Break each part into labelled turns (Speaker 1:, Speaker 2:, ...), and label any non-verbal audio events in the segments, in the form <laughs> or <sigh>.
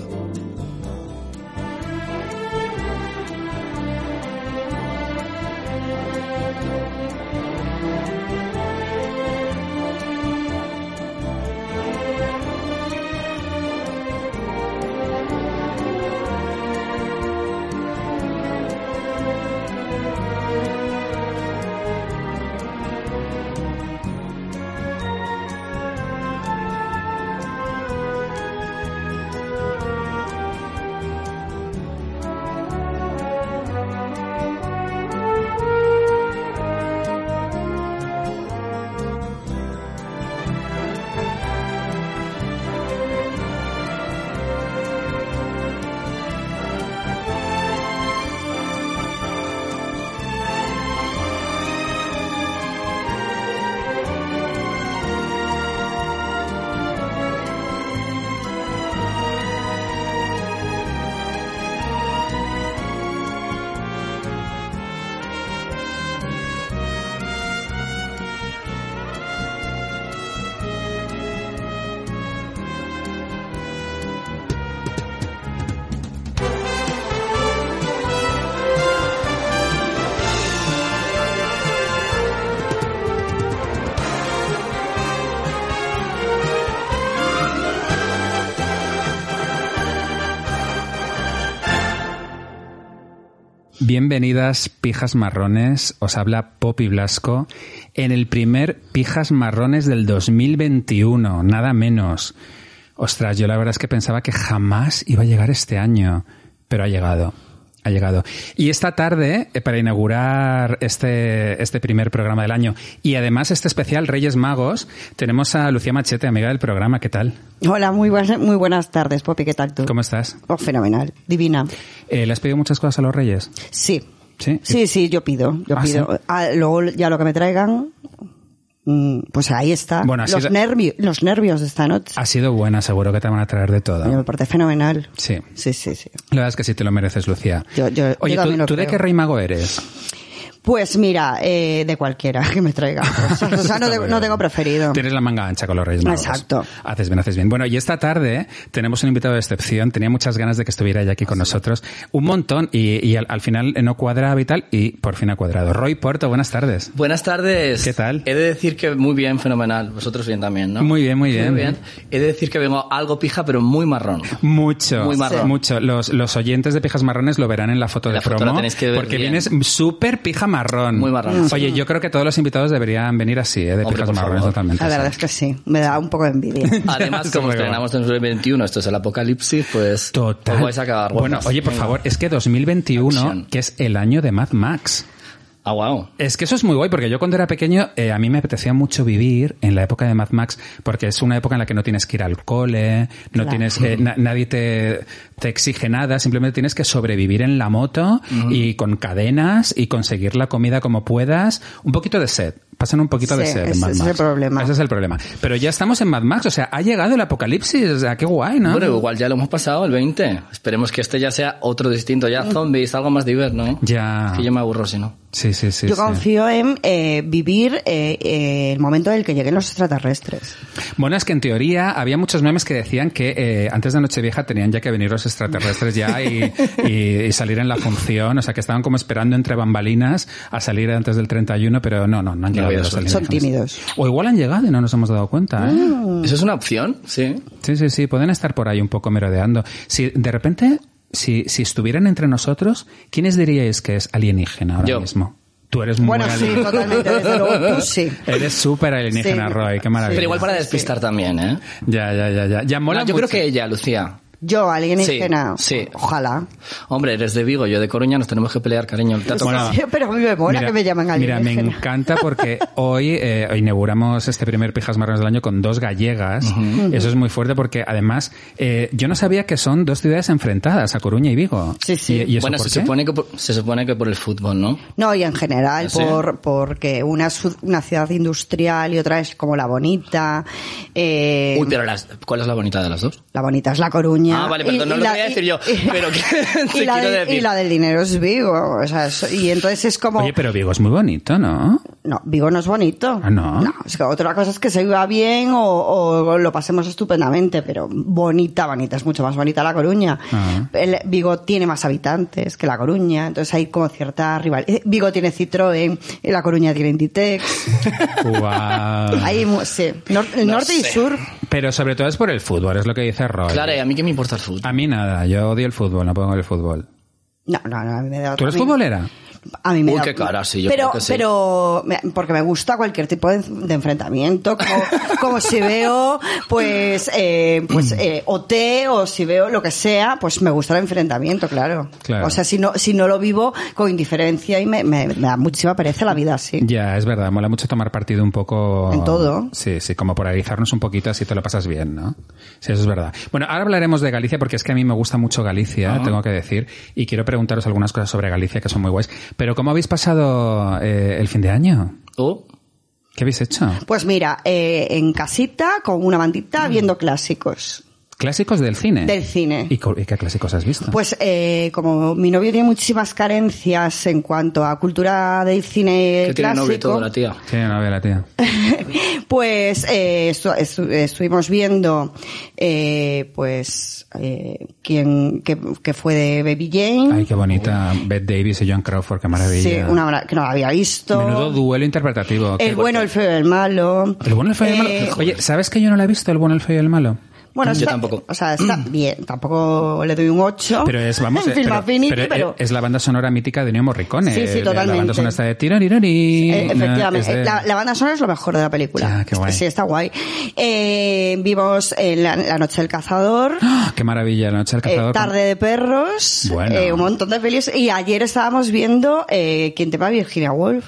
Speaker 1: Bienvenidas, pijas marrones. Os habla Poppy Blasco en el primer Pijas Marrones del 2021, nada menos. Ostras, yo la verdad es que pensaba que jamás iba a llegar este año, pero ha llegado. Ha llegado. Y esta tarde, eh, para inaugurar este, este primer programa del año y además este especial Reyes Magos, tenemos a Lucía Machete, amiga del programa. ¿Qué tal?
Speaker 2: Hola, muy buenas, muy buenas tardes, Poppy. ¿Qué tal tú?
Speaker 1: ¿Cómo estás?
Speaker 2: Oh, fenomenal, divina.
Speaker 1: Eh, ¿Le has pedido muchas cosas a los Reyes?
Speaker 2: Sí.
Speaker 1: Sí.
Speaker 2: Sí, sí, yo pido, yo
Speaker 1: Ah,
Speaker 2: pido.
Speaker 1: ¿sí?
Speaker 2: Ah, luego ya lo que me traigan, mm, pues ahí está.
Speaker 1: Bueno, así
Speaker 2: los,
Speaker 1: da-
Speaker 2: nervios, los nervios de esta noche.
Speaker 1: Ha sido buena, seguro que te van a traer de todo.
Speaker 2: Me parece fenomenal.
Speaker 1: Sí.
Speaker 2: Sí, sí, sí.
Speaker 1: La verdad es que sí te lo mereces, Lucía.
Speaker 2: Yo- yo-
Speaker 1: Oye,
Speaker 2: yo también
Speaker 1: ¿tú,
Speaker 2: lo
Speaker 1: tú de
Speaker 2: creo.
Speaker 1: qué rey mago eres?
Speaker 2: Pues mira, eh, de cualquiera que
Speaker 1: <laughs>
Speaker 2: me traiga. cosas. O sea, no, tengo- no tengo preferido.
Speaker 1: Tienes la manga ancha con los reyes magos.
Speaker 2: Exacto.
Speaker 1: Haces bien, haces bien. Bueno, y esta tarde ¿eh? tenemos un invitado de excepción. Tenía muchas ganas de que estuviera ya aquí con nosotros. Un montón y, y al, al final no cuadraba y tal, y por fin ha cuadrado. Roy Puerto, buenas tardes.
Speaker 3: Buenas tardes.
Speaker 1: ¿Qué tal?
Speaker 3: He de decir que muy bien, fenomenal. Vosotros bien también, ¿no?
Speaker 1: Muy bien, muy bien.
Speaker 3: He de decir que vengo algo pija, pero
Speaker 1: <laughs>
Speaker 3: muy marrón.
Speaker 1: Mucho,
Speaker 3: Muy marrón.
Speaker 1: mucho. Los, los oyentes de Pijas Marrones lo verán en la foto
Speaker 3: La
Speaker 1: de
Speaker 3: foto la
Speaker 1: promo,
Speaker 3: tenéis que ver
Speaker 1: porque
Speaker 3: bien.
Speaker 1: vienes súper pija marrón.
Speaker 3: Muy
Speaker 2: Mm.
Speaker 3: marrón.
Speaker 1: Oye, yo creo que todos los invitados deberían venir así, ¿eh? de
Speaker 3: Hombre,
Speaker 1: pijas
Speaker 3: por
Speaker 1: marrones
Speaker 3: favor.
Speaker 1: totalmente.
Speaker 2: La
Speaker 1: o sea.
Speaker 2: verdad es que sí, me da un poco de envidia.
Speaker 3: Además, como
Speaker 1: Muy
Speaker 3: estrenamos en 2021, esto es el apocalipsis, pues
Speaker 1: Total.
Speaker 3: os vais a acabar.
Speaker 1: bueno, oye, por favor, es que 2021,
Speaker 3: Acción.
Speaker 1: que es el año de Mad Max.
Speaker 3: Ah, wow.
Speaker 1: Es que eso es muy guay, porque yo cuando era pequeño eh, a mí me apetecía mucho vivir en la época de Mad Max, porque es una época en la que no tienes que ir al cole, no
Speaker 2: Claro.
Speaker 1: tienes, eh, na- nadie te, te exige nada, simplemente tienes que sobrevivir en la moto y con cadenas y conseguir la comida como puedas. Un poquito de sed, pasan un poquito de
Speaker 2: Sí,
Speaker 1: sed en
Speaker 2: ese-
Speaker 1: Mad
Speaker 2: ese es
Speaker 1: Max.
Speaker 2: el problema.
Speaker 1: Ese es el problema. Pero ya estamos en Mad Max, o sea, ha llegado el apocalipsis, o sea, qué guay, ¿no?
Speaker 3: Bueno, igual ya lo hemos pasado, el 20. Esperemos que este ya sea otro distinto, ya zombies, algo más diverso, ¿no?
Speaker 1: Ya.
Speaker 3: Es que yo me aburro si no.
Speaker 1: Sí, sí, sí.
Speaker 2: Yo
Speaker 1: sí.
Speaker 2: confío en eh, vivir eh, eh, el momento en el que lleguen los extraterrestres.
Speaker 1: Bueno, es que en teoría había muchos memes que decían que eh, antes de Nochevieja tenían ya que venir los extraterrestres ya y, y- y salir en la función, o sea que estaban como esperando entre bambalinas a salir antes del 31, pero no, no, no han llegado.
Speaker 3: había
Speaker 1: los
Speaker 3: suerte.
Speaker 2: Son
Speaker 1: alienígenas.
Speaker 2: tímidos. Mm.
Speaker 1: O igual han llegado y no nos hemos dado cuenta, ¿eh?
Speaker 3: ¿Eso es una opción? Sí.
Speaker 1: Sí, sí, sí, pueden estar por ahí un poco merodeando. Si de repente, si, si estuvieran entre nosotros, ¿quiénes diríais que es alienígena ahora
Speaker 3: Yo.
Speaker 1: mismo? Tú eres muy
Speaker 2: Bueno, sí,
Speaker 1: alienígena.
Speaker 2: totalmente, desde
Speaker 3: <laughs>
Speaker 2: luego. Tú sí.
Speaker 1: Eres súper alienígena,
Speaker 2: Sí.
Speaker 1: Roy, qué maravilla.
Speaker 3: Pero igual para despistar también, ¿eh?
Speaker 1: Ya, ya, ya, ya. Ya mola
Speaker 3: No, yo
Speaker 1: mucho.
Speaker 3: creo que ella, Lucía.
Speaker 2: Yo, alienígena.
Speaker 3: Sí, sí.
Speaker 2: Ojalá.
Speaker 3: Hombre, eres de Vigo, yo de Coruña, nos tenemos que pelear, cariño. Te ha tocado.
Speaker 1: Bueno,
Speaker 2: Sí, pero a mí me mola que me llamen
Speaker 1: mira,
Speaker 2: alienígena.
Speaker 1: me
Speaker 2: <laughs>
Speaker 1: encanta porque hoy eh, inauguramos este primer Pijas Marrones del año con dos gallegas. Eso es muy fuerte porque además eh, yo no sabía que son dos ciudades enfrentadas, a Coruña y Vigo.
Speaker 2: Sí, sí.
Speaker 1: ¿Y, y eso
Speaker 3: bueno,
Speaker 1: por
Speaker 3: se
Speaker 1: qué?
Speaker 3: supone, que por, se supone que por el fútbol, ¿no?
Speaker 2: No, y en general,
Speaker 3: ¿Ah, sí?
Speaker 2: por, porque una, su- una ciudad industrial y otra es como La Bonita. eh,
Speaker 3: Uy, pero las, ¿cuál es la bonita de las dos?
Speaker 2: La Bonita es La Coruña.
Speaker 3: Ah, vale, perdón, no lo
Speaker 2: la-
Speaker 3: quería
Speaker 2: <laughs>
Speaker 3: decir yo, pero <laughs> que-
Speaker 2: y,
Speaker 3: te
Speaker 2: la
Speaker 3: quiero
Speaker 2: del-
Speaker 3: decir.
Speaker 2: y la del dinero es Vigo. O sea, es- y entonces es como...
Speaker 1: Oye, pero Vigo es muy bonito, ¿no?
Speaker 2: No, Vigo no es bonito.
Speaker 1: Ah, ¿no?
Speaker 2: es que otra cosa es que se viva bien o, o lo pasemos estupendamente, pero bonita, bonita, es mucho más bonita La Coruña.
Speaker 1: Ah.
Speaker 2: El- Vigo tiene más habitantes que La Coruña, entonces hay como cierta rivalidad. Vigo tiene Citroën, y La Coruña tiene Inditex.
Speaker 1: <laughs> Guau.
Speaker 2: Ahí, mu- sí. Nor- el
Speaker 3: No
Speaker 2: norte y
Speaker 3: sé.
Speaker 2: sur.
Speaker 1: Pero sobre todo es por el fútbol, es lo que dice Roy.
Speaker 3: Claro, ¿y a mí qué me importa el
Speaker 2: Ah.
Speaker 3: fútbol?
Speaker 1: A mí nada, yo odio el fútbol, no pongo el fútbol.
Speaker 2: No, no, no. a mí me da-
Speaker 1: ¿Tú eres
Speaker 2: a mí-
Speaker 1: futbolera?
Speaker 2: A mí me
Speaker 3: Uy,
Speaker 2: da-
Speaker 3: qué cara, sí, yo
Speaker 2: pero,
Speaker 3: creo que sí.
Speaker 2: Pero, me- porque me gusta cualquier tipo de, de enfrentamiento,
Speaker 3: <laughs>
Speaker 2: como, como si veo, pues, eh, pues, eh, OT o si veo lo que sea, pues me gusta el enfrentamiento, claro.
Speaker 1: Claro.
Speaker 2: O sea, si no, si no lo vivo con indiferencia y me, me- me da muchísima pereza la vida así.
Speaker 1: Ya, es verdad, mola mucho tomar partido un poco...
Speaker 2: En todo.
Speaker 1: Sí, sí, como polarizarnos un poquito, así te lo pasas bien, ¿no? Sí, eso es verdad. Bueno, ahora hablaremos de Galicia porque es que a mí me gusta mucho Galicia,
Speaker 2: Ah.
Speaker 1: tengo que decir, y quiero preguntaros algunas cosas sobre Galicia que son muy guays. Pero ¿cómo habéis pasado eh, el fin de año?
Speaker 3: Oh,
Speaker 1: ¿Qué habéis hecho?
Speaker 2: Pues mira, eh, en casita, con una
Speaker 1: Mm.
Speaker 2: mantita, viendo clásicos.
Speaker 1: ¿Clásicos del cine?
Speaker 2: Del cine.
Speaker 1: ¿Y, co- y qué clásicos has visto?
Speaker 2: Pues eh, como mi novio tiene muchísimas carencias en cuanto a cultura del cine
Speaker 3: que tiene
Speaker 2: clásico,
Speaker 3: novio y todo, la tía.
Speaker 1: Sí, no veo la tía.
Speaker 2: pues eh, estu- estu- estuvimos viendo eh, pues eh, quien que, que fue de Baby Jane,
Speaker 1: Ay, qué bonita. Beth Davis y John Crawford, qué maravilla.
Speaker 2: Sí, una mara- que no la había visto.
Speaker 1: Menudo duelo interpretativo. qué
Speaker 2: el bueno, el feo, y el malo.
Speaker 1: ¿El bueno, el feo y el malo?
Speaker 2: Eh,
Speaker 1: Oye, ¿sabes que yo no la he visto, el bueno, el feo y el malo?
Speaker 2: bueno,
Speaker 3: Yo
Speaker 2: está-
Speaker 3: tampoco.
Speaker 2: O sea, está bien, tampoco le doy un 8.
Speaker 1: Mm. Pero
Speaker 2: <laughs>
Speaker 1: es, vamos,
Speaker 2: en
Speaker 1: eh,
Speaker 2: Film
Speaker 1: pero-
Speaker 2: Affinity,
Speaker 1: pero, eh,
Speaker 2: pero-
Speaker 1: es la banda sonora mítica de Neo Morricone.
Speaker 2: Sí, sí,
Speaker 1: eh, La banda
Speaker 2: totalmente.
Speaker 1: sonora está de tirarirari.
Speaker 2: Eh,
Speaker 1: no, es
Speaker 2: efectivamente.
Speaker 1: de-
Speaker 2: La, la banda sonora es lo mejor de la película.
Speaker 1: Ya, qué guay.
Speaker 2: Sí, está guay. Eh, vimos eh, la, La Noche del Cazador.
Speaker 1: ¡Ah! Qué maravilla, La noche del
Speaker 2: eh,
Speaker 1: cazador.
Speaker 2: tarde de perros,
Speaker 1: Bueno.
Speaker 2: eh, un montón de pelis y ayer estábamos viendo eh, Quien te va Virginia Woolf,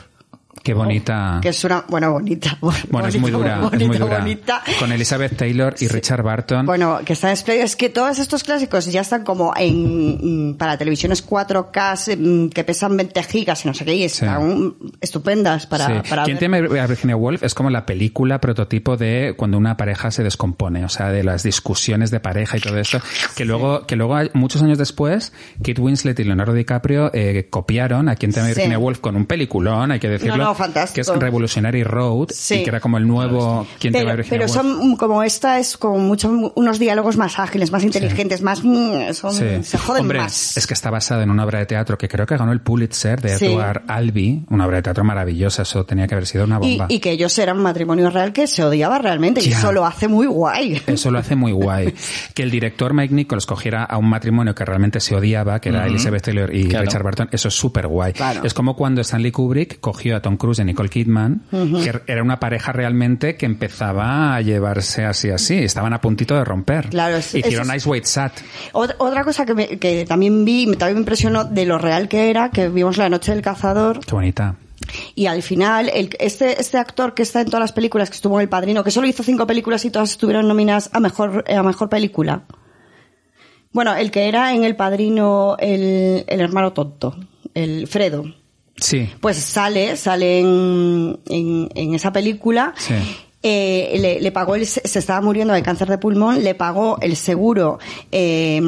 Speaker 1: Qué bonita.
Speaker 2: que es una bueno bonita,
Speaker 1: Ah.
Speaker 2: <laughs>
Speaker 1: bueno, es muy
Speaker 2: Oh, bonita,
Speaker 1: dura,
Speaker 2: bonita,
Speaker 1: es muy dura.
Speaker 2: bonita.
Speaker 1: Con Elizabeth Taylor y Richard Barton.
Speaker 2: Bueno, que está en Splay. Es que todos estos clásicos ya están como en mm, para televisiones 4K mm, que pesan 20 gigas y no sé qué, y están estupendas para,
Speaker 1: Sí.
Speaker 2: para
Speaker 1: ¿Quién
Speaker 2: ver.
Speaker 1: teme a Virginia Woolf? Es como la película prototipo de cuando una pareja se descompone, o sea, de las discusiones de pareja y todo esto, que luego, que luego hay- muchos años después, Kate Winslet y Leonardo DiCaprio eh, copiaron a quien teme a
Speaker 2: Sí.
Speaker 1: Virginia Woolf con un peliculón, hay que decirlo,
Speaker 2: No, no, fantástico.
Speaker 1: que es Revolutionary Road,
Speaker 2: Sí.
Speaker 1: y que era como el nuevo quien teme a
Speaker 2: Pero,
Speaker 1: Virginia
Speaker 2: pero
Speaker 1: Woolf.
Speaker 2: son mm, como esta, es como mucho, unos diálogos más ágiles, más inteligentes, más. mm, Son,
Speaker 1: Sí.
Speaker 2: Se joden
Speaker 1: Hombre,
Speaker 2: más.
Speaker 1: es que está basada en una obra de teatro que creo que ganó el Pulitzer de
Speaker 2: Sí.
Speaker 1: Edward Albee, una obra de teatro maravillosa, eso tenía que haber sido una
Speaker 2: y,
Speaker 1: bomba.
Speaker 2: y que ellos eran un matrimonio real que se odiaba realmente, y
Speaker 1: Ya.
Speaker 2: eso lo hace muy guay.
Speaker 1: Eso lo hace muy guay. Que el director Mike Nichols cogiera a un matrimonio que realmente se odiaba, que era Elizabeth Taylor y
Speaker 3: Claro.
Speaker 1: Richard Burton, eso es súper guay.
Speaker 2: Claro.
Speaker 1: Es como cuando Stanley Kubrick cogió a Tom Cruise y Nicole Kidman, que era una pareja realmente que empezaba a llevarse así, así. Estaban a puntito de romper.
Speaker 2: Claro, sí.
Speaker 1: Hicieron
Speaker 2: Eso es-
Speaker 1: Ice Weight Sat.
Speaker 2: <laughs> Ot- Otra cosa que, me- que también vi, me- también me impresionó de lo real que era, que vimos la noche del cazador,
Speaker 1: Qué bonita.
Speaker 2: y al final, el- este, este actor que está en todas las películas, que estuvo en El Padrino, que solo hizo cinco películas y todas estuvieron nominadas a mejor, eh, a mejor película. Bueno, el que era en El Padrino, el, el hermano tonto, el Fredo.
Speaker 1: Sí.
Speaker 2: Pues sale, sale en, en- en esa película.
Speaker 1: Sí.
Speaker 2: Eh, le, le pagó, el, se se estaba muriendo de cáncer de pulmón, le pagó el seguro eh,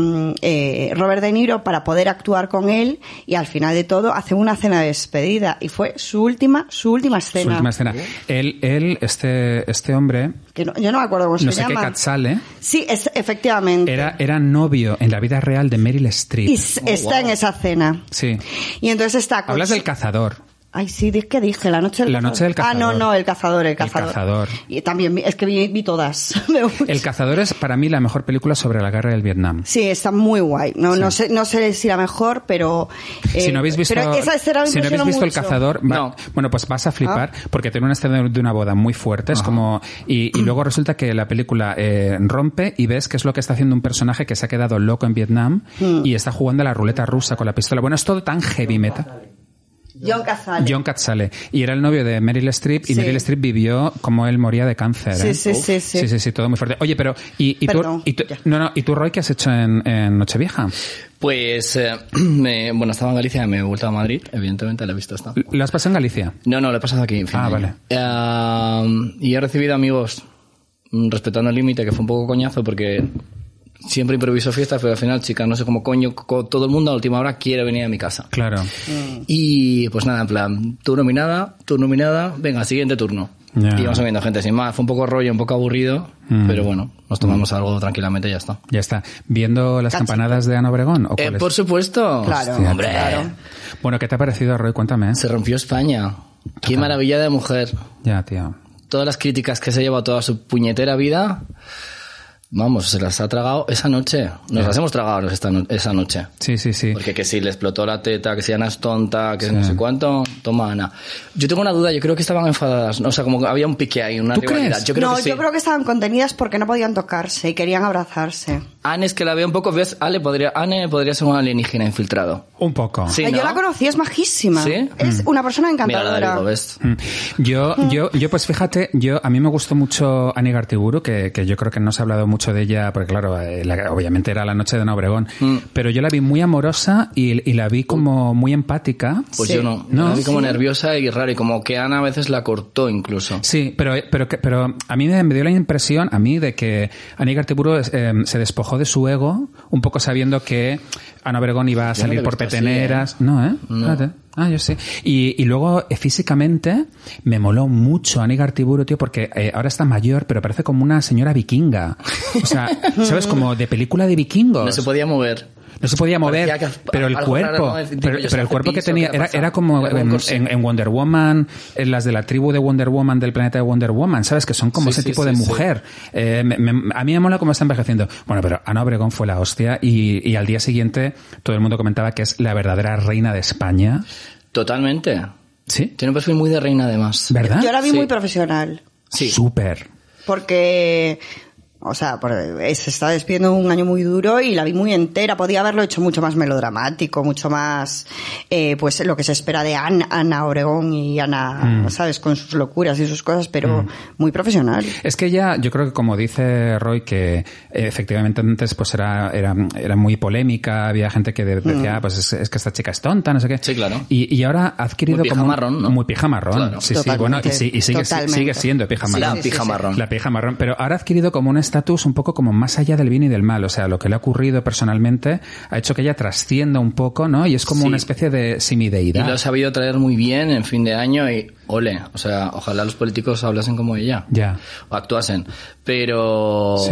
Speaker 2: eh, Robert De Niro para poder actuar con él y al final de todo hace una cena de despedida y fue su última, su última escena.
Speaker 1: Su última escena. Él, él, este, este hombre,
Speaker 2: Que no- yo no me acuerdo cómo
Speaker 1: no
Speaker 2: se
Speaker 1: sé qué ¿eh?
Speaker 2: llama.
Speaker 1: Katzale,
Speaker 2: sí, es, efectivamente.
Speaker 1: era, era novio en la vida real de Meryl Streep.
Speaker 2: y s- está en esa cena.
Speaker 1: Sí.
Speaker 2: Y entonces está con
Speaker 1: Oh, Hablas
Speaker 2: su-
Speaker 1: del cazador.
Speaker 2: Ay, sí, di- ¿qué dije? La noche del
Speaker 1: La
Speaker 2: cazador.
Speaker 1: noche del
Speaker 2: Ah, no,
Speaker 1: cazador.
Speaker 2: no, el cazador, el
Speaker 1: El
Speaker 2: cazador.
Speaker 1: cazador.
Speaker 2: Y también vi- es que vi, vi todas. <laughs> Me gusta.
Speaker 1: El Cazador es para mí la mejor película sobre la guerra del Vietnam.
Speaker 2: Sí, está muy guay. No, no, sé, no sé si la mejor, pero. eh,
Speaker 1: si no habéis visto,
Speaker 2: pero esa escena me
Speaker 1: si no habéis
Speaker 2: impresionó
Speaker 1: visto El
Speaker 2: mucho. Ah.
Speaker 1: Cazador, va-
Speaker 3: No.
Speaker 1: bueno, pues vas a flipar porque tiene una escena de una boda muy fuerte. Es como. Y, y luego resulta que la película eh, rompe y ves qué es lo que está haciendo un personaje que se ha quedado loco en Vietnam
Speaker 2: Mm.
Speaker 1: y está jugando a la ruleta rusa con la pistola. Bueno, es todo tan heavy metal.
Speaker 2: John Cazale.
Speaker 1: John Katzale. Y era el novio de Meryl Streep y
Speaker 2: Sí.
Speaker 1: Meryl Streep vivió como él moría de cáncer.
Speaker 2: Sí,
Speaker 1: ¿eh?
Speaker 2: sí, sí, sí.
Speaker 1: sí, sí, sí, todo muy fuerte. Oye, pero. ¿Y, y tú,
Speaker 2: Perdón,
Speaker 1: y tú-
Speaker 2: ya.
Speaker 1: no, no, ¿y tú, Roy, qué has hecho en, en Nochevieja?
Speaker 3: Pues, eh, <clears throat> me- bueno, estaba en Galicia, me he vuelto a Madrid, evidentemente, la he visto esta.
Speaker 1: ¿Lo has pasado en Galicia?
Speaker 3: No, no, lo he pasado aquí. en fin.
Speaker 1: Ah, vale.
Speaker 3: Eh, y he recibido amigos mm, respetando el límite, que fue un poco coñazo porque siempre improviso fiestas, pero al final, chicas, no sé cómo coño, co- todo el mundo a última hora quiere venir a mi casa.
Speaker 1: Claro.
Speaker 3: Y pues nada, en plan, tú nominada, tú nominada, venga, siguiente turno.
Speaker 1: Ya.
Speaker 3: Y vamos viendo gente sin más. Fue un poco rollo, un poco aburrido,
Speaker 1: Mm.
Speaker 3: pero bueno, nos tomamos algo tranquilamente y ya está.
Speaker 1: Ya está. ¿Viendo las
Speaker 2: Cachito.
Speaker 1: campanadas de Ana Obregón? ¿o
Speaker 3: Eh,
Speaker 1: cuál es?
Speaker 3: por supuesto.
Speaker 2: Claro,
Speaker 3: Hostia, hombre.
Speaker 2: claro.
Speaker 1: Bueno, ¿qué te ha parecido, Roy? Cuéntame.
Speaker 3: Se rompió España. Qué maravilla de mujer.
Speaker 1: Ya, tío.
Speaker 3: Todas las críticas que se lleva toda su puñetera vida, vamos, se las ha tragado esa noche. Nos las hemos tragado esta no- esa noche.
Speaker 1: Sí, sí, sí.
Speaker 3: Porque que si le explotó la teta, que si Ana es tonta, que no sé cuánto, toma Ana. Yo tengo una duda, yo creo que estaban enfadadas, ¿no? o sea, como que había un pique ahí, una
Speaker 1: ¿Tú crees?
Speaker 3: rivalidad. Yo creo
Speaker 2: no,
Speaker 3: que sí.
Speaker 2: yo creo que estaban contenidas porque no podían tocarse y querían abrazarse.
Speaker 3: Anne es que la veo un poco, ves, Ale podría, Anne podría ser un alienígena infiltrado.
Speaker 1: Un poco.
Speaker 3: Sí,
Speaker 2: Eh,
Speaker 3: ¿no?
Speaker 2: Yo la conocí, es majísima.
Speaker 3: ¿Sí?
Speaker 2: Es una persona
Speaker 3: Mira, la
Speaker 2: encantadora.
Speaker 3: digo, ¿ves?
Speaker 1: Mm. Yo, yo, yo, pues fíjate, yo, a mí me gustó mucho Ani Gartiburu, que, que yo creo que no se ha hablado mucho de ella, porque claro, eh, la- obviamente era la noche de Ana Obregón,
Speaker 3: Mm.
Speaker 1: pero yo la vi muy amorosa y, y la vi como muy empática.
Speaker 3: Pues
Speaker 2: Sí.
Speaker 3: yo no.
Speaker 1: No,
Speaker 3: la vi como
Speaker 1: sí.
Speaker 3: nerviosa y rara y como que Ana a veces la cortó incluso.
Speaker 1: Sí, pero, eh, pero, que- pero a mí me me dio la impresión, a mí, de que Anígar Tiburu eh, se despojó de su ego, un poco sabiendo que Ana Obregón iba a
Speaker 3: Yo no
Speaker 1: salir
Speaker 3: lo he
Speaker 1: por
Speaker 3: visto así,
Speaker 1: peteneras. No, ¿eh? Espérate. Ah, yo sí. Y, y luego, eh, físicamente, me moló mucho Anígar Tiburu, tío, porque eh, ahora está mayor, pero parece como una señora vikinga. O sea, ¿sabes? Como de película de vikingos.
Speaker 3: No se podía mover.
Speaker 1: No se podía mover,
Speaker 3: Parecía que-
Speaker 1: pero el
Speaker 3: algo
Speaker 1: cuerpo,
Speaker 3: raro, ¿no? Digo
Speaker 1: pero,
Speaker 3: yo,
Speaker 1: pero el
Speaker 3: hace
Speaker 1: cuerpo que
Speaker 3: piso,
Speaker 1: tenía
Speaker 3: ¿qué
Speaker 1: era,
Speaker 3: pasa?
Speaker 1: era como
Speaker 3: Era como un
Speaker 1: en,
Speaker 3: corsé.
Speaker 1: en- en Wonder Woman, en las de la tribu de Wonder Woman, del planeta de Wonder Woman, ¿sabes? Que son como
Speaker 3: Sí,
Speaker 1: ese
Speaker 3: sí,
Speaker 1: tipo
Speaker 3: sí,
Speaker 1: de
Speaker 3: sí.
Speaker 1: mujer. Eh, me- me- a mí me mola cómo está envejeciendo. Bueno, pero Ana Obregón fue la hostia y, y al día siguiente todo el mundo comentaba que es la verdadera reina de España.
Speaker 3: Totalmente.
Speaker 1: ¿Sí?
Speaker 3: Tiene un perfil muy de reina además.
Speaker 1: ¿Verdad?
Speaker 2: Yo la vi
Speaker 3: Sí.
Speaker 2: muy profesional.
Speaker 3: Sí.
Speaker 1: Súper.
Speaker 2: porque o sea, por- eh, se está despidiendo un año muy duro y la vi muy entera. Podía haberlo hecho mucho más melodramático, mucho más, eh, pues lo que se espera de Ana, Ana Oregón y Ana,
Speaker 1: Mm.
Speaker 2: ¿sabes? Con sus locuras y sus cosas, pero muy profesional.
Speaker 1: Es que ella, yo creo que como dice Roy, que eh, efectivamente antes pues era, era, era muy polémica, había gente que de-
Speaker 2: Hmm.
Speaker 1: decía, "Ah, pues es, es que esta chica es tonta, no sé qué.
Speaker 3: Sí, claro.
Speaker 1: Y, y ahora ha adquirido
Speaker 3: Muy pija
Speaker 1: como...
Speaker 3: marrón, ¿no?
Speaker 1: Muy pija marrón.
Speaker 3: Claro.
Speaker 1: sí, sí, bueno, y, sí- y sigue,
Speaker 2: Totalmente.
Speaker 1: sigue siendo pija
Speaker 2: Sí,
Speaker 1: marrón.
Speaker 3: la pija marrón.
Speaker 1: La pija marrón, pero ahora ha adquirido como un estatus un poco como más allá del bien y del mal. O sea, lo que le ha ocurrido personalmente ha hecho que ella trascienda un poco, ¿no? Y es como
Speaker 3: Sí.
Speaker 1: una especie de
Speaker 3: Y lo
Speaker 1: semideidad.
Speaker 3: ha sabido traer muy bien en fin de año y ole, o sea, ojalá los políticos hablasen como ella.
Speaker 1: Ya.
Speaker 3: O actuasen. Pero
Speaker 1: Sí.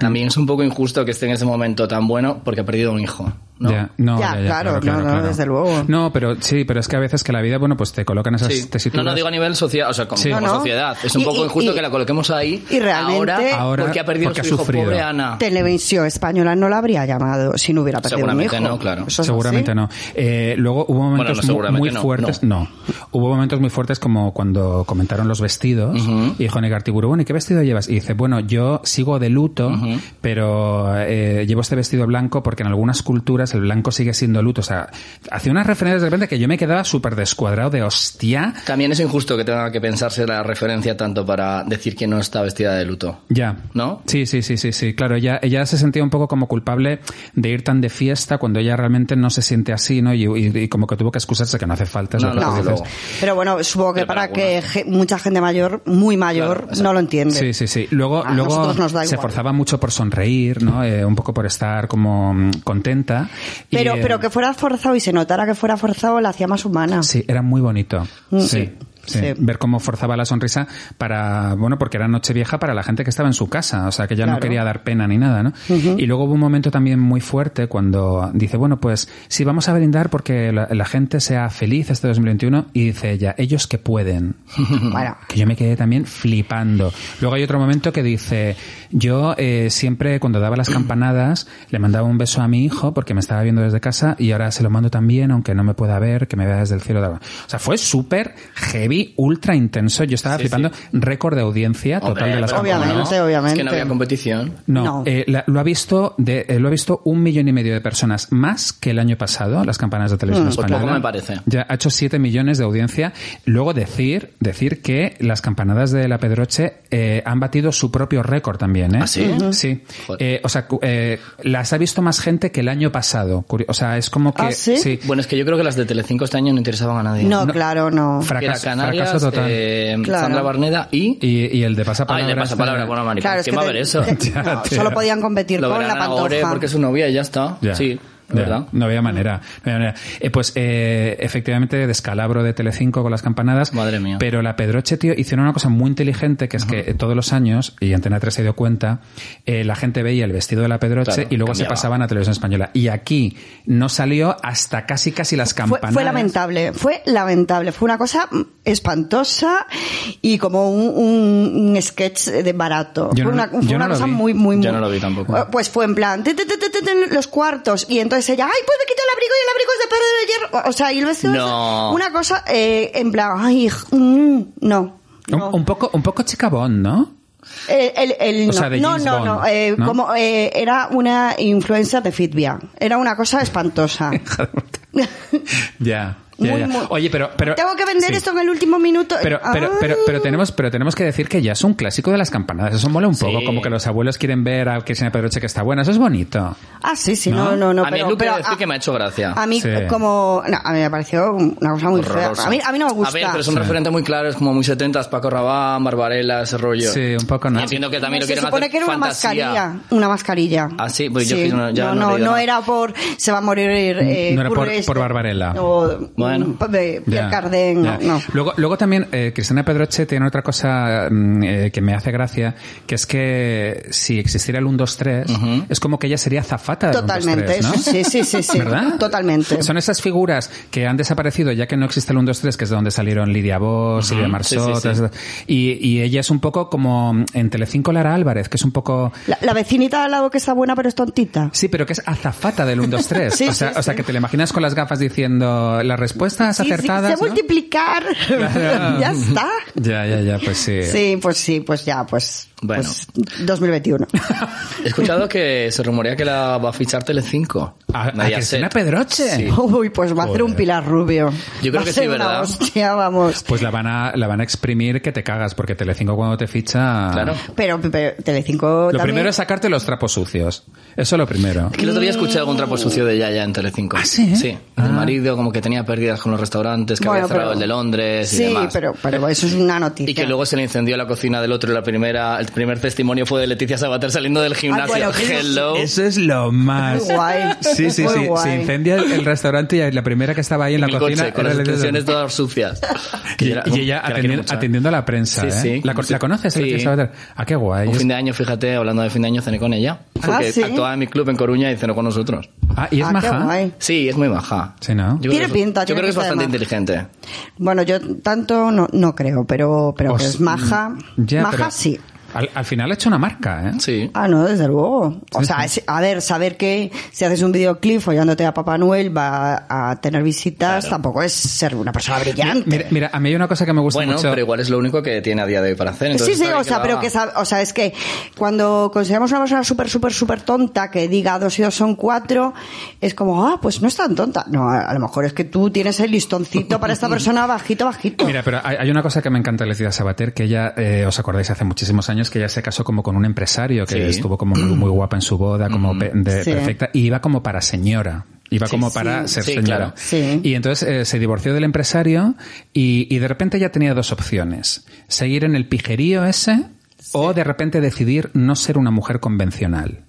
Speaker 3: también es un poco injusto que esté en ese momento tan bueno porque ha perdido un hijo. ¿no?
Speaker 1: Ya, no,
Speaker 2: Ya, claro, no, no, desde luego.
Speaker 1: No, pero sí, pero es que a veces que la vida, bueno, pues te colocan esas
Speaker 3: Sí. No,
Speaker 1: tesituras.
Speaker 3: no digo a nivel social, o sea, como,
Speaker 1: Sí.
Speaker 3: como
Speaker 2: No, no.
Speaker 3: sociedad. Es un
Speaker 2: Y-
Speaker 3: poco
Speaker 2: y-
Speaker 3: injusto
Speaker 2: y-
Speaker 3: que la coloquemos ahí.
Speaker 2: y realmente-
Speaker 3: ahora,
Speaker 1: Ahora,
Speaker 3: porque ha perdido
Speaker 1: porque ha
Speaker 3: su hijo,
Speaker 1: sufrido.
Speaker 3: pobre Ana.
Speaker 2: Televisión española no la habría llamado si no hubiera perdido un
Speaker 3: Seguramente
Speaker 2: hijo.
Speaker 3: no, claro.
Speaker 2: Eso es
Speaker 1: seguramente
Speaker 2: así.
Speaker 1: no. Eh, luego hubo momentos
Speaker 3: no,
Speaker 1: mu-
Speaker 3: seguramente
Speaker 1: muy
Speaker 3: no,
Speaker 1: fuertes. No. Hubo momentos muy fuertes como cuando comentaron los vestidos. Y dijo Negartiburu, bueno, ¿y qué vestido llevas? Y dice, bueno, yo sigo de luto, pero eh, llevo este vestido blanco porque en algunas culturas el blanco sigue siendo luto. O sea, hacía unas referencias de repente que yo me quedaba súper descuadrado de hostia.
Speaker 3: También es injusto que tenga que pensarse la referencia tanto para decir que no está vestida de luto.
Speaker 1: Ya.
Speaker 3: ¿No?
Speaker 1: Sí, sí, sí, sí, sí. Claro, ella, ella se sentía un poco como culpable de ir tan de fiesta cuando ella realmente no se siente así, ¿no? Y, y- y como que tuvo que excusarse que no hace falta. es
Speaker 3: No,
Speaker 1: lo que
Speaker 3: no,
Speaker 1: tú
Speaker 3: desde
Speaker 1: dices.
Speaker 3: luego.
Speaker 2: Pero bueno, supongo que
Speaker 3: Pero
Speaker 2: para
Speaker 3: para algunas.
Speaker 2: que ge- mucha gente mayor, muy mayor,
Speaker 3: Claro, exacto.
Speaker 2: no lo entiende.
Speaker 1: Sí, sí, sí. Luego,
Speaker 2: A
Speaker 1: luego
Speaker 2: nosotros nos da
Speaker 1: se
Speaker 2: igual.
Speaker 1: forzaba mucho por sonreír, ¿no? Eh, un poco por estar como mm, contenta. Y,
Speaker 2: Pero,
Speaker 1: eh,
Speaker 2: pero que fuera forzado y se notara que fuera forzado la hacía más humana.
Speaker 1: Mm. Sí, era muy bonito. Sí. Sí,
Speaker 2: Sí.
Speaker 1: Ver cómo forzaba la sonrisa para, bueno, porque era noche vieja para la gente que estaba en su casa, o sea, que ya no
Speaker 2: Claro.
Speaker 1: quería dar pena ni nada, ¿no? Y luego hubo un momento también muy fuerte cuando dice, bueno, pues sí, vamos a brindar porque la, la gente sea feliz este 2021 y dice ella, ellos que pueden.
Speaker 2: Bueno,
Speaker 1: Que yo me quedé también flipando. Luego hay otro momento que dice, yo eh, siempre cuando daba las campanadas le mandaba un beso a mi hijo porque me estaba viendo desde casa y ahora se lo mando también aunque no me pueda ver, que me vea desde el cielo. O sea, fue súper heavy, ultra intenso. Yo estaba flipando. Récord de audiencia total
Speaker 3: Hombre,
Speaker 1: de las
Speaker 3: pero
Speaker 2: obviamente,
Speaker 1: campanadas.
Speaker 3: ¿cómo no?
Speaker 2: obviamente.
Speaker 3: Es que no había competición.
Speaker 1: No,
Speaker 2: No.
Speaker 1: eh, la- lo ha visto de, eh, lo ha visto un millón y medio de personas más que el año pasado las campanas de televisión
Speaker 3: pues
Speaker 1: española.
Speaker 3: poco me parece.
Speaker 1: Ya ha hecho 7 millones de audiencia. Luego decir decir que las campanadas de la Pedroche eh, han batido su propio récord también. ¿eh?
Speaker 3: ¿Ah, sí? Ujú.
Speaker 1: Sí.
Speaker 3: Joder.
Speaker 1: Eh, o sea, cu- eh, las ha visto más gente que el año pasado. Curio- O sea, es como que
Speaker 2: ¿Ah, sí?
Speaker 3: Bueno, es que yo creo que las de Telecinco este año no interesaban a nadie.
Speaker 2: No, claro, no.
Speaker 3: Que era
Speaker 1: fracaso,
Speaker 3: Canarias,
Speaker 1: fracaso total.
Speaker 3: eh,
Speaker 2: Claro.
Speaker 3: Sandra Barneda y...
Speaker 1: Y, y el de pasapalabra. eh,
Speaker 3: Ay, le pasa palabra, bueno, maricón.
Speaker 2: Claro, es
Speaker 3: ¿Quién
Speaker 2: que
Speaker 3: va a
Speaker 2: te- <laughs>
Speaker 3: ver eso? <laughs>
Speaker 2: te-
Speaker 1: Ya,
Speaker 2: no,
Speaker 1: tío.
Speaker 2: solo podían competir
Speaker 3: Lo
Speaker 2: con la
Speaker 3: verán ahora
Speaker 2: pantoja.
Speaker 3: porque es su novia y ya está.
Speaker 1: Ya.
Speaker 3: Sí,
Speaker 1: Ya.
Speaker 3: ¿verdad?
Speaker 1: No había manera. no había manera. Eh, pues eh, efectivamente, descalabro de Telecinco con las campanadas.
Speaker 3: Madre mía.
Speaker 1: Pero la Pedroche, tío, hicieron una cosa muy inteligente, que es que eh, todos los años, y Antena 3 se dio cuenta, eh, la gente veía el vestido de la Pedroche
Speaker 3: Claro,
Speaker 1: y luego se
Speaker 3: cambiaba.
Speaker 1: pasaban a Televisión Española. Y aquí no salió hasta casi casi las
Speaker 2: Fue,
Speaker 1: campanadas.
Speaker 2: fue lamentable, fue lamentable, fue una cosa mm, espantosa y como un, un- un sketch de barato.
Speaker 1: Yo
Speaker 2: fue
Speaker 1: no-
Speaker 2: una, fue
Speaker 1: yo
Speaker 2: una
Speaker 1: no lo
Speaker 2: cosa
Speaker 1: vi.
Speaker 2: muy, muy, muy.
Speaker 3: Yo no lo vi tampoco.
Speaker 2: Eh, Pues fue en plan, "Te, te, te, te, te, te", los cuartos, y entonces ella, ay, pues me quito el abrigo y el abrigo es de perro de hierro. O sea, y lo hizo
Speaker 3: No.
Speaker 2: una cosa eh, en plan, ay, j- mm, no.
Speaker 1: Un,
Speaker 2: no.
Speaker 1: un poco, un poco chicabón, ¿no? <laughs>
Speaker 2: El- el- el-
Speaker 1: O
Speaker 2: no.
Speaker 1: sea, de
Speaker 2: no,
Speaker 1: James
Speaker 2: no,
Speaker 1: Bond,
Speaker 2: no, eh,
Speaker 1: ¿no?
Speaker 2: Como, eh, era una influencia de Fitvia. Era una cosa espantosa.
Speaker 1: ya. ya,
Speaker 2: Muy,
Speaker 1: ya.
Speaker 2: muy-
Speaker 1: Oye, pero, <laughs> pero
Speaker 2: Tengo que vender
Speaker 1: sí.
Speaker 2: esto en el último minuto. Ah,
Speaker 1: Pero, pero,
Speaker 2: Ay.
Speaker 1: pero, pero tenemos, pero tenemos que decir que ya es un clásico de las campanadas. Eso mola un
Speaker 3: Sí.
Speaker 1: poco, como que los abuelos quieren ver a Cristina Pedroche que está buena. Eso es bonito.
Speaker 2: Ah, sí, sí,
Speaker 1: ¿No?
Speaker 2: no, no, no.
Speaker 3: a mí
Speaker 2: pero,
Speaker 3: es lo que
Speaker 2: pero
Speaker 3: decir que me ha hecho gracia.
Speaker 2: a mí
Speaker 1: Sí.
Speaker 2: como... no, a mí me pareció una cosa muy fea.
Speaker 3: Horroroso.
Speaker 2: A mí, a mí no me gusta.
Speaker 3: A ver, pero es un referente muy claro, es como muy 70 Paco Rabanne, Barbarella, ese rollo.
Speaker 1: Sí, un poco, ¿no?
Speaker 3: Y Entiendo que también lo
Speaker 2: se
Speaker 3: quieren
Speaker 2: supone
Speaker 3: hacer
Speaker 2: que era una
Speaker 3: fantasía.
Speaker 2: mascarilla. Una mascarilla.
Speaker 3: Ah, sí, pues yo que no- ya no he
Speaker 2: no,
Speaker 3: leído nada.
Speaker 2: era por... Se va a morir... eh,
Speaker 1: No era por-
Speaker 2: Purvis
Speaker 1: por Barbarella.
Speaker 2: O,
Speaker 3: Bueno.
Speaker 2: De Pierre
Speaker 1: Ya,
Speaker 2: Cardin,
Speaker 1: ya.
Speaker 2: no, no.
Speaker 1: Luego, luego también, eh, Cristina Pedroche tiene otra cosa mm, eh, que me hace gracia, que es que si existiera el 1, 2, 3, es como que ella sería zafata
Speaker 2: Totalmente,
Speaker 1: del 1, 2, 3, ¿no?
Speaker 2: sí, sí, sí, sí.
Speaker 1: ¿Verdad?
Speaker 2: Totalmente.
Speaker 1: Son esas figuras que han desaparecido ya que no existe el 1, 2, 3, que es de donde salieron Lidia Vos, Silvia Marsot,
Speaker 3: sí, sí, sí.
Speaker 1: Y, y ella es un poco como en Telecinco Lara Álvarez, que es un poco...
Speaker 2: La, la vecinita de al lado que está buena pero es tontita.
Speaker 1: Sí, pero que es azafata del 1, 2, 3.
Speaker 2: <laughs> Sí,
Speaker 1: o, sea,
Speaker 2: sí,
Speaker 1: o sea,
Speaker 2: sí.
Speaker 1: que te la imaginas con las gafas diciendo las respuestas
Speaker 2: Sí, sí,
Speaker 1: acertadas.
Speaker 2: sé
Speaker 1: ¿no?
Speaker 2: multiplicar.
Speaker 1: Claro.
Speaker 2: <laughs> ya está.
Speaker 1: Ya, ya, ya, pues sí.
Speaker 2: Sí, pues sí, pues ya, pues.
Speaker 3: Bueno.
Speaker 2: pues 2021.
Speaker 3: He escuchado que se rumorea que la va a fichar Telecinco.
Speaker 1: ¿A, a
Speaker 3: Mediaset.
Speaker 1: Cristina Pedroche?
Speaker 3: Sí.
Speaker 2: <laughs> Uy, pues va a hacer un Pilar Rubio.
Speaker 3: Yo creo
Speaker 2: Va a
Speaker 3: que
Speaker 2: ser
Speaker 3: sí,
Speaker 2: una
Speaker 3: ¿verdad?
Speaker 2: Hostia, vamos.
Speaker 1: Pues la van, a, la van a exprimir que te cagas, porque Telecinco cuando te ficha...
Speaker 3: Claro.
Speaker 2: Pero, pero Telecinco
Speaker 1: Lo
Speaker 2: también.
Speaker 1: primero es sacarte los trapos sucios. Eso lo primero.
Speaker 3: Es que el otro día escuché algún trapo sucio de Yaya en Telecinco.
Speaker 1: ¿Ah, sí?
Speaker 3: Sí.
Speaker 1: Ah.
Speaker 3: El marido como que tenía pérdidas con los restaurantes, que
Speaker 2: Bueno,
Speaker 3: había cerrado
Speaker 2: pero-
Speaker 3: el de Londres y
Speaker 2: sí,
Speaker 3: demás.
Speaker 2: pero, pero eso es una noticia.
Speaker 3: Y que luego se le incendió la cocina del otro y la primera, el primer testimonio fue de Leticia Sabater saliendo del gimnasio.
Speaker 2: bueno, que-
Speaker 3: Hello.
Speaker 1: Eso es lo más.
Speaker 2: Muy guay.
Speaker 1: Sí, sí,
Speaker 2: Muy
Speaker 1: sí.
Speaker 2: guay.
Speaker 1: Se incendia el, el restaurante y la primera que estaba ahí en la
Speaker 3: el
Speaker 1: cocina
Speaker 3: coche, con
Speaker 1: era
Speaker 3: las
Speaker 1: la de-
Speaker 3: extensiones todas
Speaker 2: <laughs>
Speaker 3: sucias.
Speaker 1: Y,
Speaker 3: Que era-
Speaker 1: y ella
Speaker 3: que la
Speaker 1: atendi-
Speaker 3: quiero
Speaker 1: atendiendo,
Speaker 3: mucho, ¿eh?
Speaker 1: a la prensa.
Speaker 3: Sí,
Speaker 1: ¿eh?
Speaker 3: sí.
Speaker 1: ¿La, co- la conoces?
Speaker 3: Sí.
Speaker 1: Leticia Sabater? Ah, qué guay.
Speaker 3: Un
Speaker 1: Es-
Speaker 3: fin de año, fíjate, hablando de fin de año, cené con ella. Porque
Speaker 2: Ah, ¿sí?
Speaker 3: actuaba en mi club en Coruña y cenó con nosotros.
Speaker 1: Ah, y es
Speaker 2: Ah, qué
Speaker 1: maja.
Speaker 2: guay.
Speaker 3: Sí, es muy baja.
Speaker 1: Sí, ¿no?
Speaker 3: Yo creo
Speaker 2: Tiene
Speaker 3: que es-
Speaker 2: pinta,
Speaker 3: Yo
Speaker 2: tiene
Speaker 3: creo que es
Speaker 2: pinta de maja.
Speaker 3: bastante inteligente.
Speaker 2: Bueno, yo tanto no, no creo, pero, pero que
Speaker 1: Os-
Speaker 2: es maja.
Speaker 1: Ya,
Speaker 2: maja
Speaker 1: pero
Speaker 2: sí.
Speaker 1: Al, al final ha hecho una marca, ¿eh?
Speaker 3: Sí.
Speaker 2: Ah, no, desde luego. O sea, es- a ver, saber que si haces un videoclip follándote a Papá Noel va a tener visitas tampoco es ser una persona brillante.
Speaker 1: Mira, mira, a mí hay una cosa que me gusta
Speaker 3: Bueno,
Speaker 1: mucho.
Speaker 3: pero igual es lo único que tiene a día de hoy para hacer. entonces
Speaker 2: pues sí, sí,
Speaker 3: está bien
Speaker 2: o sea,
Speaker 3: la
Speaker 2: pero
Speaker 3: haga.
Speaker 2: que sabe- o sea, es que cuando consideramos una persona súper, súper, súper tonta que diga dos y dos son cuatro, es como, ah, pues no es tan tonta. No, a, a lo mejor es que tú tienes el listoncito para esta persona bajito, bajito.
Speaker 1: Mira, pero hay, hay una cosa que me encanta de Leticia Sabater, que ella, eh, os acordáis hace muchísimos años, que ella se casó como con un empresario que
Speaker 3: Sí. Mm.
Speaker 1: estuvo como muy, muy guapa en su boda, como pe- de-
Speaker 2: Sí.
Speaker 1: perfecta, y iba como para señora. Iba como para ser
Speaker 3: Sí,
Speaker 1: señora.
Speaker 3: claro.
Speaker 2: Sí.
Speaker 1: Y entonces eh, se divorció del empresario y, y de repente ya tenía dos opciones. Seguir en el pijerío ese o de repente decidir no ser una mujer convencional.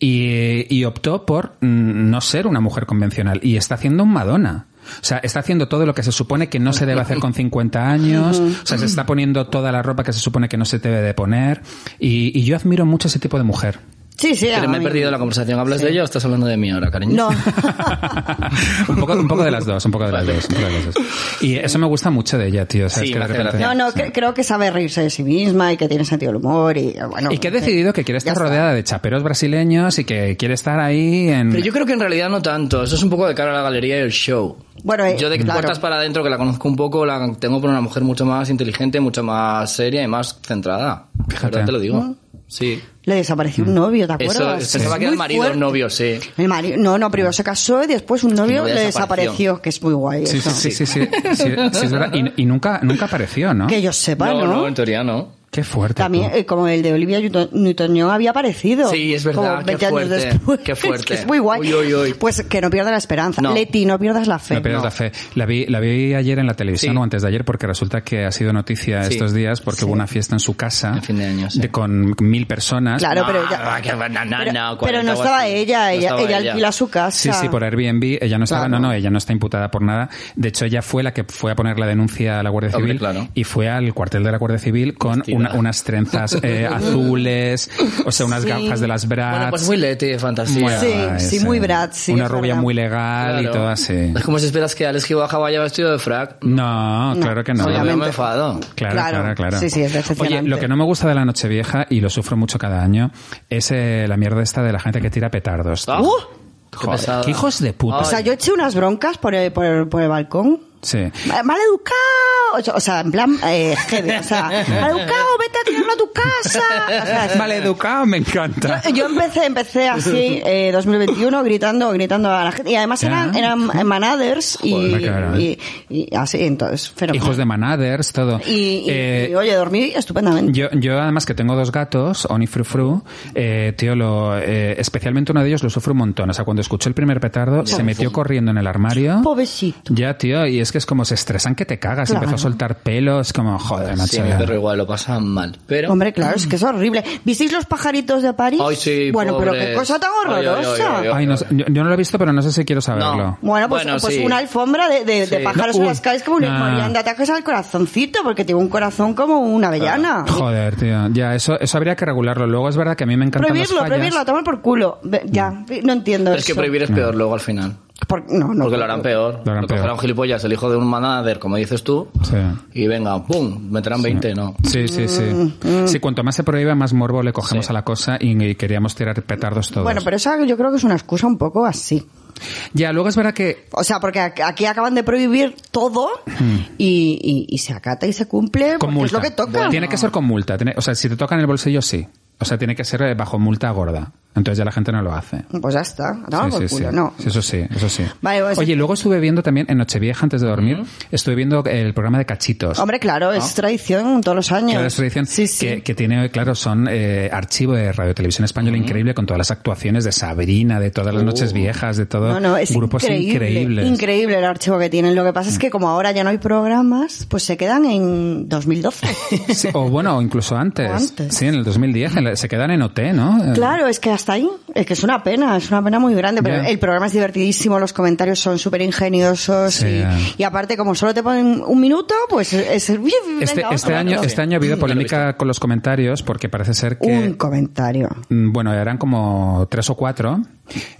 Speaker 1: Y, y optó por mm, no ser una mujer convencional. Y está haciendo un Madonna. O sea, está haciendo todo lo que se supone que no se debe hacer
Speaker 3: <laughs>
Speaker 1: con 50 años. O sea, se está poniendo toda la ropa que se supone que no se debe de poner. Y, y yo admiro mucho ese tipo de mujer.
Speaker 2: Sí, sí. a
Speaker 3: Pero me he
Speaker 2: mí-
Speaker 3: perdido la conversación. ¿Hablas
Speaker 2: Sí.
Speaker 3: de ella o estás hablando de mí ahora, cariño?
Speaker 2: No.
Speaker 1: <laughs> un, poco, un poco de las dos, un poco de las dos. un poco de las dos. Y eso me gusta mucho de ella, tío. ¿sabes?
Speaker 3: Sí,
Speaker 1: Que de
Speaker 3: me hace
Speaker 1: repente-
Speaker 2: No, no, cre- creo que sabe reírse de sí misma y que tiene sentido del humor y bueno.
Speaker 1: Y que ha decidido que quiere
Speaker 2: Ya
Speaker 1: estar
Speaker 2: está.
Speaker 1: rodeada de chaperos brasileños y que quiere estar ahí en...
Speaker 3: Pero yo creo que en realidad no tanto. Eso es un poco de cara a la galería y el show.
Speaker 2: Bueno, eh,
Speaker 3: yo de
Speaker 2: claro.
Speaker 3: puertas para adentro, que la conozco un poco, la tengo por una mujer mucho más inteligente, mucho más seria y más centrada. La
Speaker 1: Fíjate.
Speaker 3: verdad te lo digo. Sí.
Speaker 2: Le desapareció un novio, Mm. ¿te
Speaker 3: Mm. Eso,
Speaker 2: acuerdas?
Speaker 3: pensaba
Speaker 2: Es
Speaker 3: que era
Speaker 2: muy
Speaker 3: el marido, el
Speaker 2: fuerte.
Speaker 3: novio, sí.
Speaker 2: El mari- no, no, primero se casó y después un novio
Speaker 3: novia
Speaker 2: le
Speaker 3: desapareció.
Speaker 2: desapareció, que es muy guay.
Speaker 1: Sí,
Speaker 2: eso.
Speaker 1: sí, sí, sí, sí, sí, sí, es verdad. Y, y nunca, nunca apareció, ¿no?
Speaker 2: Que yo sepa, ¿no?
Speaker 3: no, en teoría no.
Speaker 1: Qué fuerte.
Speaker 2: También,
Speaker 1: tú.
Speaker 2: eh, como el de Olivia Newton- Newton-John había aparecido.
Speaker 3: Sí, es verdad,
Speaker 2: Como
Speaker 3: qué
Speaker 2: 20 años
Speaker 3: fuerte,
Speaker 2: después.
Speaker 3: qué
Speaker 2: <laughs>
Speaker 3: fuerte.
Speaker 2: es muy guay.
Speaker 3: Uy, uy, uy.
Speaker 2: Pues que no pierdas la esperanza.
Speaker 3: No.
Speaker 2: Leti, no pierdas la fe.
Speaker 1: No pierdas la fe. La vi, la vi ayer en la televisión
Speaker 3: Sí.
Speaker 1: o antes de ayer porque resulta que ha sido noticia
Speaker 3: Sí.
Speaker 1: estos días porque hubo una fiesta en su casa
Speaker 3: A fin de año, sí.
Speaker 1: con mil personas.
Speaker 2: Claro,
Speaker 3: No,
Speaker 2: pero
Speaker 1: Ah,
Speaker 2: ya-
Speaker 3: que- no,
Speaker 2: pero,
Speaker 3: no, no,
Speaker 2: pero
Speaker 3: 40
Speaker 2: no
Speaker 3: o
Speaker 2: estaba
Speaker 3: así. No
Speaker 2: ella, ella,
Speaker 3: estaba
Speaker 2: ella
Speaker 3: ella.
Speaker 2: alquila su casa.
Speaker 1: Sí, sí, por Airbnb. Ella no estaba,
Speaker 2: Claro.
Speaker 1: no, no, ella no está imputada por nada. De hecho, ella fue la que fue a poner la denuncia a la Guardia
Speaker 3: Hombre,
Speaker 1: Civil
Speaker 3: claro.
Speaker 1: y fue al cuartel de la Guardia Civil con
Speaker 3: Vestida.
Speaker 1: una- unas trenzas
Speaker 3: <laughs>
Speaker 1: eh, azules, o sea, unas
Speaker 2: Sí.
Speaker 1: gafas de las Bratz.
Speaker 3: Bueno, pues muy leti de fantasía.
Speaker 2: Sí, sí, muy Bratz, sí,
Speaker 1: Una
Speaker 2: es
Speaker 1: rubia
Speaker 2: verdad.
Speaker 1: muy legal y
Speaker 3: Claro.
Speaker 1: todo así.
Speaker 3: Es como si esperas que Alex Gibaja vaya vestido de frac.
Speaker 1: No, claro que no.
Speaker 3: Oye,
Speaker 2: obviamente.
Speaker 3: me enfado.
Speaker 1: Claro, claro,
Speaker 2: Claro.
Speaker 1: claro,
Speaker 2: Sí, sí, es decepcionante.
Speaker 1: Oye, lo que no me gusta de la Nochevieja, y lo sufro mucho cada año, es eh, la mierda esta de la gente que tira petardos. tío.
Speaker 3: Ah, qué
Speaker 1: Joder,
Speaker 3: pesado.
Speaker 1: qué hijos de puta.
Speaker 2: Uh. O sea, yo eché unas broncas por el, por el, por el balcón.
Speaker 1: Sí.
Speaker 2: Mal educado, o sea, en plan, eh, heavy, o sea, mal educado, vete a tirarlo a tu casa. O sea,
Speaker 1: <laughs> Maleducado, me
Speaker 2: <laughs>
Speaker 1: encanta.
Speaker 2: Yo empecé, empecé así, eh, 2021, gritando, gritando a la gente. Y además eran,
Speaker 1: Ah.
Speaker 2: eran manaders y,
Speaker 1: Joder, claro,
Speaker 2: y, y así, entonces, fenomenal.
Speaker 1: Hijos de manaders, todo.
Speaker 2: Y, y-
Speaker 1: Eh,
Speaker 2: y, oye, dormí estupendamente.
Speaker 1: Yo, yo además que tengo dos gatos, Oni y Fru Fru, eh, tío, lo, eh, especialmente uno de ellos lo sufre un montón. O sea, cuando escuchó el primer petardo, se metió corriendo en el armario.
Speaker 2: Pobrecito.
Speaker 1: Ya, tío, y es que es como se estresan que te cagas.
Speaker 2: Claro.
Speaker 1: Empezó a soltar pelos, como, joder, macho.
Speaker 3: Sí, mi
Speaker 1: ya.
Speaker 3: perro igual lo pasa mal. Pero.
Speaker 2: Hombre, claro, es que es horrible. ¿Visteis los pajaritos de París?
Speaker 3: Ay, sí,
Speaker 2: bueno, pero
Speaker 3: pobres.
Speaker 2: qué cosa tan
Speaker 3: Ay, ay, ay,
Speaker 2: horrorosa.
Speaker 3: ay, ay.
Speaker 1: Ay, no sé, yo, yo no lo he visto, pero no sé si quiero saberlo.
Speaker 2: Bueno, pues,
Speaker 3: Bueno,
Speaker 2: pues
Speaker 3: sí.
Speaker 2: una alfombra de, de- de
Speaker 3: Sí.
Speaker 2: pájaros
Speaker 1: No,
Speaker 2: en
Speaker 1: uy.
Speaker 2: las calles que me
Speaker 1: Ah.
Speaker 2: morían de ataques al corazoncito, porque tengo un corazón como una avellana.
Speaker 1: Joder, tío. Ya, eso, eso habría que regularlo. Luego es verdad que a mí me encantan
Speaker 2: prohibirlo,
Speaker 1: los fallas.
Speaker 2: prohibirlo, a tomar por culo. Ve- Ya, no entiendo
Speaker 3: Pero es que
Speaker 2: eso.
Speaker 3: prohibir es peor luego al final.
Speaker 2: Por- no, no,
Speaker 3: Porque lo harán peor.
Speaker 1: Lo harán
Speaker 3: Lo cogerá
Speaker 1: peor.
Speaker 3: un gilipollas, el hijo de un manader, como dices tú.
Speaker 1: Sí.
Speaker 3: Y venga, ¡pum! Meterán 20, ¿no?
Speaker 1: Sí, sí, sí.
Speaker 2: Mm,
Speaker 1: Sí, cuanto más se prohíbe, más morbo le cogemos a la cosa y, y queríamos tirar petardos todos.
Speaker 2: Bueno, pero esa yo creo que es una excusa un poco así.
Speaker 1: Ya, luego es verdad que...
Speaker 2: O sea, porque ac- aquí acaban de prohibir todo y, y- y se acata y se cumple
Speaker 1: Hmm. Con
Speaker 2: porque
Speaker 1: multa.
Speaker 2: es lo que toca.
Speaker 1: Tiene que ser con multa. Tiene- o sea, si te tocan el bolsillo, sí. O sea, tiene que ser eh, bajo multa gorda. Entonces ya la gente no lo hace.
Speaker 2: Pues ya está, a tomar
Speaker 1: Sí,
Speaker 2: por
Speaker 1: sí,
Speaker 2: culo,
Speaker 1: sí.
Speaker 2: no.
Speaker 1: Sí, Eso sí, eso sí.
Speaker 2: Vale, pues-
Speaker 1: Oye, luego estuve viendo también en Nochevieja, antes de dormir, estuve viendo el programa de Cachitos.
Speaker 2: Hombre, claro, es tradición todos los años.
Speaker 1: Claro, es tradición
Speaker 2: Sí, sí.
Speaker 1: Que, que tiene, claro, son eh, archivo de Radio Televisión Española increíble con todas las actuaciones de Sabrina, de todas las noches viejas, de todo.
Speaker 2: Uh. No, no, es
Speaker 1: grupos
Speaker 2: increíble,
Speaker 1: increíbles.
Speaker 2: Increíble el archivo que tienen. Lo que pasa es
Speaker 1: Mm.
Speaker 2: que como ahora ya no hay programas, pues se quedan
Speaker 1: <laughs>
Speaker 2: en 2012.
Speaker 1: Sí, o bueno, o incluso antes.
Speaker 2: O antes.
Speaker 1: Sí, en el 2010. en la- se quedan en OT, ¿no?
Speaker 2: Claro, es que hasta ahí, es que es una pena, es una pena muy grande, pero
Speaker 1: Ya.
Speaker 2: el programa es divertidísimo, los comentarios son súper ingeniosos
Speaker 1: Sí.
Speaker 2: y, y aparte como solo te ponen un minuto, pues es... es-
Speaker 1: Este,
Speaker 2: venga,
Speaker 1: este
Speaker 2: otro,
Speaker 1: año,
Speaker 2: otro.
Speaker 1: este año ha habido polémica con los comentarios porque parece ser que...
Speaker 2: Un comentario.
Speaker 1: Mm, Bueno, eran como tres o cuatro,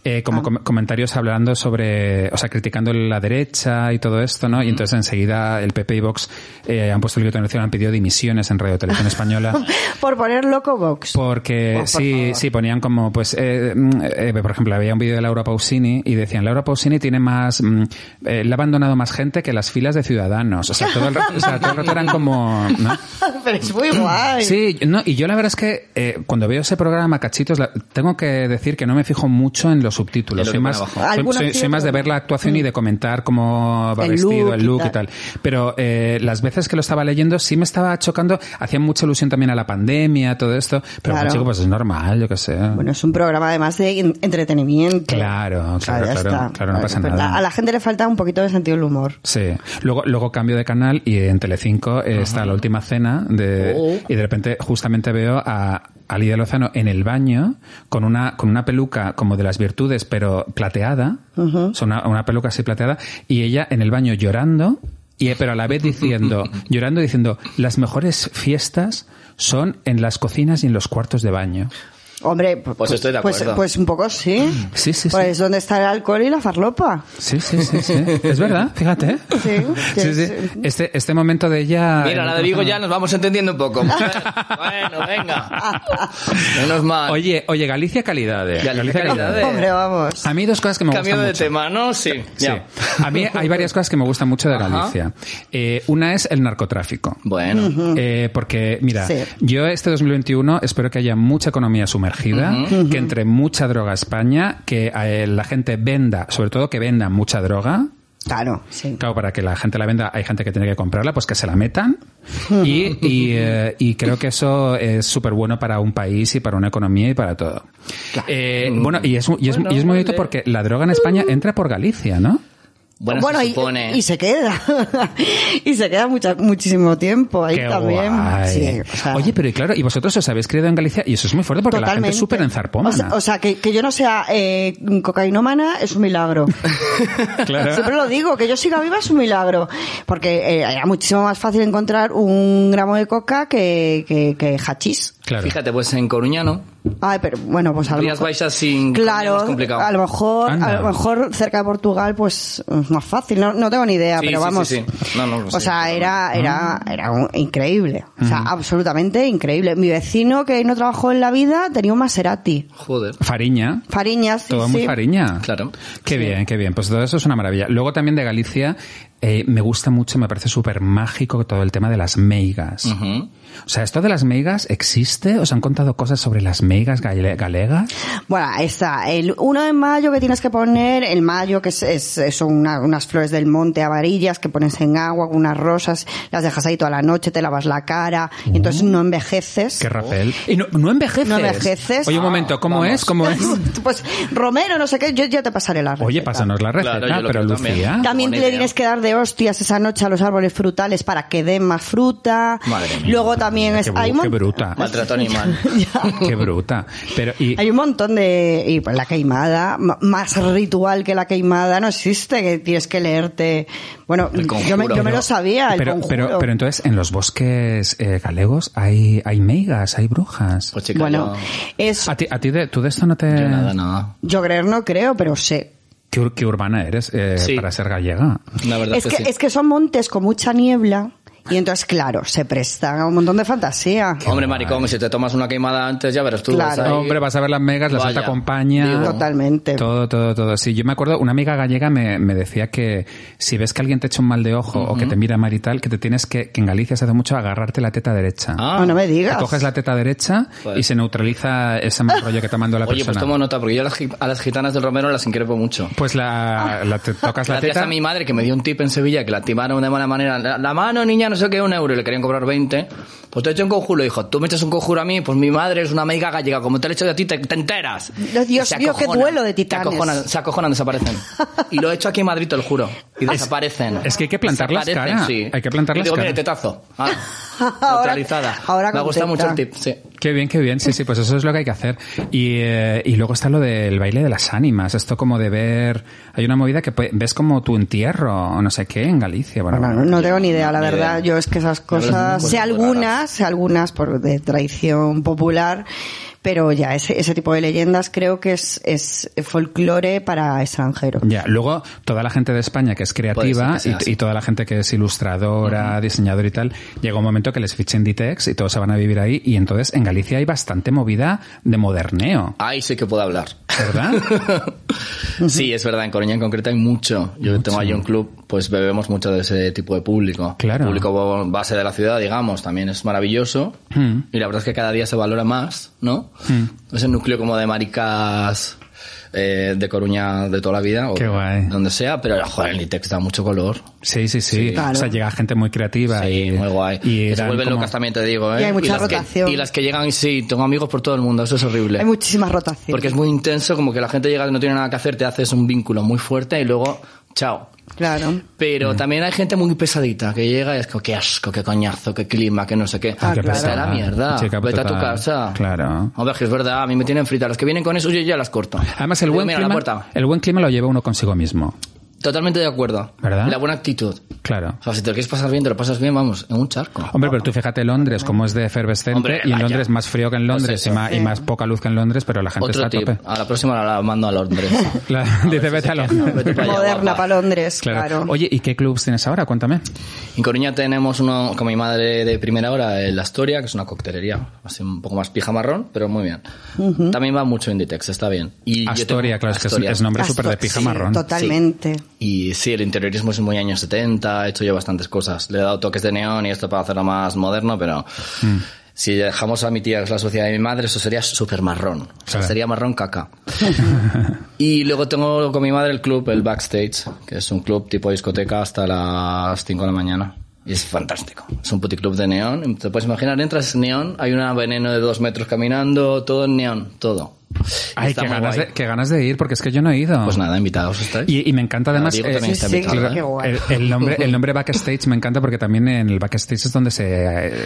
Speaker 1: eh, como
Speaker 2: Ah.
Speaker 1: com- comentarios hablando sobre, o sea, criticando la derecha y todo esto, ¿no? Y entonces enseguida el PP y Vox eh, han puesto el grito en el cielo, han pedido dimisiones en Radio Televisión
Speaker 2: <laughs>
Speaker 1: Española.
Speaker 2: Por poner loco Vox. Oh,
Speaker 1: Porque sí, sí, ponían como, pues, eh, mm, eh, por ejemplo, había un vídeo de Laura Pausini y decían, Laura Pausini tiene más, mm, eh, le ha abandonado más gente que las filas de Ciudadanos. O sea, todo el, ra- o sea, todo el rato eran como, ¿no?
Speaker 2: <laughs> pero es muy guay.
Speaker 1: Sí, no, y yo la verdad es que eh, cuando veo ese programa, cachitos, la- tengo que decir que no me fijo mucho en los subtítulos. Soy
Speaker 3: En lo que
Speaker 1: más,
Speaker 3: pone abajo.
Speaker 1: soy-
Speaker 2: Algunos
Speaker 1: soy-
Speaker 2: sí,
Speaker 1: soy más de
Speaker 2: otros
Speaker 1: ver la actuación y de comentar cómo va
Speaker 2: Mm. El
Speaker 1: vestido,
Speaker 2: look
Speaker 1: el
Speaker 2: y
Speaker 1: look y tal.
Speaker 2: tal.
Speaker 1: Pero eh, las veces que lo estaba leyendo sí me estaba chocando. Hacía mucha ilusión también a la pandemia, todo esto. Pero
Speaker 2: Claro.
Speaker 1: bueno, chico, pues es normal, yo qué sé.
Speaker 2: Bueno, es un programa además de en- entretenimiento.
Speaker 1: Claro,
Speaker 2: O sea,
Speaker 1: claro,
Speaker 2: ya
Speaker 1: claro,
Speaker 2: está.
Speaker 1: claro, no pasa
Speaker 2: pero
Speaker 1: nada.
Speaker 2: A la gente le falta un poquito de sentido del humor.
Speaker 1: Sí. Luego, luego cambio de canal y en Telecinco eh, está la última cena de,
Speaker 3: Oh.
Speaker 1: y de repente justamente veo a, a Lidia Lozano en el baño con una, con una peluca como de de las virtudes, pero plateada. O sea, una, una peluca así plateada. Y ella en el baño llorando, y, eh, pero a la vez
Speaker 2: <laughs>
Speaker 1: diciendo, llorando, diciendo, las mejores fiestas son en las cocinas y en los cuartos de baño.
Speaker 2: Hombre, pues,
Speaker 3: estoy de
Speaker 2: pues,
Speaker 3: acuerdo.
Speaker 2: pues un poco sí.
Speaker 1: Sí, sí, sí.
Speaker 2: Pues donde está el alcohol y la farlopa.
Speaker 1: Sí, sí, sí, sí.
Speaker 2: <laughs>
Speaker 1: Es verdad, fíjate. ¿eh?
Speaker 2: Sí,
Speaker 1: Sí, sí. Este, este momento de ella...
Speaker 3: Mira, la de Vigo ya nos vamos entendiendo
Speaker 1: <laughs>
Speaker 3: un poco. Bueno, bueno, venga. Menos mal.
Speaker 1: Oye, oye, Galicia Calidades.
Speaker 3: Galicia Calidades.
Speaker 2: Hombre, vamos.
Speaker 1: A mí dos cosas que me
Speaker 3: Cambio
Speaker 1: gustan
Speaker 3: de
Speaker 1: mucho.
Speaker 3: tema, ¿no? Sí.
Speaker 1: Sí.
Speaker 3: ya.
Speaker 1: A mí hay varias cosas que me gustan mucho de
Speaker 3: Ajá.
Speaker 1: Galicia. Eh, una es el narcotráfico.
Speaker 3: Bueno.
Speaker 1: Eh, porque, mira,
Speaker 2: Sí.
Speaker 1: yo este 2021 espero que haya mucha economía sumergida, que entre mucha droga a España, que eh, la gente venda, sobre todo que venda mucha droga.
Speaker 2: Claro, sí.
Speaker 1: Claro, para que la gente la venda, hay gente que tiene que comprarla, pues que se la
Speaker 2: <laughs>
Speaker 1: metan. Y, y, eh, y creo que eso es súper bueno para un país y para una economía y para todo. Eh,
Speaker 2: Mm.
Speaker 1: bueno, y es, y es-
Speaker 3: Bueno,
Speaker 1: y es muy bonito
Speaker 3: vale.
Speaker 1: porque la droga en España entra por Galicia, ¿no?
Speaker 3: Bueno, se
Speaker 2: y-
Speaker 3: supone.
Speaker 2: Y, se queda. <laughs> y se queda mucha, muchísimo tiempo ahí
Speaker 1: Qué
Speaker 2: también.
Speaker 1: guay.
Speaker 2: Sí, o sea,
Speaker 1: Oye, pero y claro, y vosotros os habéis criado en Galicia y eso es muy fuerte porque la gente es
Speaker 2: totalmente.
Speaker 1: súper
Speaker 2: O sea,
Speaker 1: enzarpómana.
Speaker 2: o sea, que, que yo no sea eh, cocainómana es un milagro.
Speaker 1: <laughs> Claro.
Speaker 2: Siempre lo digo, que yo siga viva es un milagro. Porque eh, era muchísimo más fácil encontrar un gramo de coca que, que, que hachís.
Speaker 1: Claro.
Speaker 3: Fíjate, pues en Coruñano,
Speaker 2: Ay, pero bueno, pues a lo
Speaker 3: Rías
Speaker 2: mejor...
Speaker 3: Baixas sin.
Speaker 2: Claro,
Speaker 3: es complicado.
Speaker 2: a lo mejor,
Speaker 1: Anda.
Speaker 2: a lo mejor cerca de Portugal, pues es más fácil. No, no tengo ni idea,
Speaker 3: Sí,
Speaker 2: pero
Speaker 3: sí,
Speaker 2: vamos.
Speaker 3: sí, sí. No, no,
Speaker 2: o
Speaker 3: sí,
Speaker 2: sea,
Speaker 3: totalmente.
Speaker 2: era,
Speaker 1: Ah.
Speaker 2: era, era un- increíble. O
Speaker 1: Mm.
Speaker 2: sea, absolutamente increíble. Mi vecino que no trabajó en la vida tenía un Maserati.
Speaker 3: Joder.
Speaker 1: Fariña.
Speaker 2: Fariñas, sí,
Speaker 1: Todo muy
Speaker 2: sí.
Speaker 1: fariña.
Speaker 3: Claro.
Speaker 1: Qué bien, qué bien. Pues todo eso es una maravilla. Luego también de Galicia, eh, me gusta mucho, me parece súper mágico todo el tema de las meigas.
Speaker 3: Ujú.
Speaker 1: O sea, ¿esto de las meigas existe? ¿Os han contado cosas sobre las meigas gale- galegas?
Speaker 2: Bueno, ahí está el 1 de mayo que tienes que poner, el mayo que es, es- es- son una- unas flores del monte amarillas que pones en agua con unas rosas, las dejas ahí toda la noche, te lavas la cara y entonces no envejeces.
Speaker 1: Mm.
Speaker 3: Oh.
Speaker 1: Qué rapel. Y no, no envejeces.
Speaker 2: No envejeces.
Speaker 1: Oye, un
Speaker 2: Ah,
Speaker 1: momento, ¿cómo es? ¿Cómo es?
Speaker 2: <laughs> pues Romero, no sé qué, yo ya te pasaré la receta.
Speaker 1: ¿eh? Oye, pásanos la receta,
Speaker 3: Claro, yo lo
Speaker 1: pero
Speaker 3: creo
Speaker 1: Lucía.
Speaker 3: también.
Speaker 2: También
Speaker 3: Buena
Speaker 2: le
Speaker 3: idea.
Speaker 2: tienes que dar de hostias esa noche a los árboles frutales para que den más fruta.
Speaker 3: Madre mía.
Speaker 2: Luego también es,
Speaker 1: Qué, bu-
Speaker 2: hay, un
Speaker 1: qué
Speaker 2: mon-
Speaker 1: bruta.
Speaker 3: Maltrato animal.
Speaker 2: <laughs> Ya.
Speaker 1: Qué bruta. Pero, y,
Speaker 2: hay un montón de... Y pues la queimada, m- más ritual que la queimada, no existe, que tienes que leerte... Bueno,
Speaker 3: El
Speaker 2: yo me, yo me
Speaker 3: conjuro.
Speaker 2: lo sabía, el
Speaker 1: pero,
Speaker 2: conjuro.
Speaker 1: pero, pero entonces, en los bosques eh, galegos hay, hay meigas, hay brujas.
Speaker 3: Pues chica,
Speaker 2: bueno,
Speaker 3: yo-
Speaker 2: es...
Speaker 1: a ti, a ti de, tú de esto no te...
Speaker 3: yo nada, nada.
Speaker 2: Yo creer no creo, pero sé.
Speaker 1: ¿Qué, ur- qué urbana eres eh,
Speaker 3: Sí.
Speaker 1: para ser gallega?
Speaker 3: La verdad
Speaker 2: Es que,
Speaker 3: sí.
Speaker 2: es que son montes con mucha niebla y entonces, claro, se prestan a un montón de fantasía.
Speaker 1: Ah.
Speaker 3: Hombre, maricón, si te tomas una queimada antes, ya verás tú.
Speaker 2: Claro.
Speaker 3: vas ahí.
Speaker 1: Hombre, vas a ver las megas, la
Speaker 3: Vaya,
Speaker 1: Santa Compañía.
Speaker 3: digo.
Speaker 2: Totalmente.
Speaker 1: Todo, todo, todo. Sí, yo me acuerdo, una amiga gallega me, me decía que si ves que alguien te echa un mal de ojo o que te mira mal y tal, que te tienes que, que en Galicia se hace mucho agarrarte la teta derecha.
Speaker 3: Ah.
Speaker 2: Ah, no me
Speaker 1: Te
Speaker 2: digas.
Speaker 1: coges la teta derecha
Speaker 3: Joder.
Speaker 1: y se neutraliza ese mal rollo que te mandó la
Speaker 3: Oye,
Speaker 1: persona.
Speaker 3: pues tomo nota, porque yo a las, gi- a las gitanas del Romero las increpo mucho.
Speaker 1: Pues la, la te tocas la
Speaker 3: Gracias
Speaker 1: teta.
Speaker 3: a mi madre que me dio un tip en Sevilla que la timaron de mala manera. La, la mano, niña, no sé qué, un euro y le querían cobrar 20. Pues te he hecho un conjuro, hijo. Tú me echas un conjuro a mí, pues mi madre es una meiga gallega. Como te lo he hecho de a ti, te, te enteras.
Speaker 2: No, Dios
Speaker 3: Se
Speaker 2: mío, qué
Speaker 3: acojonan,
Speaker 2: duelo de
Speaker 3: se
Speaker 2: titanes.
Speaker 3: acojonan, se acojonan, desaparecen. Y lo he hecho aquí en Madrid, te lo juro. Y desaparecen.
Speaker 1: <laughs> es que hay que plantar las
Speaker 3: Desaparecen,
Speaker 1: cara.
Speaker 3: sí.
Speaker 1: Hay que plantar
Speaker 3: Y
Speaker 1: las
Speaker 3: digo,
Speaker 1: cara.
Speaker 3: mire, tetazo. Ah,
Speaker 2: <laughs> <laughs> Ahora-
Speaker 3: neutralizada.
Speaker 2: ahora
Speaker 3: me gusta mucho
Speaker 2: contenta.
Speaker 3: el tip, sí.
Speaker 1: Qué bien, qué bien. Sí, sí, pues eso es lo que hay que hacer. Y, eh, y luego está lo del baile de las ánimas. Esto como de ver... Hay una movida que pe- ves como tu entierro o no sé qué en Galicia. Bueno, pues,
Speaker 2: Bueno, no, no tengo ni idea, la verdad. Yo es que esas
Speaker 3: verdad,
Speaker 2: cosas,
Speaker 3: muy
Speaker 2: sé
Speaker 3: raras.
Speaker 2: algunas, sé algunas por de tradición popular, pero ya ese, ese tipo de leyendas creo que es, es folclore para extranjeros.
Speaker 1: Ya, luego toda la gente de España que es creativa
Speaker 3: Puede ser que sea
Speaker 1: y,
Speaker 3: así.
Speaker 1: y toda la gente que es ilustradora, diseñador y tal, llega un momento que les fichen Ditex y todos se van a vivir ahí y entonces en Galicia hay bastante movida de moderneo,
Speaker 3: Ahí sí que puedo hablar. <laughs>
Speaker 1: ¿verdad?
Speaker 3: Sí, es verdad, en Coruña en concreto hay mucho. Yo tengo allí un club, pues bebemos mucho de ese tipo de público.
Speaker 1: Claro.
Speaker 3: Público base de la ciudad, digamos, también es maravilloso.
Speaker 1: Hmm.
Speaker 3: Y la verdad es que cada día se valora más, ¿no? Ese núcleo como de maricas eh, de Coruña de toda la vida, o
Speaker 1: Qué guay.
Speaker 3: donde sea, pero joder, el Nitex da mucho color.
Speaker 1: sí, sí, sí.
Speaker 2: claro.
Speaker 1: O sea, llega gente muy creativa
Speaker 3: Sí,
Speaker 1: y
Speaker 3: muy guay.
Speaker 1: y
Speaker 3: se
Speaker 1: eran
Speaker 3: vuelven
Speaker 1: como-
Speaker 3: locas también, te digo, ¿eh?
Speaker 2: Y hay mucha
Speaker 3: las que-
Speaker 2: rotación.
Speaker 3: y las que llegan, sí, tengo amigos por todo el mundo, eso es horrible.
Speaker 2: Hay muchísimas rotaciones.
Speaker 3: Porque es muy intenso, como que la gente llega y no tiene nada que hacer, te haces un vínculo muy fuerte y luego Chao.
Speaker 2: Claro.
Speaker 3: Pero
Speaker 1: Mm.
Speaker 3: también hay gente muy pesadita que llega y es como, qué asco, qué coñazo, qué clima, que no sé qué.
Speaker 1: Ah, qué
Speaker 3: Vete a
Speaker 1: pesada.
Speaker 3: la mierda.
Speaker 1: Chica,
Speaker 3: Vete a tu
Speaker 1: total.
Speaker 3: casa.
Speaker 1: Claro.
Speaker 3: Hombre, que es verdad, a mí me tienen frita. Los que vienen con eso, yo ya las corto.
Speaker 1: Además, el
Speaker 3: Digo,
Speaker 1: buen,
Speaker 3: "Mira, la
Speaker 1: clima,
Speaker 3: puerta".
Speaker 1: el buen clima lo lleva uno consigo mismo.
Speaker 3: Totalmente de acuerdo.
Speaker 1: ¿Verdad?
Speaker 3: La buena actitud.
Speaker 1: Claro.
Speaker 3: O sea, si te lo quieres pasar bien, te lo pasas bien, vamos, en un charco.
Speaker 1: Hombre, pero tú fíjate Londres, como es de efervescente,
Speaker 3: Hombre,
Speaker 1: y en
Speaker 3: vaya.
Speaker 1: Londres más frío que en Londres
Speaker 3: Pues eso.
Speaker 1: y, más, y más poca luz que en Londres, pero la gente está
Speaker 3: Otro
Speaker 1: a
Speaker 3: tip.
Speaker 1: tope.
Speaker 3: A la próxima la mando a Londres.
Speaker 1: <laughs> Claro, dice, vete a Londres.
Speaker 3: Vete para allá,
Speaker 2: Moderna
Speaker 3: guapa.
Speaker 2: para Londres,
Speaker 1: <laughs> Claro.
Speaker 2: claro.
Speaker 1: Oye, ¿y qué clubs tienes ahora? Cuéntame.
Speaker 3: En Coruña tenemos uno con mi madre de primera hora, el Astoria, que es una coctelería. Así un poco más pija marrón, pero muy bien. También va mucho Inditex, está bien. Y yo
Speaker 1: Astoria,
Speaker 3: tengo-
Speaker 1: claro, es que es-
Speaker 3: Astoria.
Speaker 1: es nombre
Speaker 2: Las
Speaker 1: súper de
Speaker 2: to-
Speaker 1: pija
Speaker 2: sí,
Speaker 1: marrón.
Speaker 2: Totalmente.
Speaker 3: Y sí, el interiorismo es muy años 70, he hecho yo bastantes cosas. Le he dado toques de neón y esto para hacerlo más moderno, pero
Speaker 1: Mm.
Speaker 3: si dejamos a mi tía, que es la sociedad de mi madre, eso sería súper marrón. O sea,
Speaker 1: Claro.
Speaker 3: sería marrón caca. <laughs> y luego tengo con mi madre el club, el Backstage, que es un club tipo discoteca hasta las 5 de la mañana. Y es fantástico. Es un puticlub de neón. Te puedes imaginar, entras neón, hay una veneno de dos metros caminando, todo en neón, todo. Y
Speaker 1: Ay,
Speaker 3: está
Speaker 1: qué
Speaker 3: muy
Speaker 1: ganas,
Speaker 3: guay.
Speaker 1: de, qué ganas de ir, porque es que yo no he ido.
Speaker 3: Pues nada, invitados estáis.
Speaker 1: Y, y me encanta además
Speaker 3: Diego también está
Speaker 2: Sí, sí,
Speaker 3: invitado,
Speaker 2: claro.
Speaker 3: ¿eh?
Speaker 2: Qué guay.
Speaker 1: el, el nombre, el nombre backstage me encanta porque también en el backstage es donde se,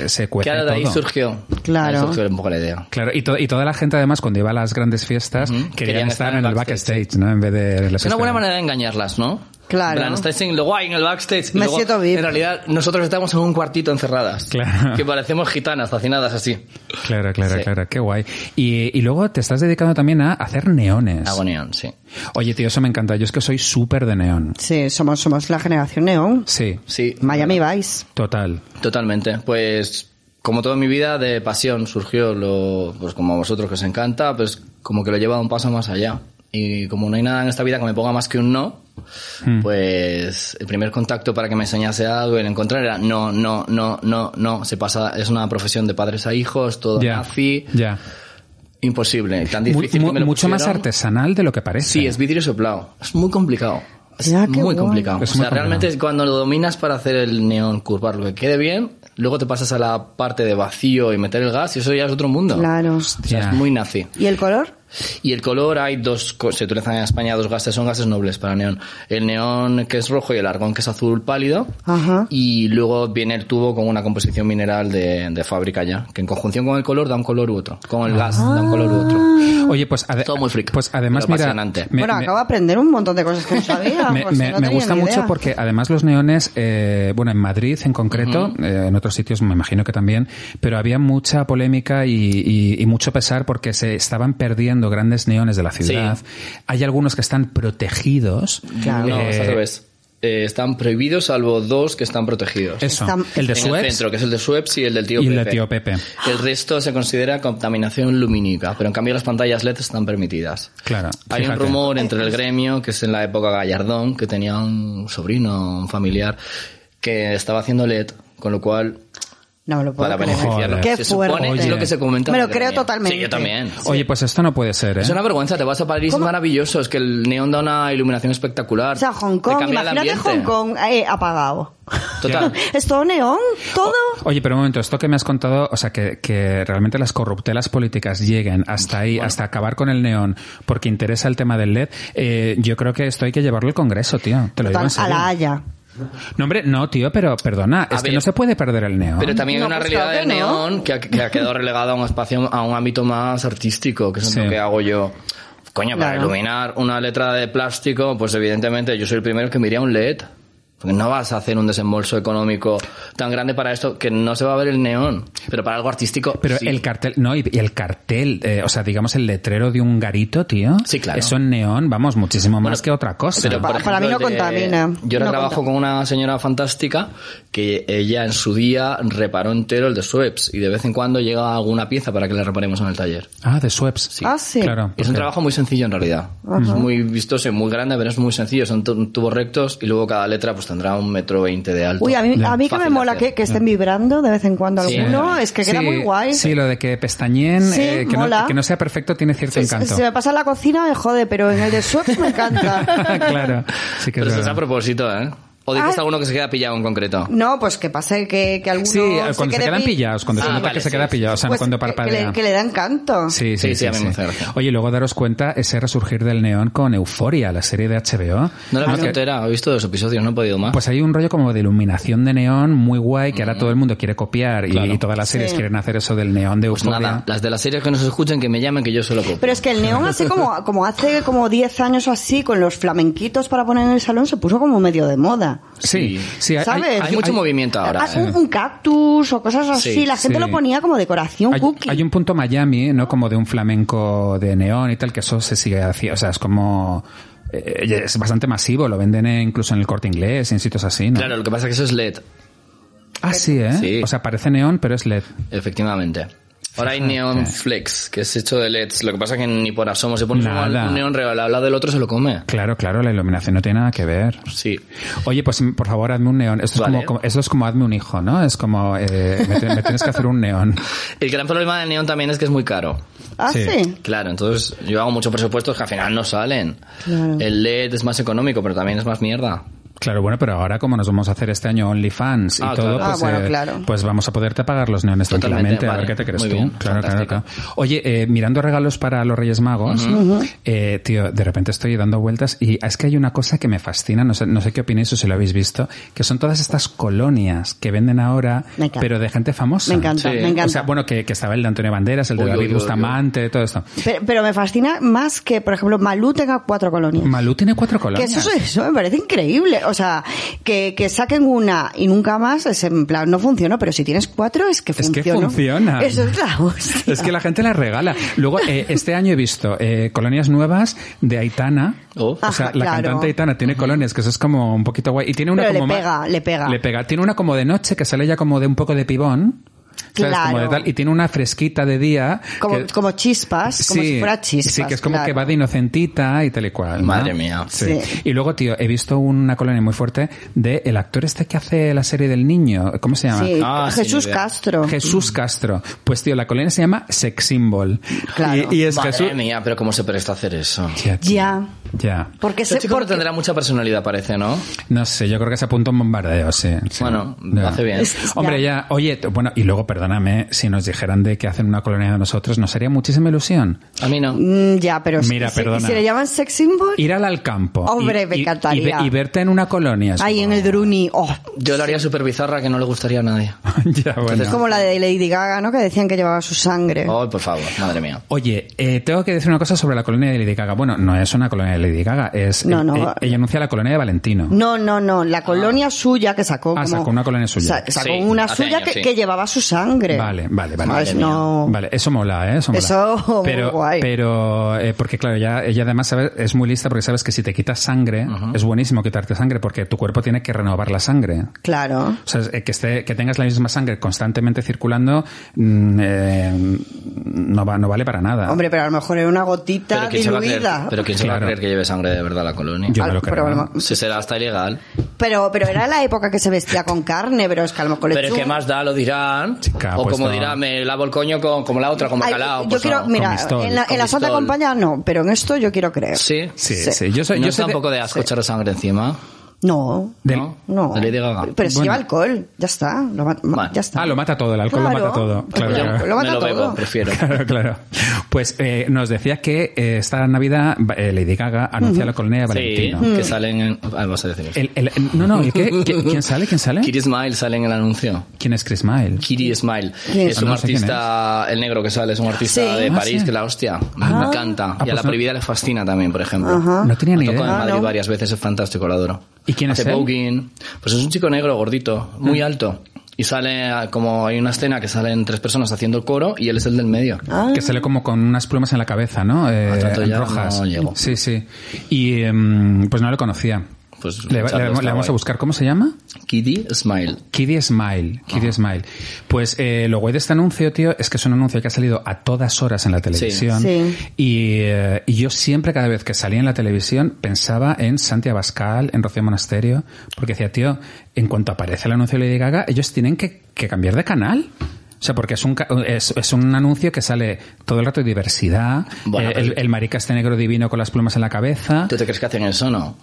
Speaker 1: eh, se cuece
Speaker 3: Claro, de ahí
Speaker 1: todo.
Speaker 3: surgió.
Speaker 2: Claro.
Speaker 3: Ahí surgió un poco la idea.
Speaker 1: Claro, y, to- y toda la gente además cuando iba a las grandes fiestas querían,
Speaker 3: Querían
Speaker 1: estar
Speaker 3: estar
Speaker 1: en
Speaker 3: en
Speaker 1: el
Speaker 3: backstage.
Speaker 1: backstage, ¿no? En vez de en los
Speaker 3: Es una buena
Speaker 1: escenarios.
Speaker 3: manera de engañarlas, ¿no?
Speaker 2: Claro.
Speaker 3: En plan, estáis en lo guay, en el backstage. y
Speaker 2: Me
Speaker 3: luego,
Speaker 2: siento VIP.
Speaker 3: En realidad, nosotros estamos en un cuartito encerradas.
Speaker 1: Claro. Pues
Speaker 3: Que parecemos gitanas, fascinadas así.
Speaker 1: Claro, claro,
Speaker 3: Sí.
Speaker 1: claro, qué guay. Y, y luego te estás dedicando también a hacer neones.
Speaker 3: Hago neón, sí.
Speaker 1: Oye, tío, eso me encanta. Yo es que soy súper de neón.
Speaker 2: Sí, somos, somos la generación neón.
Speaker 1: Sí,
Speaker 3: Sí,
Speaker 2: Miami Vice.
Speaker 1: total.
Speaker 3: totalmente. Pues, como toda mi vida, de pasión surgió lo, pues como a vosotros que os encanta, pues como que lo he llevado un paso más allá. Y como no hay nada en esta vida que me ponga más que un no,
Speaker 1: Mm.
Speaker 3: pues el primer contacto para que me enseñase algo y lo encontrar era no, no, no, no, no. Se pasa, es una profesión de padres a hijos, todo
Speaker 1: Ya.
Speaker 3: nazi.
Speaker 1: Ya.
Speaker 3: Imposible, tan
Speaker 1: Mu-
Speaker 3: difícil.
Speaker 1: mu-
Speaker 3: que me lo
Speaker 1: mucho más
Speaker 3: pusieron.
Speaker 1: artesanal de lo que parece.
Speaker 3: Sí, es vidrio soplado. Es muy complicado. Es
Speaker 2: Ya, qué
Speaker 3: muy
Speaker 2: guay.
Speaker 3: complicado.
Speaker 1: Es
Speaker 3: o
Speaker 1: muy
Speaker 3: sea,
Speaker 1: complicado.
Speaker 3: realmente cuando lo dominas para hacer el neón, curvarlo, que quede bien, luego te pasas a la parte de vacío y meter el gas y eso ya es otro mundo.
Speaker 2: Claro.
Speaker 3: O sea,
Speaker 1: Ya.
Speaker 3: es muy nazi.
Speaker 2: ¿Y el color?
Speaker 3: Y el color, hay dos, co- se utilizan en España dos gases, son gases nobles para neón. El neón que es rojo y el argón que es azul pálido.
Speaker 2: Ajá.
Speaker 3: Y luego viene el tubo con una composición mineral de, de fábrica ya, que en conjunción con el color da un color u otro. Con el gas da un color u otro.
Speaker 1: Oye, pues, ade-
Speaker 3: Todo muy freak,
Speaker 1: pues además,
Speaker 3: pero
Speaker 1: mira,
Speaker 3: apasionante.
Speaker 1: me-
Speaker 2: bueno,
Speaker 1: me-
Speaker 2: acabo de aprender un montón de cosas
Speaker 1: <laughs>
Speaker 2: que no sabía.
Speaker 1: me,
Speaker 2: pues,
Speaker 1: me-
Speaker 2: no
Speaker 1: me
Speaker 2: tenía
Speaker 1: gusta
Speaker 2: ni
Speaker 1: mucho
Speaker 2: idea.
Speaker 1: porque además los neones, eh, bueno, en Madrid en concreto, eh, en otros sitios me imagino que también, pero había mucha polémica y, y- y mucho pesar porque se estaban perdiendo grandes neones de la ciudad. Hay algunos que están protegidos.
Speaker 2: Claro.
Speaker 3: No, es al
Speaker 1: Eh,
Speaker 3: revés. Eh, están prohibidos salvo dos que están protegidos.
Speaker 1: Eso,
Speaker 2: Están-
Speaker 1: el de
Speaker 3: en el
Speaker 1: Suez
Speaker 3: centro, que es el de Sueps y el del tío
Speaker 1: y el
Speaker 3: Pepe.
Speaker 1: de Tío Pepe.
Speaker 3: El resto se considera contaminación lumínica, pero en cambio las pantallas LED están permitidas.
Speaker 1: Claro.
Speaker 3: Hay un
Speaker 1: fíjate.
Speaker 3: rumor entre el gremio, que es en la época Gallardón, que tenía un sobrino, un familiar, que estaba haciendo LED, con lo cual
Speaker 2: No me lo puedo
Speaker 3: para
Speaker 2: creer.
Speaker 3: beneficiarlo.
Speaker 2: Qué
Speaker 3: se supone,
Speaker 2: fuerte.
Speaker 3: es lo que se comenta.
Speaker 2: Me
Speaker 3: en
Speaker 2: lo
Speaker 3: el
Speaker 2: creo
Speaker 3: gremio.
Speaker 2: totalmente.
Speaker 3: Sí, yo también.
Speaker 1: Oye, pues esto no puede ser, ¿eh?
Speaker 3: Es una vergüenza, te vas a París, es maravilloso, es que el neón da una iluminación espectacular.
Speaker 2: O sea, Hong Kong,
Speaker 3: Te cambia el
Speaker 2: imagínate Hong
Speaker 3: ambiente.
Speaker 2: Kong eh, apagado. <laughs>
Speaker 3: Total.
Speaker 2: ¿Es todo neón? ¿Todo?
Speaker 3: Oh,
Speaker 1: Oye, pero un momento, esto que me has contado, o sea, que, que realmente las corruptelas políticas lleguen hasta ahí, hasta acabar con el neón, porque interesa el tema del LED, eh, yo creo que esto hay que llevarlo al Congreso, tío. Te lo digo en
Speaker 2: Total, a
Speaker 1: serio.
Speaker 2: la Haya.
Speaker 1: No, hombre, no, tío, pero perdona, es que
Speaker 3: ver.
Speaker 1: no se puede perder el neón.
Speaker 3: Pero también
Speaker 2: No,
Speaker 3: hay una
Speaker 2: pues
Speaker 3: realidad
Speaker 2: claro
Speaker 3: del
Speaker 2: que no.
Speaker 3: neón que ha, que ha quedado relegada a un espacio, a un ámbito más artístico, que es
Speaker 1: Sí.
Speaker 3: lo que hago yo. Coño, para
Speaker 2: Claro.
Speaker 3: iluminar una letra de plástico, pues evidentemente yo soy el primero que miraría un LED. Porque no vas a hacer un desembolso económico tan grande para esto que no se va a ver el neón. Pero para algo artístico.
Speaker 1: Pero
Speaker 3: sí.
Speaker 1: el cartel, no, y, y el cartel, eh, o sea, digamos el letrero de un garito, tío.
Speaker 3: Sí, claro.
Speaker 1: Eso en neón, vamos, muchísimo más que otra cosa.
Speaker 3: Pero, por
Speaker 2: Pa- para mí no
Speaker 3: ejemplo, el de-
Speaker 2: contamina.
Speaker 3: Yo ahora
Speaker 2: No
Speaker 3: trabajo
Speaker 2: contamina.
Speaker 3: con una señora fantástica que ella en su día reparó entero el de Sweps y de vez en cuando llega alguna pieza para que la reparemos en el taller.
Speaker 1: Ah, de Sweps.
Speaker 2: Ah, sí.
Speaker 1: Claro.
Speaker 3: Es un
Speaker 1: porque-
Speaker 3: trabajo muy sencillo en realidad. Es muy vistoso y muy grande, pero es muy sencillo. Son tu- tubos rectos y luego cada letra pues tendrá un metro veinte de alto.
Speaker 2: Uy, a mí, a mí que
Speaker 3: Fácil
Speaker 2: me
Speaker 3: de
Speaker 2: mola
Speaker 3: hacer. Mm.
Speaker 2: que, que estén vibrando de vez en cuando
Speaker 3: Sí.
Speaker 2: alguno. Es que queda
Speaker 1: Sí,
Speaker 2: muy guay.
Speaker 1: Sí, lo de que pestañen,
Speaker 2: Sí,
Speaker 1: eh, que, no,
Speaker 2: mola.
Speaker 1: que no sea perfecto, tiene cierto
Speaker 2: Se-
Speaker 1: encanto.
Speaker 2: Se me pasa en la cocina, me jode, pero en el de Sweps me encanta.
Speaker 3: <laughs>
Speaker 1: claro, sí que es
Speaker 3: Pero eso es
Speaker 1: verdad.
Speaker 3: a propósito, ¿eh? ¿O dices
Speaker 2: Ah.
Speaker 3: alguno que se queda pillado en concreto?
Speaker 2: No, pues que pase que, que alguno
Speaker 1: Sí, cuando se,
Speaker 2: quede
Speaker 1: quedan
Speaker 2: pi-
Speaker 1: pillados, cuando se
Speaker 3: Ah,
Speaker 1: nota
Speaker 3: vale,
Speaker 1: que se
Speaker 3: sí,
Speaker 1: queda
Speaker 3: sí,
Speaker 1: pillado, o sea,
Speaker 2: pues
Speaker 1: cuando
Speaker 2: que- que le-
Speaker 1: parpadea.
Speaker 2: Que, le da encanto.
Speaker 1: Sí, sí,
Speaker 3: Sí,
Speaker 1: sí.
Speaker 3: sí, a mí me
Speaker 1: sí.
Speaker 3: hace gracia.
Speaker 1: Oye, luego daros cuenta ese resurgir del neón con Euforia, la serie de HBO.
Speaker 3: No la he
Speaker 1: Ah,
Speaker 3: visto
Speaker 1: que-
Speaker 3: entera, he visto dos episodios, no he podido más.
Speaker 1: Pues hay un rollo como de iluminación de neón muy guay que ahora todo el mundo quiere copiar y-
Speaker 3: Mm. Claro.
Speaker 1: y, todas las series
Speaker 2: Sí.
Speaker 1: quieren hacer eso del neón de
Speaker 3: Pues
Speaker 1: Euforia.
Speaker 3: nada, las de las series que nos escuchen que me llamen que yo se lo copio.
Speaker 2: Pero es que el neón
Speaker 1: <laughs>
Speaker 2: hace como, como hace como 10 años o así, con los flamenquitos para poner en el salón, se puso como medio de moda.
Speaker 1: Sí, sí, hay-
Speaker 2: ¿Sabes?
Speaker 3: hay mucho movimiento ahora,
Speaker 2: Ah,
Speaker 3: eh.
Speaker 2: eh, Un, un cactus o cosas así,
Speaker 3: Sí,
Speaker 2: la gente
Speaker 1: sí.
Speaker 2: lo ponía como decoración
Speaker 1: hay,
Speaker 2: cookie.
Speaker 1: hay un punto Miami, ¿no? Como de un flamenco de neón y tal, que eso se sigue haciendo. O sea, es como. eh, Es bastante masivo, lo venden eh, incluso en el corte inglés, y en sitios así, ¿no?
Speaker 3: Claro, lo que pasa es que eso es E LED,
Speaker 1: Ah, sí, ¿eh?
Speaker 3: Sí.
Speaker 1: O sea, parece neón, pero es LED.
Speaker 3: efectivamente. Ahora hay Neon Flex, que es hecho de LEDs. Lo que pasa es que ni por asomo se pone
Speaker 1: Nada.
Speaker 3: un neón real al lado del otro se lo come.
Speaker 1: Claro, claro, la iluminación no tiene nada que ver.
Speaker 3: Sí.
Speaker 1: Oye, pues por favor, hazme un neón. Esto, es
Speaker 3: Vale.
Speaker 1: como- como, esto es como hazme un hijo, ¿no? Es como, eh, me, te- me tienes que hacer un neón.
Speaker 3: El gran problema del neón también es que es muy caro.
Speaker 2: Ah,
Speaker 1: sí.
Speaker 2: sí.
Speaker 3: Claro, entonces yo hago muchos presupuestos que al final no salen. El LED es más económico, pero también es más mierda.
Speaker 1: Claro, bueno, pero ahora como nos vamos a hacer este año OnlyFans y
Speaker 3: Ah,
Speaker 1: todo,
Speaker 3: claro.
Speaker 1: pues,
Speaker 2: Ah, bueno,
Speaker 1: eh,
Speaker 2: claro.
Speaker 1: pues vamos a poderte pagar los neones
Speaker 3: Totalmente,
Speaker 1: tranquilamente. A ver
Speaker 3: vale.
Speaker 1: qué te crees
Speaker 3: Muy
Speaker 1: tú.
Speaker 3: bien,
Speaker 1: claro, claro,
Speaker 3: fantástico.
Speaker 1: claro. Oye, eh, mirando regalos para los Reyes Magos, eh, tío, de repente estoy dando vueltas y es que hay una cosa que me fascina, no sé, no sé qué opináis o si lo habéis visto, que son todas estas colonias que venden ahora,
Speaker 2: Me encanta.
Speaker 1: pero de gente famosa.
Speaker 2: Me encanta,
Speaker 3: Sí.
Speaker 2: me encanta.
Speaker 1: O sea, bueno, que, que estaba el de Antonio Banderas, el de
Speaker 3: Uy,
Speaker 1: David
Speaker 3: uy, uy, uy.
Speaker 1: Bustamante, todo esto.
Speaker 2: pero, pero me fascina más que, por ejemplo, Malú tenga cuatro colonias.
Speaker 1: Malú tiene cuatro
Speaker 2: que
Speaker 1: colonias.
Speaker 2: eso, eso me parece increíble. O sea, que, que saquen una y nunca más, es en plan, no funcionó, pero si tienes cuatro es que
Speaker 1: Es que
Speaker 2: funciona.
Speaker 1: funciona.
Speaker 2: Eso es la hostia.
Speaker 1: <laughs> Es que la gente la regala. Luego, eh, este año he visto eh, colonias nuevas de Aitana.
Speaker 3: Oh.
Speaker 1: o sea,
Speaker 2: Ajá,
Speaker 1: la
Speaker 2: Ah, claro.
Speaker 1: cantante Aitana tiene colonias, que eso es como un poquito guay. Y tiene una
Speaker 2: Pero le
Speaker 1: como más-
Speaker 2: pega, le pega.
Speaker 1: Le pega. Tiene una como de noche, que sale ya como de un poco de pibón. ¿sabes?
Speaker 2: Claro.
Speaker 1: Como de tal. Y tiene una fresquita de día.
Speaker 2: Como,
Speaker 1: que-
Speaker 2: como chispas, como
Speaker 1: Sí,
Speaker 2: si fuera chispas.
Speaker 1: Sí, que es como
Speaker 2: claro.
Speaker 1: que va de inocentita y tal y cual. ¿no?
Speaker 3: Madre mía.
Speaker 1: Sí.
Speaker 2: Sí.
Speaker 1: Y luego, tío, he visto una colonia muy fuerte de el actor este que hace la serie del niño. ¿Cómo se llama?
Speaker 2: Sí,
Speaker 3: Ah, sin
Speaker 2: Jesús
Speaker 3: idea.
Speaker 2: Castro.
Speaker 1: Jesús Castro. Pues tío, la colina se llama Sex Symbol.
Speaker 2: Claro.
Speaker 1: Y, y es
Speaker 3: Madre
Speaker 1: Jesús.
Speaker 3: mía, pero cómo se presta a hacer eso.
Speaker 1: Ya. tío.
Speaker 2: Ya.
Speaker 1: Ya.
Speaker 2: Porque
Speaker 3: Ese
Speaker 2: se,
Speaker 3: chico no
Speaker 2: porque-
Speaker 3: tendrá mucha personalidad, parece, ¿no?
Speaker 1: No sé, yo creo que se apunta un bombardeo, sí. sí.
Speaker 3: Bueno,
Speaker 1: Ya.
Speaker 3: hace bien.
Speaker 2: Es-
Speaker 1: Hombre, ya, oye, t- bueno, y luego perdóname, si nos dijeran de que hacen una colonia de nosotros, nos haría muchísima ilusión.
Speaker 3: A mí no.
Speaker 2: Mm, ya, pero si-
Speaker 1: Mira,
Speaker 2: si,
Speaker 1: perdona.
Speaker 2: si le llaman sex symbol,
Speaker 1: Ir al, al campo.
Speaker 2: Hombre,
Speaker 1: y-
Speaker 2: me
Speaker 1: y- y ve-
Speaker 2: encantaría.
Speaker 1: Y, verte en una colonia. es
Speaker 2: ahí en
Speaker 1: como- Ah,
Speaker 2: el Druni, oh,
Speaker 3: Yo lo haría súper bizarra que no le gustaría a nadie.
Speaker 1: <laughs> ya, bueno.
Speaker 2: es como la de Lady Gaga, ¿no? Que decían que llevaba su sangre.
Speaker 3: Ay, por favor, madre mía.
Speaker 1: Oye, eh, tengo que decir una cosa sobre la colonia de Lady Gaga. Bueno, no es una colonia de Lady Gaga, es.
Speaker 2: No,
Speaker 1: eh,
Speaker 2: no.
Speaker 1: eh, ella anuncia la colonia de Valentino.
Speaker 2: No, no, no, la colonia suya que sacó.
Speaker 1: Ah,
Speaker 2: como-
Speaker 1: sacó una colonia suya.
Speaker 2: sa- sacó
Speaker 3: Sí,
Speaker 2: una
Speaker 3: hace
Speaker 2: suya
Speaker 3: años,
Speaker 2: que,
Speaker 3: sí.
Speaker 2: que llevaba su sangre.
Speaker 1: Vale, vale, vale.
Speaker 2: Pues no.
Speaker 1: Vale, eso mola, ¿eh? Eso mola.
Speaker 2: Eso, <laughs>
Speaker 1: pero,
Speaker 2: guay.
Speaker 1: Pero, eh, porque claro, ya, ella además sabe- es muy lista porque sabes que si te quitas sangre, es buenísimo quitarte sangre porque tu cuerpo tiene que renovar la sangre.
Speaker 2: Claro.
Speaker 1: O sea, eh, que, esté, que tengas la misma sangre constantemente circulando mm, eh, no, va, no vale para nada.
Speaker 2: Hombre, pero a lo mejor era una gotita
Speaker 3: Pero quién se va a creer,
Speaker 2: diluida.
Speaker 3: pero quién se va a
Speaker 1: Claro.
Speaker 3: creer que lleve sangre de verdad a la colonia.
Speaker 1: Yo me
Speaker 2: al-
Speaker 1: lo creo.
Speaker 2: pero bueno,
Speaker 3: Se será hasta ilegal.
Speaker 2: Pero, pero era la época que se vestía con carne, pero es que a lo mejor le
Speaker 3: Pero es
Speaker 2: echó
Speaker 3: que
Speaker 2: un-
Speaker 3: más da, lo dirán.
Speaker 1: Chica,
Speaker 3: o
Speaker 1: pues
Speaker 3: como
Speaker 1: no.
Speaker 3: dirá, me lavo el coño con, como la otra, como
Speaker 2: Ay,
Speaker 3: calao.
Speaker 2: yo
Speaker 3: pues
Speaker 2: quiero,
Speaker 3: no.
Speaker 2: mira,
Speaker 1: mistol,
Speaker 2: en la, en la
Speaker 3: con
Speaker 2: Santa
Speaker 3: mistol.
Speaker 2: Compañía no, pero en esto yo quiero creer.
Speaker 3: Sí.
Speaker 1: Sí, sí.
Speaker 2: Sí.
Speaker 1: Yo soy,
Speaker 3: ¿No
Speaker 1: yo
Speaker 3: os
Speaker 1: soy
Speaker 3: da un poco de asco echar sangre encima?
Speaker 2: No,
Speaker 1: del-
Speaker 3: ¿No?
Speaker 2: no.
Speaker 3: De Lady Gaga.
Speaker 2: Pero si
Speaker 1: Bueno.
Speaker 2: lleva alcohol, ya está. Lo ma- ma-
Speaker 3: Vale.
Speaker 2: ya está.
Speaker 1: Ah, lo mata todo, el alcohol lo
Speaker 2: Claro. Pues
Speaker 1: mata todo. Claro,
Speaker 2: Yo-
Speaker 1: claro.
Speaker 2: lo mata
Speaker 3: me lo
Speaker 2: todo.
Speaker 3: bebo, prefiero.
Speaker 1: <laughs> Claro, claro. Pues eh, nos decía que eh, esta Navidad eh, Lady Gaga anuncia la colonia de
Speaker 3: Sí,
Speaker 2: Mm.
Speaker 1: Valentino.
Speaker 3: que salen en... ah, vas a decir eso.
Speaker 1: El- el- el- no, no, ¿y qué? Eh, ¿Qui- ¿quién sale? ¿Quién sale?
Speaker 3: Kitty Smile sale en el anuncio.
Speaker 1: ¿Quién es Chris Mile?
Speaker 3: Kitty Smile.
Speaker 2: ¿Quién es?
Speaker 3: Es
Speaker 1: Ah,
Speaker 3: un
Speaker 1: No sé quién
Speaker 3: artista, el negro que sale, es un artista
Speaker 2: Sí.
Speaker 3: de
Speaker 1: Ah,
Speaker 3: París,
Speaker 1: sí.
Speaker 3: que la hostia. Me encanta.
Speaker 1: Ah,
Speaker 3: y a
Speaker 1: pues no.
Speaker 3: la prohibida le fascina también, por ejemplo.
Speaker 1: No tenía
Speaker 3: Me
Speaker 1: ni
Speaker 3: Ah, tocó en
Speaker 1: idea.
Speaker 3: Madrid
Speaker 2: Ah, no.
Speaker 3: varias veces, es fantástico, lo adoro.
Speaker 1: ¿Y quién es
Speaker 3: Hace
Speaker 1: él? Ah.
Speaker 3: voguing. Pues es un chico negro, gordito, muy alto. Y sale, a- como hay una escena que salen tres personas haciendo coro y él es el del medio.
Speaker 2: Ah.
Speaker 1: Que sale como con unas plumas en la cabeza, ¿no? Eh,
Speaker 3: Ah, tanto ya
Speaker 1: rojas.
Speaker 3: no llego.
Speaker 1: sí, sí. Y em, pues no lo conocía.
Speaker 3: Pues
Speaker 1: le, va- le
Speaker 3: Charles
Speaker 1: vamos- le
Speaker 3: está
Speaker 1: vamos a
Speaker 3: guay.
Speaker 1: buscar. ¿Cómo se llama?
Speaker 3: Kitty Smile.
Speaker 1: Kiddy Smile, Kiddy Smile. Pues eh, lo guay de este anuncio, tío, es que es un anuncio que ha salido a todas horas en la televisión.
Speaker 2: Sí.
Speaker 1: Y, eh, y yo siempre, cada vez que salía en la televisión, pensaba en Santi Abascal, en Rocío Monasterio, porque decía, tío, en cuanto aparece el anuncio de Lady Gaga, ellos tienen que, que cambiar de canal. O sea, porque es un, ca- es, es un anuncio que sale todo el rato de diversidad,
Speaker 3: Bueno,
Speaker 1: eh, el,
Speaker 3: pero-
Speaker 1: el marica este negro divino con las plumas en la cabeza.
Speaker 3: ¿Tú te crees que hacen eso no?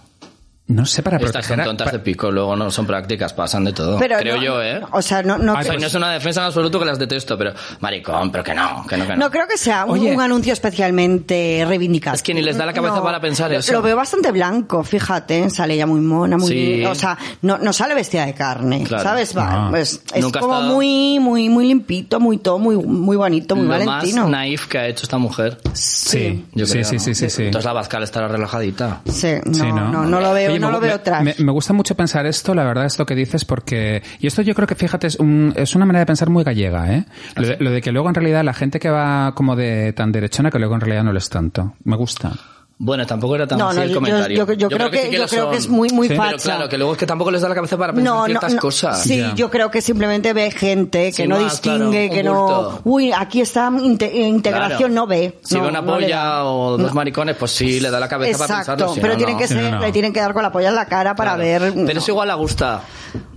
Speaker 1: No sé, para
Speaker 3: Estas
Speaker 1: proteger
Speaker 3: son
Speaker 1: a-
Speaker 3: tontas
Speaker 1: pa-
Speaker 3: de pico, luego no son prácticas, pasan de todo.
Speaker 2: Pero
Speaker 3: creo
Speaker 2: no- pues-
Speaker 3: yo, ¿eh?
Speaker 2: O sea, no, no,
Speaker 1: Ah,
Speaker 3: O sea,
Speaker 2: creo-
Speaker 3: y no es una defensa en absoluto que las detesto, pero maricón, pero que no, que no, que no.
Speaker 2: no creo que sea un,
Speaker 1: Oye.
Speaker 2: un anuncio especialmente reivindicado.
Speaker 3: Es que ni les da la cabeza para pensar eso.
Speaker 2: Lo veo bastante blanco, fíjate. Sale ella muy mona, muy.
Speaker 3: Sí.
Speaker 2: O sea, no, no sale vestida de carne,
Speaker 3: Claro. Ah.
Speaker 2: ¿sabes? Va,
Speaker 1: No.
Speaker 2: pues, es
Speaker 3: Nunca ha
Speaker 2: como
Speaker 3: estado-
Speaker 2: muy, muy, muy limpito, muy todo, muy, muy bonito, muy
Speaker 3: Lo
Speaker 2: valentino.
Speaker 3: más naif que ha hecho esta mujer.
Speaker 1: Sí,
Speaker 3: Yo
Speaker 1: sí,
Speaker 3: creo,
Speaker 1: sí,
Speaker 3: ¿no?
Speaker 1: sí, sí, sí.
Speaker 3: Entonces la Vázquez estará relajadita.
Speaker 2: Sí, no,
Speaker 1: Sí,
Speaker 2: no, no, lo veo,
Speaker 1: Oye,
Speaker 2: Eh, no
Speaker 1: me-
Speaker 2: lo veo
Speaker 1: me-
Speaker 2: trash.
Speaker 1: Me, me gusta mucho pensar esto, la verdad, esto que dices, porque. Y esto yo creo que, fíjate, es, un- es una manera de pensar muy gallega, ¿eh? Lo de, lo de que luego en realidad la gente que va como de tan derechona que luego en realidad no lo es tanto. Me gusta.
Speaker 3: Bueno, tampoco era tan
Speaker 2: No,
Speaker 3: así
Speaker 2: no,
Speaker 3: el
Speaker 2: yo-
Speaker 3: comentario.
Speaker 2: yo- yo creo que-
Speaker 3: sí
Speaker 2: yo
Speaker 3: lo
Speaker 2: creo que
Speaker 3: son.
Speaker 2: es muy, muy
Speaker 3: Pero
Speaker 2: facha.
Speaker 3: claro, que luego es que tampoco les da la cabeza para pensar ciertas cosas.
Speaker 2: Sí,
Speaker 1: Ya.
Speaker 2: yo creo que simplemente ve gente que
Speaker 3: Sin
Speaker 2: no
Speaker 3: más,
Speaker 2: distingue,
Speaker 3: claro,
Speaker 2: que
Speaker 3: un
Speaker 2: no.
Speaker 3: bulto.
Speaker 2: Uy, aquí está inte- eh, integración,
Speaker 3: Claro.
Speaker 2: no ve.
Speaker 3: Si
Speaker 2: no,
Speaker 3: ve una
Speaker 2: no le
Speaker 3: polla
Speaker 2: da.
Speaker 3: o dos
Speaker 2: No.
Speaker 3: maricones, pues sí, le da la cabeza
Speaker 2: Exacto,
Speaker 3: para pensarlo. si
Speaker 2: pero
Speaker 3: no,
Speaker 2: tienen
Speaker 3: no.
Speaker 2: que ser,
Speaker 1: Sí, no, no.
Speaker 2: le tienen que dar con la polla en la cara para
Speaker 3: Claro.
Speaker 2: ver.
Speaker 3: Pero
Speaker 2: no.
Speaker 3: eso igual la gusta,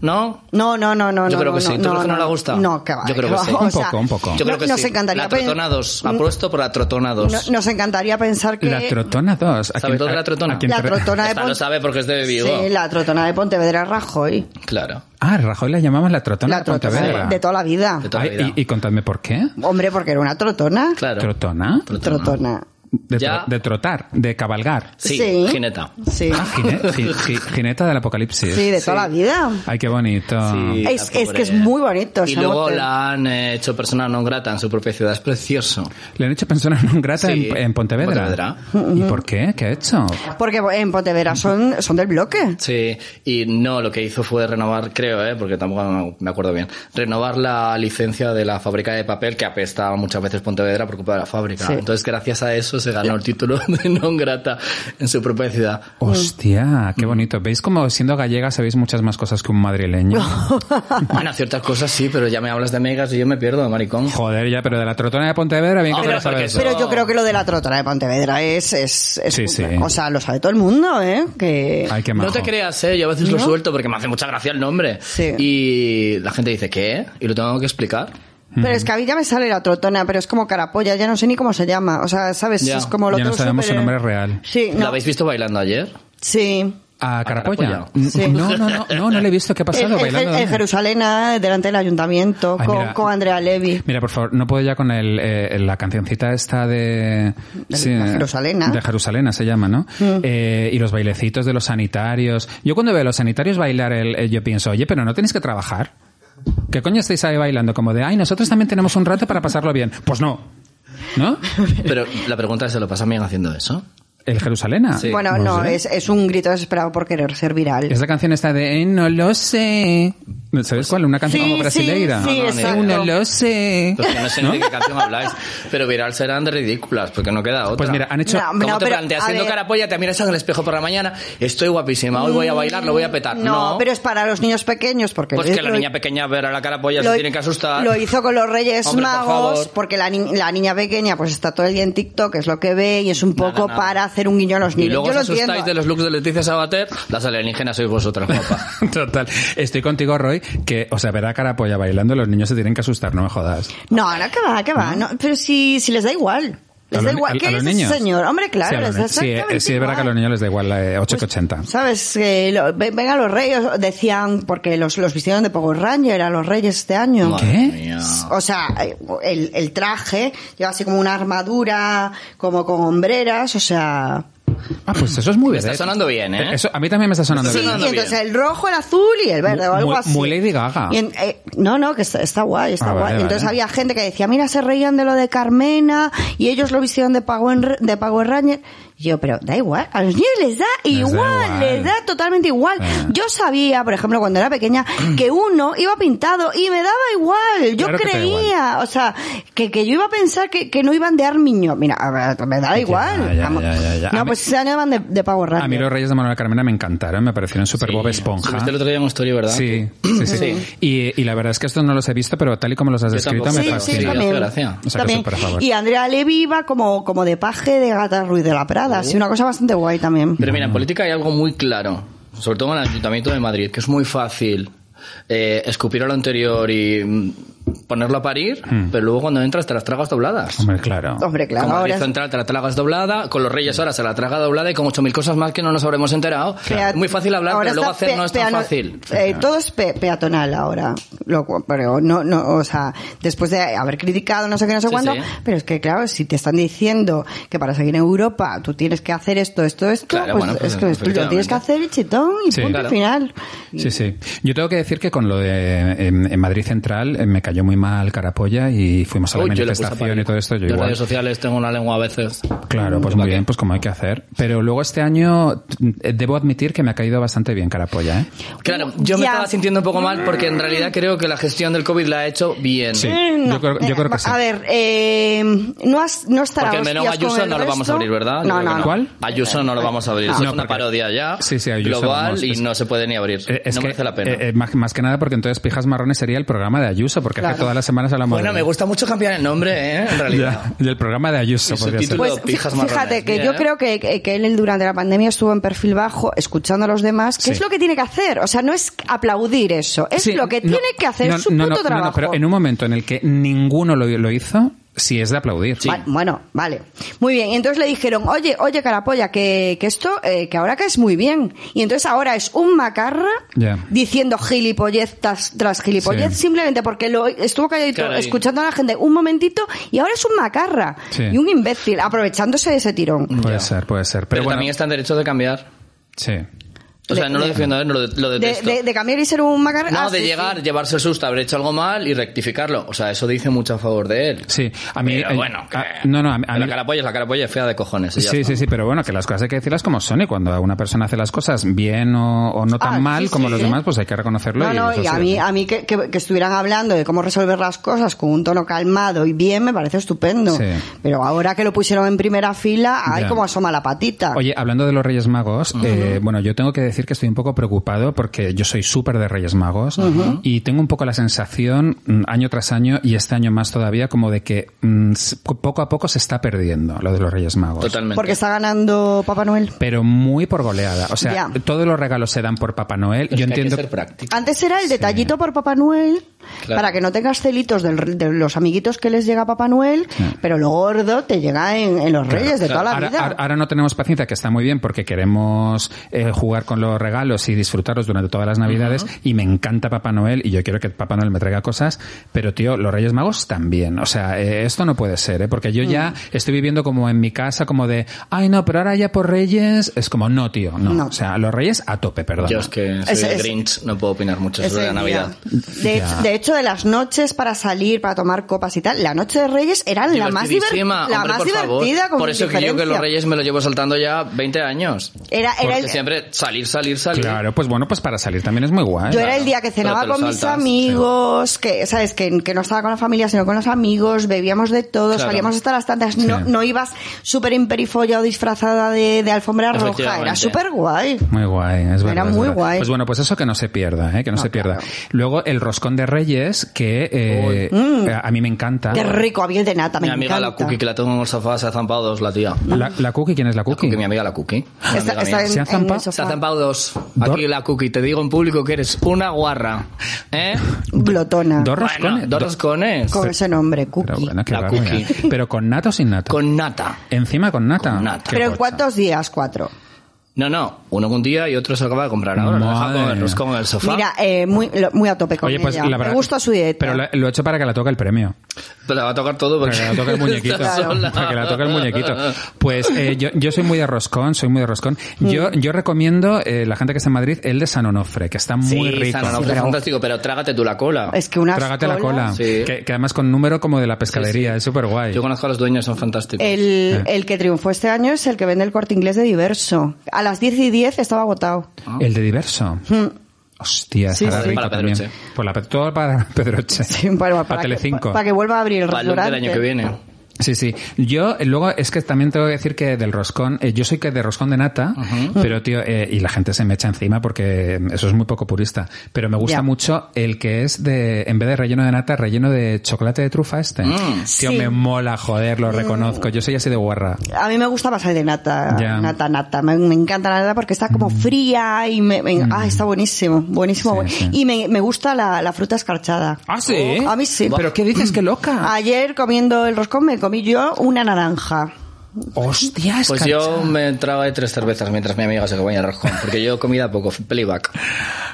Speaker 3: ¿no?
Speaker 2: No, no, no, no.
Speaker 3: Yo
Speaker 2: no,
Speaker 3: creo
Speaker 2: no,
Speaker 3: que sí. ¿Tú
Speaker 2: no,
Speaker 3: crees que no le gusta?
Speaker 2: No, que va.
Speaker 3: Yo creo que
Speaker 2: va,
Speaker 3: sí.
Speaker 2: o
Speaker 1: Un
Speaker 2: sea,
Speaker 1: poco, un poco.
Speaker 3: Yo creo
Speaker 2: no-
Speaker 3: que
Speaker 2: nos
Speaker 3: sí.
Speaker 2: encantaría
Speaker 3: La Trotona
Speaker 2: pen-
Speaker 3: 2. Apuesto por la Trotona 2.
Speaker 2: no- Nos encantaría pensar que.
Speaker 1: La Trotona 2. ¿A
Speaker 3: ¿Sabes
Speaker 1: quién-
Speaker 3: lo de la
Speaker 1: a-
Speaker 3: Trotona?
Speaker 1: a quién
Speaker 2: Eh, La
Speaker 1: te re-
Speaker 2: Trotona de
Speaker 3: Esta lo
Speaker 2: Ponte-
Speaker 3: sabe porque es de Vigo.
Speaker 2: Sí, la Trotona de Pontevedra es Rajoy.
Speaker 3: Claro.
Speaker 1: Ah, Rajoy la llamamos la Trotona
Speaker 2: La
Speaker 1: de
Speaker 2: Trotona
Speaker 1: Pontevedra.
Speaker 2: de, de toda la vida.
Speaker 3: De toda
Speaker 1: Ay,
Speaker 3: la vida.
Speaker 1: y, y contadme por qué.
Speaker 2: Hombre, porque era una Trotona.
Speaker 3: Claro.
Speaker 1: ¿Trotona?
Speaker 2: Trotona.
Speaker 1: De, tro-
Speaker 3: Ya.
Speaker 1: de trotar, de cabalgar.
Speaker 3: Sí,
Speaker 2: Sí.
Speaker 3: jineta.
Speaker 2: Sí.
Speaker 3: <laughs>
Speaker 1: Ah, jine- ji- ji- jineta del apocalipsis.
Speaker 2: Sí, de toda la vida.
Speaker 1: Ay, qué bonito.
Speaker 3: Sí,
Speaker 2: Es-
Speaker 3: la
Speaker 2: es
Speaker 3: pobre.
Speaker 2: que es muy bonito,
Speaker 3: Y
Speaker 2: esa
Speaker 3: luego
Speaker 2: mote.
Speaker 3: la han eh, hecho persona no grata en su propia ciudad. Es precioso.
Speaker 1: Le han hecho persona non grata
Speaker 3: Sí,
Speaker 1: en, en Pontevedra. ¿Y por qué? ¿Qué ha hecho?
Speaker 2: Porque en Pontevedra son, son del bloque.
Speaker 3: Sí, y no, lo que hizo fue renovar, creo, ¿eh? porque tampoco me acuerdo bien, renovar la licencia de la fábrica de papel que apesta muchas veces Pontevedra por culpa de la fábrica.
Speaker 2: Sí.
Speaker 3: Entonces, gracias a eso se ganó el título <laughs> de non grata en su propia ciudad.
Speaker 1: Hostia,
Speaker 3: Mm.
Speaker 1: qué bonito. ¿Veis como siendo gallega sabéis muchas más cosas que un madrileño?
Speaker 3: Bueno, ciertas cosas sí, pero ya me hablas de megas y yo me pierdo, maricón.
Speaker 1: Joder, ya, pero de la trotona de Pontevedra, bien que te
Speaker 3: Pero
Speaker 1: lo sabes.
Speaker 3: porque
Speaker 2: Pero yo
Speaker 3: No.
Speaker 2: creo que lo de la trotona de Pontevedra es... es, es-
Speaker 1: Sí, sí.
Speaker 2: O sea, lo sabe todo el mundo, ¿eh? Que...
Speaker 1: Ay, qué majo.
Speaker 3: No te creas, ¿eh? yo a veces lo suelto porque me hace mucha gracia el nombre.
Speaker 2: Sí.
Speaker 3: Y la gente dice, ¿qué? Y lo tengo que explicar.
Speaker 2: Pero
Speaker 1: mm.
Speaker 2: es que a mí ya me sale la trotona, pero es como carapolla, ya no sé ni cómo se llama. O sea, ¿sabes?
Speaker 3: Ya.
Speaker 2: Es como lo
Speaker 1: Ya no
Speaker 2: tengo
Speaker 1: sabemos
Speaker 2: súper-
Speaker 1: su nombre real.
Speaker 2: Sí,
Speaker 3: ¿Lo
Speaker 2: no.
Speaker 3: habéis visto bailando ayer?
Speaker 2: Sí.
Speaker 1: ¿A Carapolla?
Speaker 3: Carapolla.
Speaker 2: Sí.
Speaker 1: No, no, no, no, no le he visto. ¿Qué ha pasado?
Speaker 2: En- en-
Speaker 1: ¿Bailando
Speaker 2: en
Speaker 1: dónde?
Speaker 2: Jerusalena, delante del ayuntamiento,
Speaker 1: Ay,
Speaker 2: con,
Speaker 1: mira.
Speaker 2: con Andrea Levy.
Speaker 1: Mira, por favor, no puedo ya con el, eh, la cancioncita esta de...
Speaker 2: De Mm. la Jerusalena.
Speaker 1: De Jerusalena se llama, ¿no? Eh, y los bailecitos de los sanitarios. Yo cuando veo a los sanitarios bailar, el, el- yo pienso, oye, pero no tenéis que trabajar. ¿Qué coño estáis ahí bailando? Como de, ay, nosotros también tenemos un rato para pasarlo bien. Pues no. ¿No?
Speaker 3: Pero la pregunta es, ¿se lo pasan bien haciendo eso?
Speaker 1: ¿El Jerusalena?
Speaker 3: Sí.
Speaker 2: Bueno,
Speaker 1: No
Speaker 2: no,
Speaker 1: sé.
Speaker 2: es, es un grito desesperado por querer ser viral.
Speaker 1: Es la canción esta de, eh, no lo sé. ¿Sabes cuál? Una canción
Speaker 2: Pues Sí,
Speaker 1: como
Speaker 2: sí,
Speaker 1: brasileira. "Eh,
Speaker 2: sí,
Speaker 3: No, no, ni
Speaker 2: exacto.
Speaker 3: idea.
Speaker 1: No lo sé.
Speaker 3: Pues yo no sé
Speaker 1: ¿No?
Speaker 3: ni de qué canción habláis. Pero viral serán de ridículas, porque no queda otra.
Speaker 1: Pues mira, han hecho...
Speaker 2: No,
Speaker 3: ¿Cómo te
Speaker 2: pero,
Speaker 3: planteas?
Speaker 2: a
Speaker 3: Siendo
Speaker 2: ver.
Speaker 3: carapolla, te miras en el espejo por la mañana, estoy guapísima, hoy voy a bailar, lo voy a petar. No,
Speaker 2: No, pero es para los niños pequeños porque...
Speaker 3: pues que la
Speaker 2: lo-
Speaker 3: niña pequeña verá la carapolla,
Speaker 2: lo-
Speaker 3: se tiene que asustar.
Speaker 2: Lo hizo con los Reyes
Speaker 3: Hombre, por
Speaker 2: Magos
Speaker 3: favor.
Speaker 2: porque la, ni- la niña pequeña pues está todo el día en TikTok, es lo que ve y es un poco
Speaker 3: nada.
Speaker 2: para hacer un guiño a los
Speaker 3: Y
Speaker 2: niños.
Speaker 3: luego
Speaker 2: Yo
Speaker 3: os
Speaker 2: lo
Speaker 3: asustáis
Speaker 2: entiendo.
Speaker 3: de los looks de Leticia Sabater, las alienígenas sois vosotras, guapa.
Speaker 1: <laughs> Total. Estoy contigo, Roy, que, o sea, ver a Carapolla bailando, los niños se tienen que asustar, no me jodas.
Speaker 2: No, no, que va, que va. No, pero si, si les da igual. Les
Speaker 1: ¿A
Speaker 2: da
Speaker 1: lo-
Speaker 2: igual.
Speaker 1: a-
Speaker 2: ¿Qué
Speaker 1: a los
Speaker 2: es ese
Speaker 1: niños?
Speaker 2: señor? Hombre,
Speaker 1: Sí,
Speaker 2: claro.
Speaker 1: a los
Speaker 2: les da
Speaker 1: niños. sí, eh,
Speaker 2: exactamente
Speaker 1: sí, es verdad que a los
Speaker 2: igual. Pues,
Speaker 1: niños les da igual la eh, 8 que 80.
Speaker 2: ¿Sabes? Que lo- ve- venga, los reyes decían, porque los, los vistieron de Power Ranger a los reyes este año.
Speaker 3: Madre
Speaker 1: ¿Qué?
Speaker 3: mía.
Speaker 2: O sea, eh, el, el traje lleva así como una armadura, como con hombreras, o sea...
Speaker 1: Ah, pues eso es muy
Speaker 3: Me está
Speaker 1: vedette.
Speaker 3: sonando bien, ¿eh?
Speaker 1: Eso, a mí también me está sonando
Speaker 2: Sí,
Speaker 1: bien.
Speaker 2: y
Speaker 3: sonando
Speaker 2: entonces
Speaker 3: bien.
Speaker 2: el rojo, el azul y el verde o
Speaker 1: Muy-
Speaker 2: algo así.
Speaker 1: muy Lady Gaga.
Speaker 2: Y en- eh, no, no, que está, está guay, está
Speaker 1: Ah, vale,
Speaker 2: guay. Y entonces
Speaker 1: vale.
Speaker 2: había gente que decía, mira, se reían de lo de Carmena y ellos lo vistieron de Power, de Power Ranger. Y yo, pero da igual, a los niños les da
Speaker 1: da
Speaker 2: igual,
Speaker 1: igual.
Speaker 2: les da totalmente igual.
Speaker 1: Ah.
Speaker 2: Yo sabía, por ejemplo, cuando
Speaker 1: <clears throat>
Speaker 2: era pequeña, que uno iba pintado y me daba igual. Yo
Speaker 1: Claro que te da
Speaker 2: creía, o sea, que, que yo iba a pensar que, que no iban de Armiño. Mira, a ver, me da igual.
Speaker 1: ya,
Speaker 2: Vamos.
Speaker 1: ya, ya, ya. A
Speaker 2: No,
Speaker 1: mí-
Speaker 2: pues se van de, de Power Ranger.
Speaker 1: A mí los Reyes de Manuel Carmena me encantaron, me parecieron súper Bob Esponja.
Speaker 3: Subiste el otro día en un story, ¿verdad?
Speaker 1: Sí, sí, sí.
Speaker 3: Sí.
Speaker 1: Y, y la verdad es que estos no los he visto, pero tal y como los has
Speaker 3: Yo
Speaker 1: descrito
Speaker 3: tampoco.
Speaker 1: pues, me
Speaker 2: Sí, sí,
Speaker 3: fascina.
Speaker 1: fascinan.
Speaker 2: también.
Speaker 3: Gracia.
Speaker 1: O sea, que
Speaker 2: También.
Speaker 1: súper a favor.
Speaker 2: Y Andrea Levy iba como, como de paje de Gata Ruiz de la Prada. Sí, una cosa bastante guay también.
Speaker 3: Pero mira, en política hay algo muy claro, sobre todo en el Ayuntamiento de Madrid, que es muy fácil eh, escupir a lo anterior y mm, ponerlo a parir, pero luego cuando entras te las tragas dobladas.
Speaker 1: Hmm. Hombre, claro.
Speaker 2: Hombre, claro,
Speaker 3: Como
Speaker 2: ahora
Speaker 3: Madrid Central te la tragas doblada, con los
Speaker 1: Hmm.
Speaker 3: Reyes ahora se la traga doblada y con 8.000 cosas más que no nos habremos enterado.
Speaker 2: Pea-
Speaker 3: Muy fácil hablar,
Speaker 2: ahora
Speaker 3: pero luego
Speaker 2: está
Speaker 3: hacer
Speaker 2: pe-
Speaker 3: no es tan
Speaker 2: peano-
Speaker 3: fácil.
Speaker 2: eh, todo es pe- peatonal ahora, lo cu- pero no, no, o sea, después de haber criticado no sé qué, no sé
Speaker 3: Sí,
Speaker 2: cuándo,
Speaker 3: sí.
Speaker 2: pero es que claro, si te están diciendo que para seguir en Europa tú tienes que hacer esto, esto, esto,
Speaker 3: Claro,
Speaker 2: pues,
Speaker 3: bueno, pues,
Speaker 2: es que tú lo tienes que hacer y chitón y
Speaker 1: Sí.
Speaker 2: punto
Speaker 3: Claro.
Speaker 2: final.
Speaker 1: Sí, sí. Yo tengo que decir que con lo de en, en Madrid Central eh, me cayó muy mal Carapolla y fuimos a la
Speaker 3: Uy, yo le puse a
Speaker 1: manifestación
Speaker 3: parir.
Speaker 1: y todo esto. Yo
Speaker 3: en
Speaker 1: igual.
Speaker 3: redes sociales tengo una lengua a veces.
Speaker 1: Claro, pues
Speaker 3: ¿Pa
Speaker 1: muy
Speaker 3: qué?
Speaker 1: bien, pues como hay que hacer. Pero luego este año eh, debo admitir que me ha caído bastante bien Carapolla, ¿eh?
Speaker 3: Claro, yo me
Speaker 2: Ya.
Speaker 3: estaba sintiendo un poco mal porque en realidad creo que la gestión del COVID la ha hecho bien.
Speaker 1: Sí.
Speaker 2: Mm,
Speaker 1: Yo creo- yo creo que sí.
Speaker 2: A ver, eh, no, has, no estará
Speaker 3: Porque el menú
Speaker 2: hostias con
Speaker 3: Ayuso
Speaker 2: el
Speaker 3: no lo vamos a
Speaker 2: resto.
Speaker 3: abrir,
Speaker 2: No,
Speaker 3: ¿verdad? Yo creo que
Speaker 2: no, no.
Speaker 1: ¿Cuál?
Speaker 3: Ayuso no lo vamos a abrir. Eso
Speaker 1: No,
Speaker 3: es una
Speaker 1: porque-
Speaker 3: parodia ya
Speaker 1: Sí, sí, Ayuso,
Speaker 3: global
Speaker 1: vamos,
Speaker 3: y
Speaker 1: es-
Speaker 3: no se puede ni abrir.
Speaker 1: Eh, Es
Speaker 3: no
Speaker 1: que,
Speaker 3: merece la pena.
Speaker 1: eh, eh, más, más que nada porque entonces Pijas Marrones sería el programa de Ayuso, porque es que
Speaker 2: Claro.
Speaker 1: todas las semanas hablamos
Speaker 3: bueno,
Speaker 1: de-
Speaker 3: me gusta mucho cambiar el nombre, ¿eh? En realidad.
Speaker 1: <laughs> Ya, del programa de Ayuso.
Speaker 3: Y su
Speaker 1: podría ser.
Speaker 3: título-
Speaker 2: Pues
Speaker 3: Pero pijas
Speaker 2: fí-
Speaker 3: marrones,
Speaker 2: fíjate que
Speaker 3: bien,
Speaker 2: yo
Speaker 3: ¿eh?
Speaker 2: creo que, que- que él durante la pandemia estuvo en perfil bajo escuchando a los demás, que
Speaker 1: Sí.
Speaker 2: es lo que tiene que hacer. O sea, no es aplaudir eso, Pues es
Speaker 1: Sí,
Speaker 2: lo que
Speaker 1: no,
Speaker 2: tiene que hacer,
Speaker 1: no,
Speaker 2: es su
Speaker 1: no, no,
Speaker 2: puto
Speaker 1: no, no,
Speaker 2: trabajo.
Speaker 1: pero en un momento en el que ninguno lo, lo hizo, sí es de aplaudir.
Speaker 2: Va- Bueno, vale. Muy bien. Y entonces le dijeron, oye, oye, carapolla, que, que esto, eh, que ahora caes muy bien. Y entonces ahora es un macarra
Speaker 1: Ya.
Speaker 2: diciendo gilipollez tras, tras gilipollez
Speaker 1: Sí.
Speaker 2: simplemente porque lo estuvo calladito
Speaker 3: Caray.
Speaker 2: escuchando a la gente un momentito y ahora es un macarra
Speaker 1: Sí.
Speaker 2: y un imbécil aprovechándose de ese tirón.
Speaker 1: Puede
Speaker 3: Ya.
Speaker 1: ser, puede ser. Pero,
Speaker 3: Pero
Speaker 1: bueno,
Speaker 3: también está en derecho de cambiar.
Speaker 1: sí.
Speaker 3: O sea,
Speaker 2: De-
Speaker 3: no lo
Speaker 2: de-
Speaker 3: defiendo, ¿eh? No lo, lo
Speaker 2: de,
Speaker 3: detesto.
Speaker 2: de- de cambiar y ser un macarra.
Speaker 3: no,
Speaker 2: Ah,
Speaker 3: de
Speaker 2: sí,
Speaker 3: llegar,
Speaker 2: sí.
Speaker 3: llevarse el susto, haber hecho algo mal y rectificarlo. O sea, eso dice mucho a favor de él.
Speaker 1: Sí, a mí...
Speaker 3: Pero
Speaker 1: eh,
Speaker 3: bueno, que-
Speaker 1: a- no, no, a mí... a
Speaker 3: la
Speaker 1: mí-
Speaker 3: carapolla es la carapolla es fea de cojones. y ya
Speaker 1: Sí,
Speaker 3: está.
Speaker 1: sí, sí, pero bueno, que las cosas hay que decirlas como son y cuando una persona hace las cosas bien o, o no tan
Speaker 2: Ah, sí,
Speaker 1: mal
Speaker 2: sí,
Speaker 1: como los
Speaker 2: sí.
Speaker 1: demás, pues hay que reconocerlo.
Speaker 2: No, no,
Speaker 1: eso
Speaker 2: y a
Speaker 1: sí.
Speaker 2: mí, ah. a mí que, que- que estuvieran hablando de cómo resolver las cosas con un tono calmado y bien me parece estupendo.
Speaker 1: Sí.
Speaker 2: Pero ahora que lo pusieron en primera fila, ay,
Speaker 1: Ya.
Speaker 2: como asoma la patita.
Speaker 1: Oye, hablando de los Reyes Magos, eh, bueno, yo tengo que decir que estoy un poco preocupado porque yo soy súper de Reyes Magos y tengo un poco la sensación, mm, año tras año y este año más todavía, como de que mm, s- poco a poco se está perdiendo lo de los Reyes Magos.
Speaker 3: Totalmente.
Speaker 2: porque está ganando Papá Noel.
Speaker 1: Pero muy por goleada. O sea,
Speaker 2: Ya.
Speaker 1: todos los regalos se dan por Papá Noel.
Speaker 3: Pero
Speaker 1: yo
Speaker 3: es que
Speaker 1: entiendo.
Speaker 3: Hay que ser práctico.
Speaker 2: Antes era el detallito por Papá Noel,
Speaker 3: Claro.
Speaker 2: para que no tengas celitos del- de los amiguitos que les llega Papá Noel, pero lo gordo te llega en, en los reyes de toda la
Speaker 1: ahora,
Speaker 2: vida.
Speaker 1: ahora- ahora no tenemos paciencia, que está muy bien porque queremos eh, jugar con los regalos y disfrutarlos durante todas las navidades. Y me encanta Papá Noel y yo quiero que Papá Noel me traiga cosas. Pero, tío, los Reyes Magos también. O sea, eh, esto no puede ser, ¿eh? Porque yo ya
Speaker 2: Mm.
Speaker 1: estoy viviendo como en mi casa, como de, ay, no, pero ahora ya por Reyes. Es como, no, tío, no.
Speaker 2: No.
Speaker 1: O sea, los Reyes a tope, perdón.
Speaker 3: Yo es que soy
Speaker 2: Ah, Ese-
Speaker 3: de
Speaker 2: ese-
Speaker 3: Grinch, no puedo opinar mucho
Speaker 2: Ese
Speaker 3: sobre la
Speaker 2: día.
Speaker 3: Navidad.
Speaker 2: De, de hecho, de las noches para salir, para tomar copas y tal, la noche de Reyes era la más, diver-
Speaker 3: Divertidísima,
Speaker 2: la
Speaker 3: hombre,
Speaker 2: más
Speaker 3: por favor.
Speaker 2: divertida. Con
Speaker 3: Por eso que yo que los
Speaker 2: diferencia.
Speaker 3: Reyes me lo llevo saltando ya 20 años.
Speaker 2: Era, era
Speaker 3: Porque
Speaker 2: el-
Speaker 3: siempre salir, salir, salir.
Speaker 1: Claro, pues bueno, pues para salir también es muy guay.
Speaker 2: yo era el día que
Speaker 3: pero te
Speaker 2: cenaba
Speaker 3: lo
Speaker 2: con mis
Speaker 3: saltas,
Speaker 2: amigos, que, ¿sabes? Que, que no estaba con la familia, sino con los amigos, bebíamos de todo,
Speaker 3: Claro.
Speaker 2: salíamos hasta las tantas, no,
Speaker 1: Sí.
Speaker 2: no ibas súper imperifolla o disfrazada de, de alfombra roja, era
Speaker 3: Efectivamente.
Speaker 2: súper guay.
Speaker 1: Muy guay, es verdad.
Speaker 2: Era
Speaker 1: es
Speaker 2: muy
Speaker 1: verdad.
Speaker 2: guay.
Speaker 1: Pues bueno, pues eso que no se pierda, ¿eh? que no, se pierda. Luego el roscón de Reyes, que eh, a- a mí me encanta.
Speaker 2: Mm. Qué rico, a miel de nata, me
Speaker 3: Mi amiga la
Speaker 2: encanta.
Speaker 3: Cookie, que la tengo en el sofá, se ha zampado dos, la tía.
Speaker 1: La, la cookie, ¿quién es la cookie?
Speaker 3: Cookie, mi amiga la Cookie. Una
Speaker 2: Está-
Speaker 3: amiga
Speaker 2: está
Speaker 3: mía.
Speaker 2: en-
Speaker 1: ¿Se ha
Speaker 2: en el
Speaker 1: zampado?
Speaker 2: sofá.
Speaker 3: Se ha zampado dos. Aquí la Cookie, te digo en público que eres una guarra. ¿Eh?
Speaker 2: Glotona.
Speaker 1: Dos roscones.
Speaker 3: Bueno, dos
Speaker 1: Do-
Speaker 3: roscones.
Speaker 2: con ese nombre, cookie.
Speaker 1: Pero bueno, qué
Speaker 3: La
Speaker 1: barbaridad.
Speaker 3: cookie.
Speaker 1: Pero con nata o sin nata.
Speaker 3: Con nata.
Speaker 1: Encima con nata.
Speaker 3: Con nata.
Speaker 1: Qué
Speaker 2: Pero en
Speaker 1: pocha.
Speaker 2: cuántos días, cuatro.
Speaker 3: No, no. Uno con día y otro se acaba de comprar ahora. Lo deja
Speaker 1: Madre
Speaker 3: con el
Speaker 1: mía.
Speaker 3: roscón en el sofá.
Speaker 2: Mira, eh, muy, lo- muy a tope con
Speaker 1: Oye, pues
Speaker 2: ella.
Speaker 1: la verdad.
Speaker 2: Me gusta su dieta.
Speaker 1: Pero la- lo he hecho para que la toque el premio.
Speaker 3: Te la va a tocar todo
Speaker 1: Para
Speaker 3: porque
Speaker 1: que la toque el muñequito.
Speaker 3: <laughs> está
Speaker 1: <laughs>
Speaker 3: sola.
Speaker 1: Para que la toque el muñequito. Pues eh, yo, yo soy muy de roscón, soy muy de roscón. Yo,
Speaker 2: Mm.
Speaker 1: yo recomiendo, eh, la gente que está en Madrid, el de San Onofre, que está muy
Speaker 3: sí,
Speaker 1: rico.
Speaker 3: San Onofre es fantástico, pero trágate tú la cola.
Speaker 2: Es que unas
Speaker 1: Trágate la cola.
Speaker 2: colas-
Speaker 3: Sí.
Speaker 1: Que, que además con número como de la pescadería, es súper guay.
Speaker 3: Yo conozco a los dueños, son fantásticos.
Speaker 2: El,
Speaker 1: Eh.
Speaker 2: el que triunfó este año es el que vende el corte inglés de diverso. A las 10 y 10 estaba agotado. <laughs>
Speaker 1: El de diverso. Hostia,
Speaker 2: Ah. Hmm. Sí,
Speaker 1: estará
Speaker 3: sí.
Speaker 1: rico
Speaker 3: Para
Speaker 1: también.
Speaker 3: Pedroche.
Speaker 1: Por la, pe- todo para <laughs> Pedroche.
Speaker 2: Sí, para,
Speaker 1: para
Speaker 2: para que-
Speaker 1: Telecinco.
Speaker 2: para que vuelva a abrir el
Speaker 3: Para el look
Speaker 2: restaurante.
Speaker 3: del año que viene.
Speaker 1: Sí, sí. Yo eh, luego es que también tengo que decir que del roscón, eh, yo soy que de roscón de nata,
Speaker 2: Hmm.
Speaker 1: pero tío, eh, y la gente se me echa encima porque eso es muy poco purista, pero me gusta
Speaker 2: Ya.
Speaker 1: mucho el que es de, en vez de relleno de nata, relleno de chocolate de trufa este.
Speaker 3: Mm.
Speaker 1: Tío,
Speaker 2: Sí.
Speaker 1: me mola, joder, lo reconozco. Yo soy así de guarra.
Speaker 2: A mí me gusta más el de nata,
Speaker 1: Ya. Mm.
Speaker 2: nata, nata. Me, me encanta la nata porque está como fría y me, me- ah, está buenísimo, buenísimo.
Speaker 1: Sí,
Speaker 2: buen-
Speaker 1: sí. ¿Ah,
Speaker 2: Y me, me gusta la, la fruta escarchada.
Speaker 3: Ah,
Speaker 2: Oh, a mí sí.
Speaker 1: ¿Pero qué dices, qué loca?
Speaker 2: Ayer comiendo el roscón me comí yo una naranja.
Speaker 1: Hostia,
Speaker 3: Pues yo me tragué tres cervezas mientras mi amiga se comía el roscón, porque yo comida poco, playback.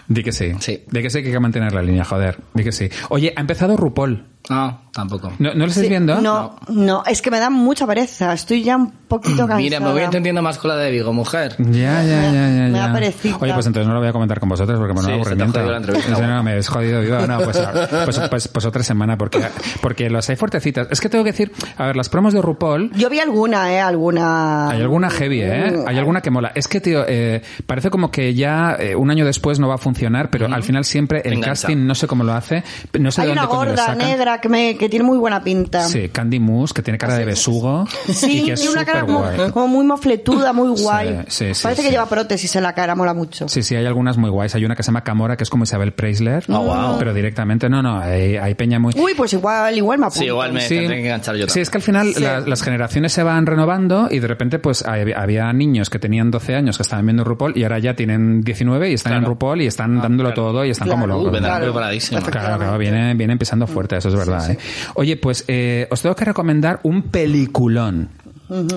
Speaker 1: Di que sí.
Speaker 3: Sí.
Speaker 1: Di que sí que hay que mantener la línea, joder. Di que sí. Oye, ha empezado RuPaul.
Speaker 3: Ah, tampoco.
Speaker 1: <laughs> ¿No, no lo estáis
Speaker 2: Sí,
Speaker 1: viendo?
Speaker 2: No, no, es que me da mucha pereza. Estoy ya un
Speaker 1: <clears throat>
Speaker 2: poquito cansada.
Speaker 3: Mira, me voy entendiendo más con la de Vigo, mujer.
Speaker 1: Ya, ya, ya, ya.
Speaker 2: Me da
Speaker 1: ya.
Speaker 2: perecita.
Speaker 1: Oye, pues entonces no lo voy a comentar con vosotros porque me da
Speaker 3: Sí, se te ha
Speaker 1: aburrimiento.
Speaker 3: jodido la entrevista.
Speaker 1: Sí, no, me he jodido viva. No, pues, pues, pues- pues otra semana porque, porque los hay fuertecitas. Es que tengo que decir, a ver, las promos de RuPaul
Speaker 2: Yo vi alguna, eh, alguna.
Speaker 1: Hay alguna heavy, ¿eh? Hay alguna que mola. Es que, tío, eh, parece como que ya eh, un año después no va a funcionar, pero al final siempre el
Speaker 3: Engancha.
Speaker 1: casting no sé cómo lo hace, no sé
Speaker 2: Hay
Speaker 1: de
Speaker 2: una
Speaker 1: dónde coño le
Speaker 2: gorda
Speaker 1: sacan.
Speaker 2: negra que, me, que tiene muy buena pinta.
Speaker 1: Sí, Candy Moose, que tiene cara de besugo.
Speaker 2: Sí,
Speaker 1: y que es
Speaker 2: tiene una cara como,
Speaker 1: superguay.
Speaker 2: como muy mofletuda, muy guay.
Speaker 1: sí, sí,
Speaker 2: Parece
Speaker 1: sí.
Speaker 2: que lleva prótesis en la cara, mola mucho.
Speaker 1: Sí, sí, hay algunas muy guays. Hay una que se llama Camora, que es como Isabel Preisler. Pero directamente, no, no, hay, hay peña muy...
Speaker 2: Uy, pues igual, igual me apunto.
Speaker 3: Sí, igual me Eh, tendré que enganchar yo
Speaker 1: Sí,
Speaker 3: también.
Speaker 1: es que al final la- las generaciones se van renovando y de repente pues hab- había niños que tenían 12 años que estaban viendo RuPaul y ahora ya tienen 19 y están en RuPaul y
Speaker 3: Ah,
Speaker 1: están dándolo todo y están como
Speaker 2: Claro.
Speaker 1: locos.
Speaker 3: Uh, vendrán
Speaker 2: Claro.
Speaker 3: preparadísimo.
Speaker 1: Claro, claro,
Speaker 2: Efectivamente.
Speaker 1: vienen, vienen pisando fuerte, eso es verdad. ¿eh? Oye, pues eh, os tengo que recomendar un peliculón.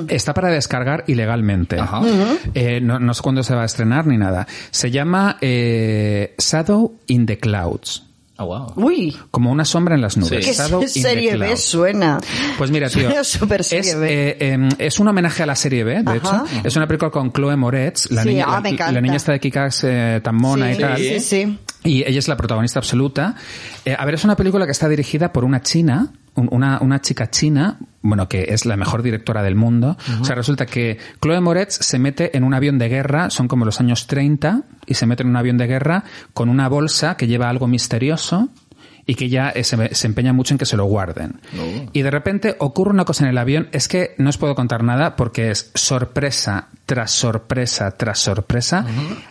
Speaker 1: Está para descargar ilegalmente.
Speaker 3: Ajá.
Speaker 1: Eh, no, no sé cuándo se va a estrenar ni nada. Se llama eh, Shadow in the Clouds.
Speaker 3: Ah, wow.
Speaker 2: Uy,
Speaker 1: Como una sombra en las nubes.
Speaker 2: qué
Speaker 1: Shadow in the
Speaker 2: <laughs> serie B
Speaker 1: Clouds.
Speaker 2: suena.
Speaker 1: Pues mira,
Speaker 2: <laughs>
Speaker 1: tío,
Speaker 2: Suena súper
Speaker 1: es,
Speaker 2: serie B.
Speaker 1: eh, em, es un homenaje a la serie B, de
Speaker 2: Ajá.
Speaker 1: hecho. Es una película con Chloe Moretz, la,
Speaker 2: Sí,
Speaker 1: niña,
Speaker 2: ah,
Speaker 1: la-
Speaker 2: me encanta.
Speaker 1: la niña está de Kikas eh, tan mona y
Speaker 2: sí,
Speaker 1: tal.
Speaker 2: sí, sí.
Speaker 1: Y ella es la protagonista absoluta. Eh, a ver, es una película que está dirigida por una china, un- una, una chica china, bueno, que es la mejor directora del mundo. O sea, resulta que Chloe Moretz se mete en un avión de guerra, son como los años 30, y se mete en un avión de guerra con una bolsa que lleva algo misterioso y que ya eh, se, se empeña mucho en que se lo guarden. Y de repente ocurre una cosa en el avión, es que no os puedo contar nada porque es sorpresa tras sorpresa tras sorpresa.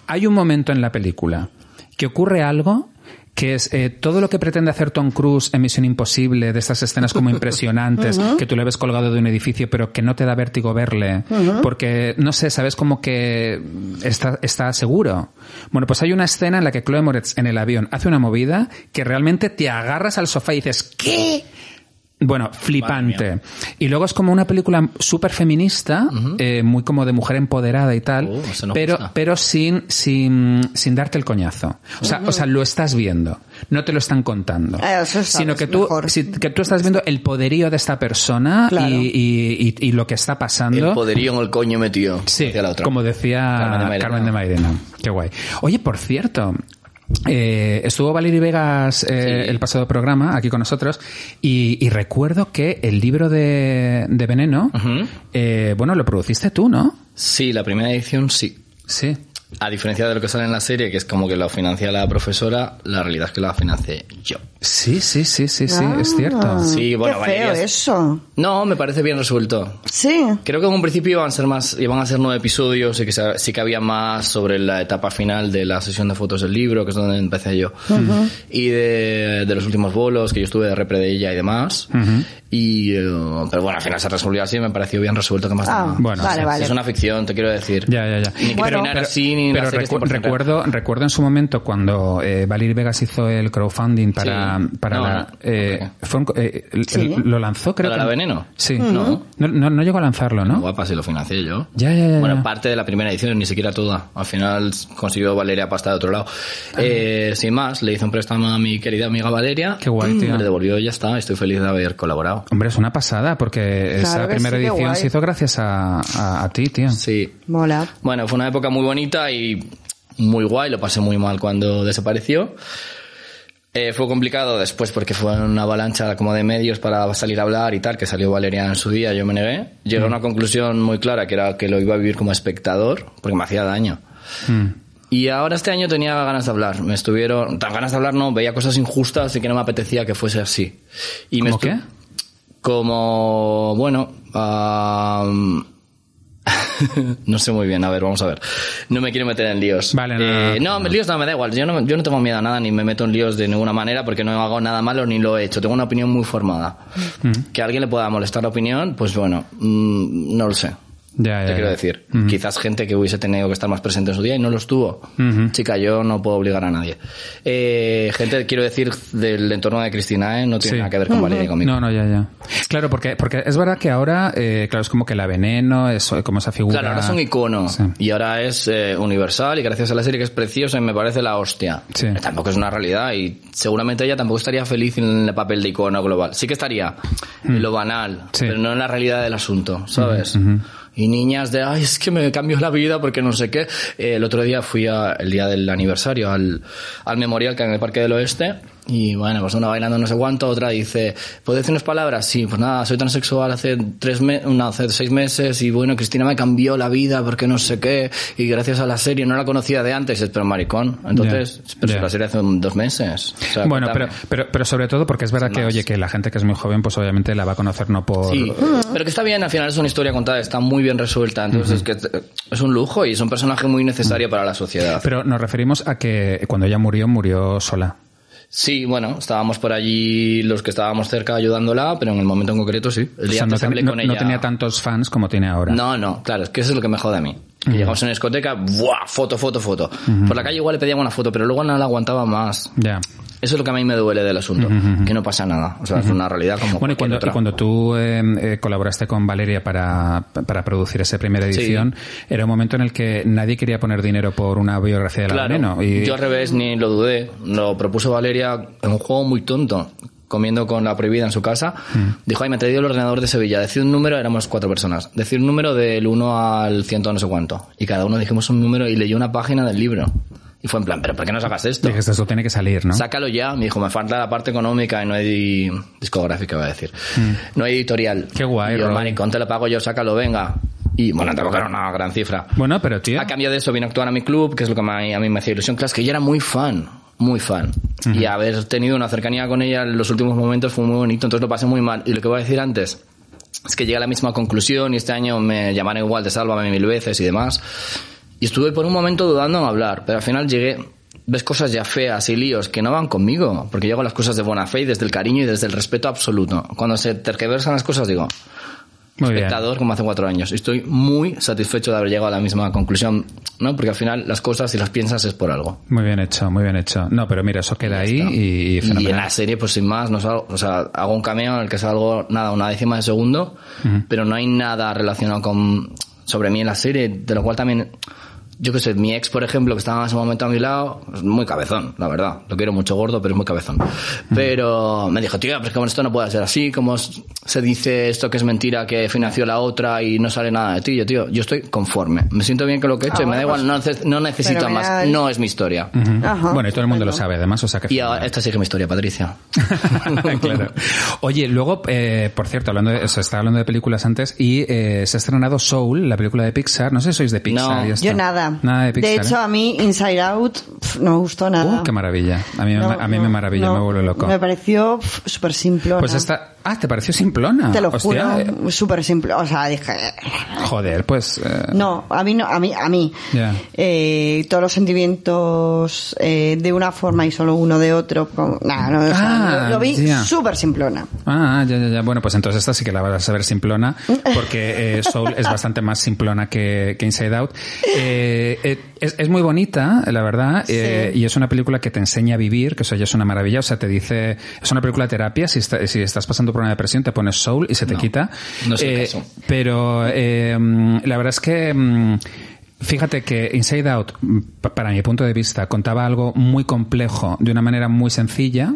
Speaker 1: Hay un momento en la película que ocurre algo que es eh, todo lo que pretende hacer Tom Cruise en Misión Imposible, de estas escenas como impresionantes, que tú le ves colgado de un edificio, pero que no te da vértigo verle, porque, no sé, sabes como que está, está seguro. Bueno, pues hay una escena en la que Chloe Moretz en el avión hace una movida que realmente te agarras al sofá y dices, ¿qué? Bueno, flipante. Y luego es como una película súper feminista, eh, muy como de mujer empoderada y tal,
Speaker 3: Uh, eso nos
Speaker 1: pero,
Speaker 3: gusta.
Speaker 1: pero sin, sin, sin darte el coñazo. O sea, o sea, lo estás viendo, no te lo están contando.
Speaker 2: Eh, eso sabes
Speaker 1: sino que tú,
Speaker 2: mejor.
Speaker 1: si- que tú estás viendo el poderío de esta persona
Speaker 2: Claro.
Speaker 1: y, y- y- y lo que está pasando.
Speaker 3: El poderío en el coño metido.
Speaker 1: Sí,
Speaker 3: hacia la otra.
Speaker 1: como decía
Speaker 3: Carmen de
Speaker 1: Carmen de,
Speaker 3: Mairena.
Speaker 1: Mairena. Qué guay. Oye, por cierto, eh, estuvo Valerie Vegas eh,
Speaker 3: Sí.
Speaker 1: el pasado programa aquí con nosotros y, y recuerdo que el libro de, de Veneno,
Speaker 3: Ujú.
Speaker 1: eh, bueno, lo produciste tú, ¿no?
Speaker 3: Sí, la primera edición sí.
Speaker 1: Sí.
Speaker 3: A diferencia de lo que sale en la serie, que es como que lo financia la profesora, la realidad es que la financié yo.
Speaker 1: Sí, sí, sí, sí, sí, es
Speaker 2: Ah.
Speaker 1: cierto.
Speaker 3: Sí, bueno,
Speaker 2: Mm. Qué feo
Speaker 3: Valeria es-
Speaker 2: eso.
Speaker 3: No, me parece bien resuelto.
Speaker 2: Sí.
Speaker 3: Creo que en un principio iban a ser más, iban a ser nueve episodios y que se- sí que había más sobre la etapa final de la sesión de fotos del libro, que es donde empecé yo. Y de, de los últimos bolos, que yo estuve de repre de ella y demás. Y, eh, pero bueno, al final se resolvió así, me pareció bien resuelto que más
Speaker 2: Ah,
Speaker 3: da.
Speaker 1: Bueno,
Speaker 2: vale,
Speaker 1: sí,
Speaker 2: vale.
Speaker 3: Es una ficción, te quiero decir.
Speaker 1: Ya, ya, ya.
Speaker 3: Ni que
Speaker 2: Bueno,
Speaker 3: terminar así, ni
Speaker 1: pero
Speaker 3: la serie
Speaker 1: recu-
Speaker 3: 100% real.
Speaker 1: recuerdo, recuerdo en su momento cuando eh, Valerie Vegas hizo el crowdfunding para,
Speaker 3: Sí.
Speaker 1: para
Speaker 3: No,
Speaker 1: la,
Speaker 3: no.
Speaker 1: eh, fue un co- eh, el-
Speaker 2: Sí.
Speaker 1: el- lo lanzó, creo
Speaker 3: ¿Para
Speaker 1: que.
Speaker 3: la Veneno?
Speaker 1: Sí. No. No, no llegó a lanzarlo, ¿no?
Speaker 3: Guapa, si lo financié yo.
Speaker 1: Ya, ya, ya,
Speaker 3: Bueno,
Speaker 1: ya.
Speaker 3: parte de la primera edición, ni siquiera toda. Al final consiguió Valeria pasta de otro lado.
Speaker 1: Ah.
Speaker 3: Eh, sin más, le hice un préstamo a mi querida amiga Valeria.
Speaker 1: Qué guay, tío.
Speaker 3: Me le devolvió y ya está. Estoy feliz de haber colaborado.
Speaker 1: Hombre, es una pasada porque esa
Speaker 2: que
Speaker 1: primera
Speaker 2: sí, qué
Speaker 1: edición
Speaker 2: guay.
Speaker 1: se hizo gracias a, a- a ti, tío.
Speaker 3: Sí.
Speaker 2: Mola.
Speaker 3: Bueno, fue una época muy bonita y muy guay. Lo pasé muy mal cuando desapareció. Eh, fue complicado después porque fue una avalancha como de medios para salir a hablar y tal, que salió Valeria en su día, yo me negué. Llegué
Speaker 1: Mm.
Speaker 3: a una conclusión muy clara, que era que lo iba a vivir como espectador, porque me hacía daño.
Speaker 1: Mm,
Speaker 3: Y ahora este año tenía ganas de hablar. Me estuvieron... Tan ganas de hablar no, veía cosas injustas y que no me apetecía que fuese así. Y me
Speaker 1: ¿Cómo
Speaker 3: estu-
Speaker 1: qué?
Speaker 3: como, bueno, am, <laughs> no sé muy bien, a ver, vamos a ver. No me quiero meter en líos.
Speaker 1: Vale, no,
Speaker 3: Eh,
Speaker 1: no, no,
Speaker 3: no,
Speaker 1: no.
Speaker 3: líos no me da igual. Yo no, yo no tengo miedo a nada ni me meto en líos de ninguna manera porque no hago nada malo ni lo he hecho. Tengo una opinión muy formada.
Speaker 1: mm.
Speaker 3: Que a alguien le pueda molestar la opinión, pues bueno, mm, no lo sé.
Speaker 1: Ya, ya, Mm.
Speaker 3: Te quiero
Speaker 1: ya.
Speaker 3: decir,
Speaker 1: Eh, Ujú.
Speaker 3: quizás gente que hubiese tenido que estar más presente en su día y no lo estuvo.
Speaker 1: Ujú.
Speaker 3: Chica, yo no puedo obligar a nadie. Eh, gente, quiero decir, del entorno de Cristina, ¿eh? no
Speaker 1: Sí.
Speaker 3: tiene nada que ver con Valeria y conmigo.
Speaker 1: No, no, ya, ya. Claro, porque, porque es verdad que ahora, eh, claro, es como que la veneno, es como esa figura.
Speaker 3: Claro, ahora es un icono
Speaker 1: Sí.
Speaker 3: y ahora es eh, universal y gracias a la serie que es preciosa y me parece la hostia.
Speaker 1: Sí.
Speaker 3: Pero Tampoco es una realidad y seguramente ella tampoco estaría feliz en el papel de icono global. Sí que estaría en lo banal,
Speaker 1: Mm. Sí. Mm,
Speaker 3: pero no en la realidad del asunto, ¿sabes? Y niñas de, ay, es que me cambió la vida porque no sé qué. Eh, el otro día fui a- el día del aniversario al, al memorial que hay en el Parque del Oeste y bueno, pues una bailando no sé cuánto, otra dice, ¿puedes decir unas palabras? Sí, pues nada, soy transexual hace tres me- no, hace seis meses y bueno, Cristina me cambió la vida porque no sé qué y gracias a la serie no la conocía de antes, Y dices, pero maricón. Entonces,
Speaker 1: Ya,
Speaker 3: pero si
Speaker 1: ya.
Speaker 3: la serie hace un- dos meses. O sea,
Speaker 1: bueno, pero,
Speaker 3: cuéntame.
Speaker 1: pero, pero sobre todo porque es verdad que,
Speaker 3: más.
Speaker 1: oye, que la gente que es muy joven, pues obviamente la va a conocer no por...
Speaker 3: Sí, pero que está bien, al final es una historia contada, está muy bien resuelta, entonces es que es un lujo y es un personaje muy necesario para la sociedad.
Speaker 1: Pero nos referimos a que cuando ella murió, murió sola.
Speaker 3: Sí, bueno, estábamos por allí los que estábamos cerca ayudándola, pero en el momento en concreto sí. El
Speaker 1: O
Speaker 3: día
Speaker 1: sea, no,
Speaker 3: antes
Speaker 1: ten-
Speaker 3: hablé
Speaker 1: no-
Speaker 3: con
Speaker 1: no
Speaker 3: ella.
Speaker 1: tenía tantos fans como tiene ahora.
Speaker 3: No, no, claro, es que eso es lo que me jode a mí. Que Llegamos a una discoteca, ¡buah! Foto, foto, foto. Por la calle igual le pedían una foto, pero luego no la aguantaba más.
Speaker 1: Ya.
Speaker 3: Eso es lo que a mí me duele del asunto, que no pasa nada. O sea, es una realidad como
Speaker 1: Bueno, y
Speaker 3: cualquier
Speaker 1: cuando,
Speaker 3: otra.
Speaker 1: y cuando tú eh, eh, colaboraste con Valeria para, para producir esa primera edición, era un momento en el que nadie quería poner dinero por una biografía de la Veneno. Y,
Speaker 3: Yo al revés ni lo dudé. Lo propuso Valeria en un juego muy tonto, comiendo con la prohibida en su casa.
Speaker 1: Mm.
Speaker 3: Dijo, ay, me he traído el ordenador de Sevilla. Decid un número, éramos cuatro personas. Decid un número del 1 al 100 no sé cuánto. Y cada uno dijimos un número y leyó una página del libro. Y fue en plan, pero ¿por qué no sacas esto?
Speaker 1: Dijiste, esto tiene que salir, ¿no?
Speaker 3: Sácalo ya, me dijo, me falta la parte económica y no hay discográfica, iba a decir. No hay editorial.
Speaker 1: Mm. Qué guay,
Speaker 3: Y yo,
Speaker 1: Roy.
Speaker 3: maricón, te lo pago yo, sácalo, venga. Y bueno, tampoco era una gran cifra.
Speaker 1: Bueno, pero tío...
Speaker 3: A cambio de eso vino a actuar a mi club, que es lo que ma- a mí me hacía ilusión. Claro, es que yo era muy fan, muy fan. Y haber tenido una cercanía con ella en los últimos momentos fue muy bonito, entonces lo pasé muy mal. Y lo que voy a decir antes es que llegué a la misma conclusión y este año me llamaron igual de sálvame mil veces y demás. Y estuve por un momento dudando en hablar, pero al final llegué. Ves cosas ya feas y líos que no van conmigo, porque yo hago las cosas de buena fe y desde el cariño y desde el respeto absoluto. Cuando se terqueversan las cosas, digo,
Speaker 1: Muy bien.
Speaker 3: espectador como hace cuatro años. Estoy muy satisfecho de haber llegado a la misma conclusión, ¿no? Porque al final las cosas, si las piensas, es por algo.
Speaker 1: Muy bien hecho, muy bien hecho. No, pero mira, eso queda ahí y, y
Speaker 3: Y en
Speaker 1: fenomenal.
Speaker 3: la serie, pues sin más, no salgo- o sea, hago un cameo en el que salgo nada, una décima de segundo, pero no hay nada relacionado con sobre mí en la serie, de lo cual también, yo qué sé, mi ex, por ejemplo, que estaba en ese momento a mi lado, es muy cabezón, la verdad. Lo quiero mucho gordo, pero es muy cabezón. Pero me dijo, tío, pero es que con esto no puede ser así, como s- se dice esto que es mentira, que financió la otra y no sale nada de ti, yo, tío, yo estoy conforme. Me siento bien con lo que he hecho
Speaker 2: Ah,
Speaker 3: y me da
Speaker 2: bueno,
Speaker 3: igual, no, nece- no necesito más,
Speaker 2: fenomenal.
Speaker 3: no es mi historia.
Speaker 1: Ujú.
Speaker 2: Ajá.
Speaker 1: Bueno, y todo el mundo lo sabe, además, o sea que...
Speaker 3: Y ahora,
Speaker 1: fenomenal.
Speaker 3: esta sí que es mi
Speaker 2: <laughs>
Speaker 3: historia, Patricia.
Speaker 1: <laughs> claro. Oye, luego, eh, por cierto, hablando de, o sea, estaba hablando de películas antes y eh, se ha estrenado Soul, la película de Pixar. No sé si sois de Pixar.
Speaker 3: No,
Speaker 1: y esto.
Speaker 2: Yo nada.
Speaker 1: Nada de Pixar.
Speaker 2: hecho,
Speaker 1: ¿eh?
Speaker 2: a mí Inside Out pf, no me gustó nada.
Speaker 1: Uh, qué maravilla. A mí, me-
Speaker 2: No,
Speaker 1: a mí me
Speaker 2: no,
Speaker 1: maravilla,
Speaker 2: no.
Speaker 1: me vuelve loco.
Speaker 2: Me pareció pf, súper simple.
Speaker 1: pues esta... Ah, ¿te pareció simplona?
Speaker 2: Te lo
Speaker 1: Hostia,
Speaker 2: juro,
Speaker 1: eh,
Speaker 2: súper simple. O sea, dije,
Speaker 1: Joder, pues... eh,
Speaker 2: No, a mí no, a mí, a mí.
Speaker 1: Ya.
Speaker 2: Eh, todos los sentimientos eh, de una forma y solo uno de otro. como- nah, no, o sea,
Speaker 1: Ah,
Speaker 2: lo, lo vi
Speaker 1: ya.
Speaker 2: súper simplona.
Speaker 1: Ah, ya, ya, ya. Bueno, pues entonces esta sí que la vas a ver simplona, porque eh, Soul es bastante más simplona que, que Inside Out. Eh, eh, es, es muy bonita, la verdad, eh, y es una película que te enseña a vivir, que eso ya es una maravilla. O sea, te dice, es una película de terapia. Si, está- si estás pasando por una depresión, te pones Soul y se te quita.
Speaker 3: no es el
Speaker 1: Eh,
Speaker 3: caso.
Speaker 1: Pero eh, mm, la verdad es que. mm, Fíjate que Inside Out, mm, pa- para mi punto de vista, contaba algo muy complejo de una manera muy sencilla,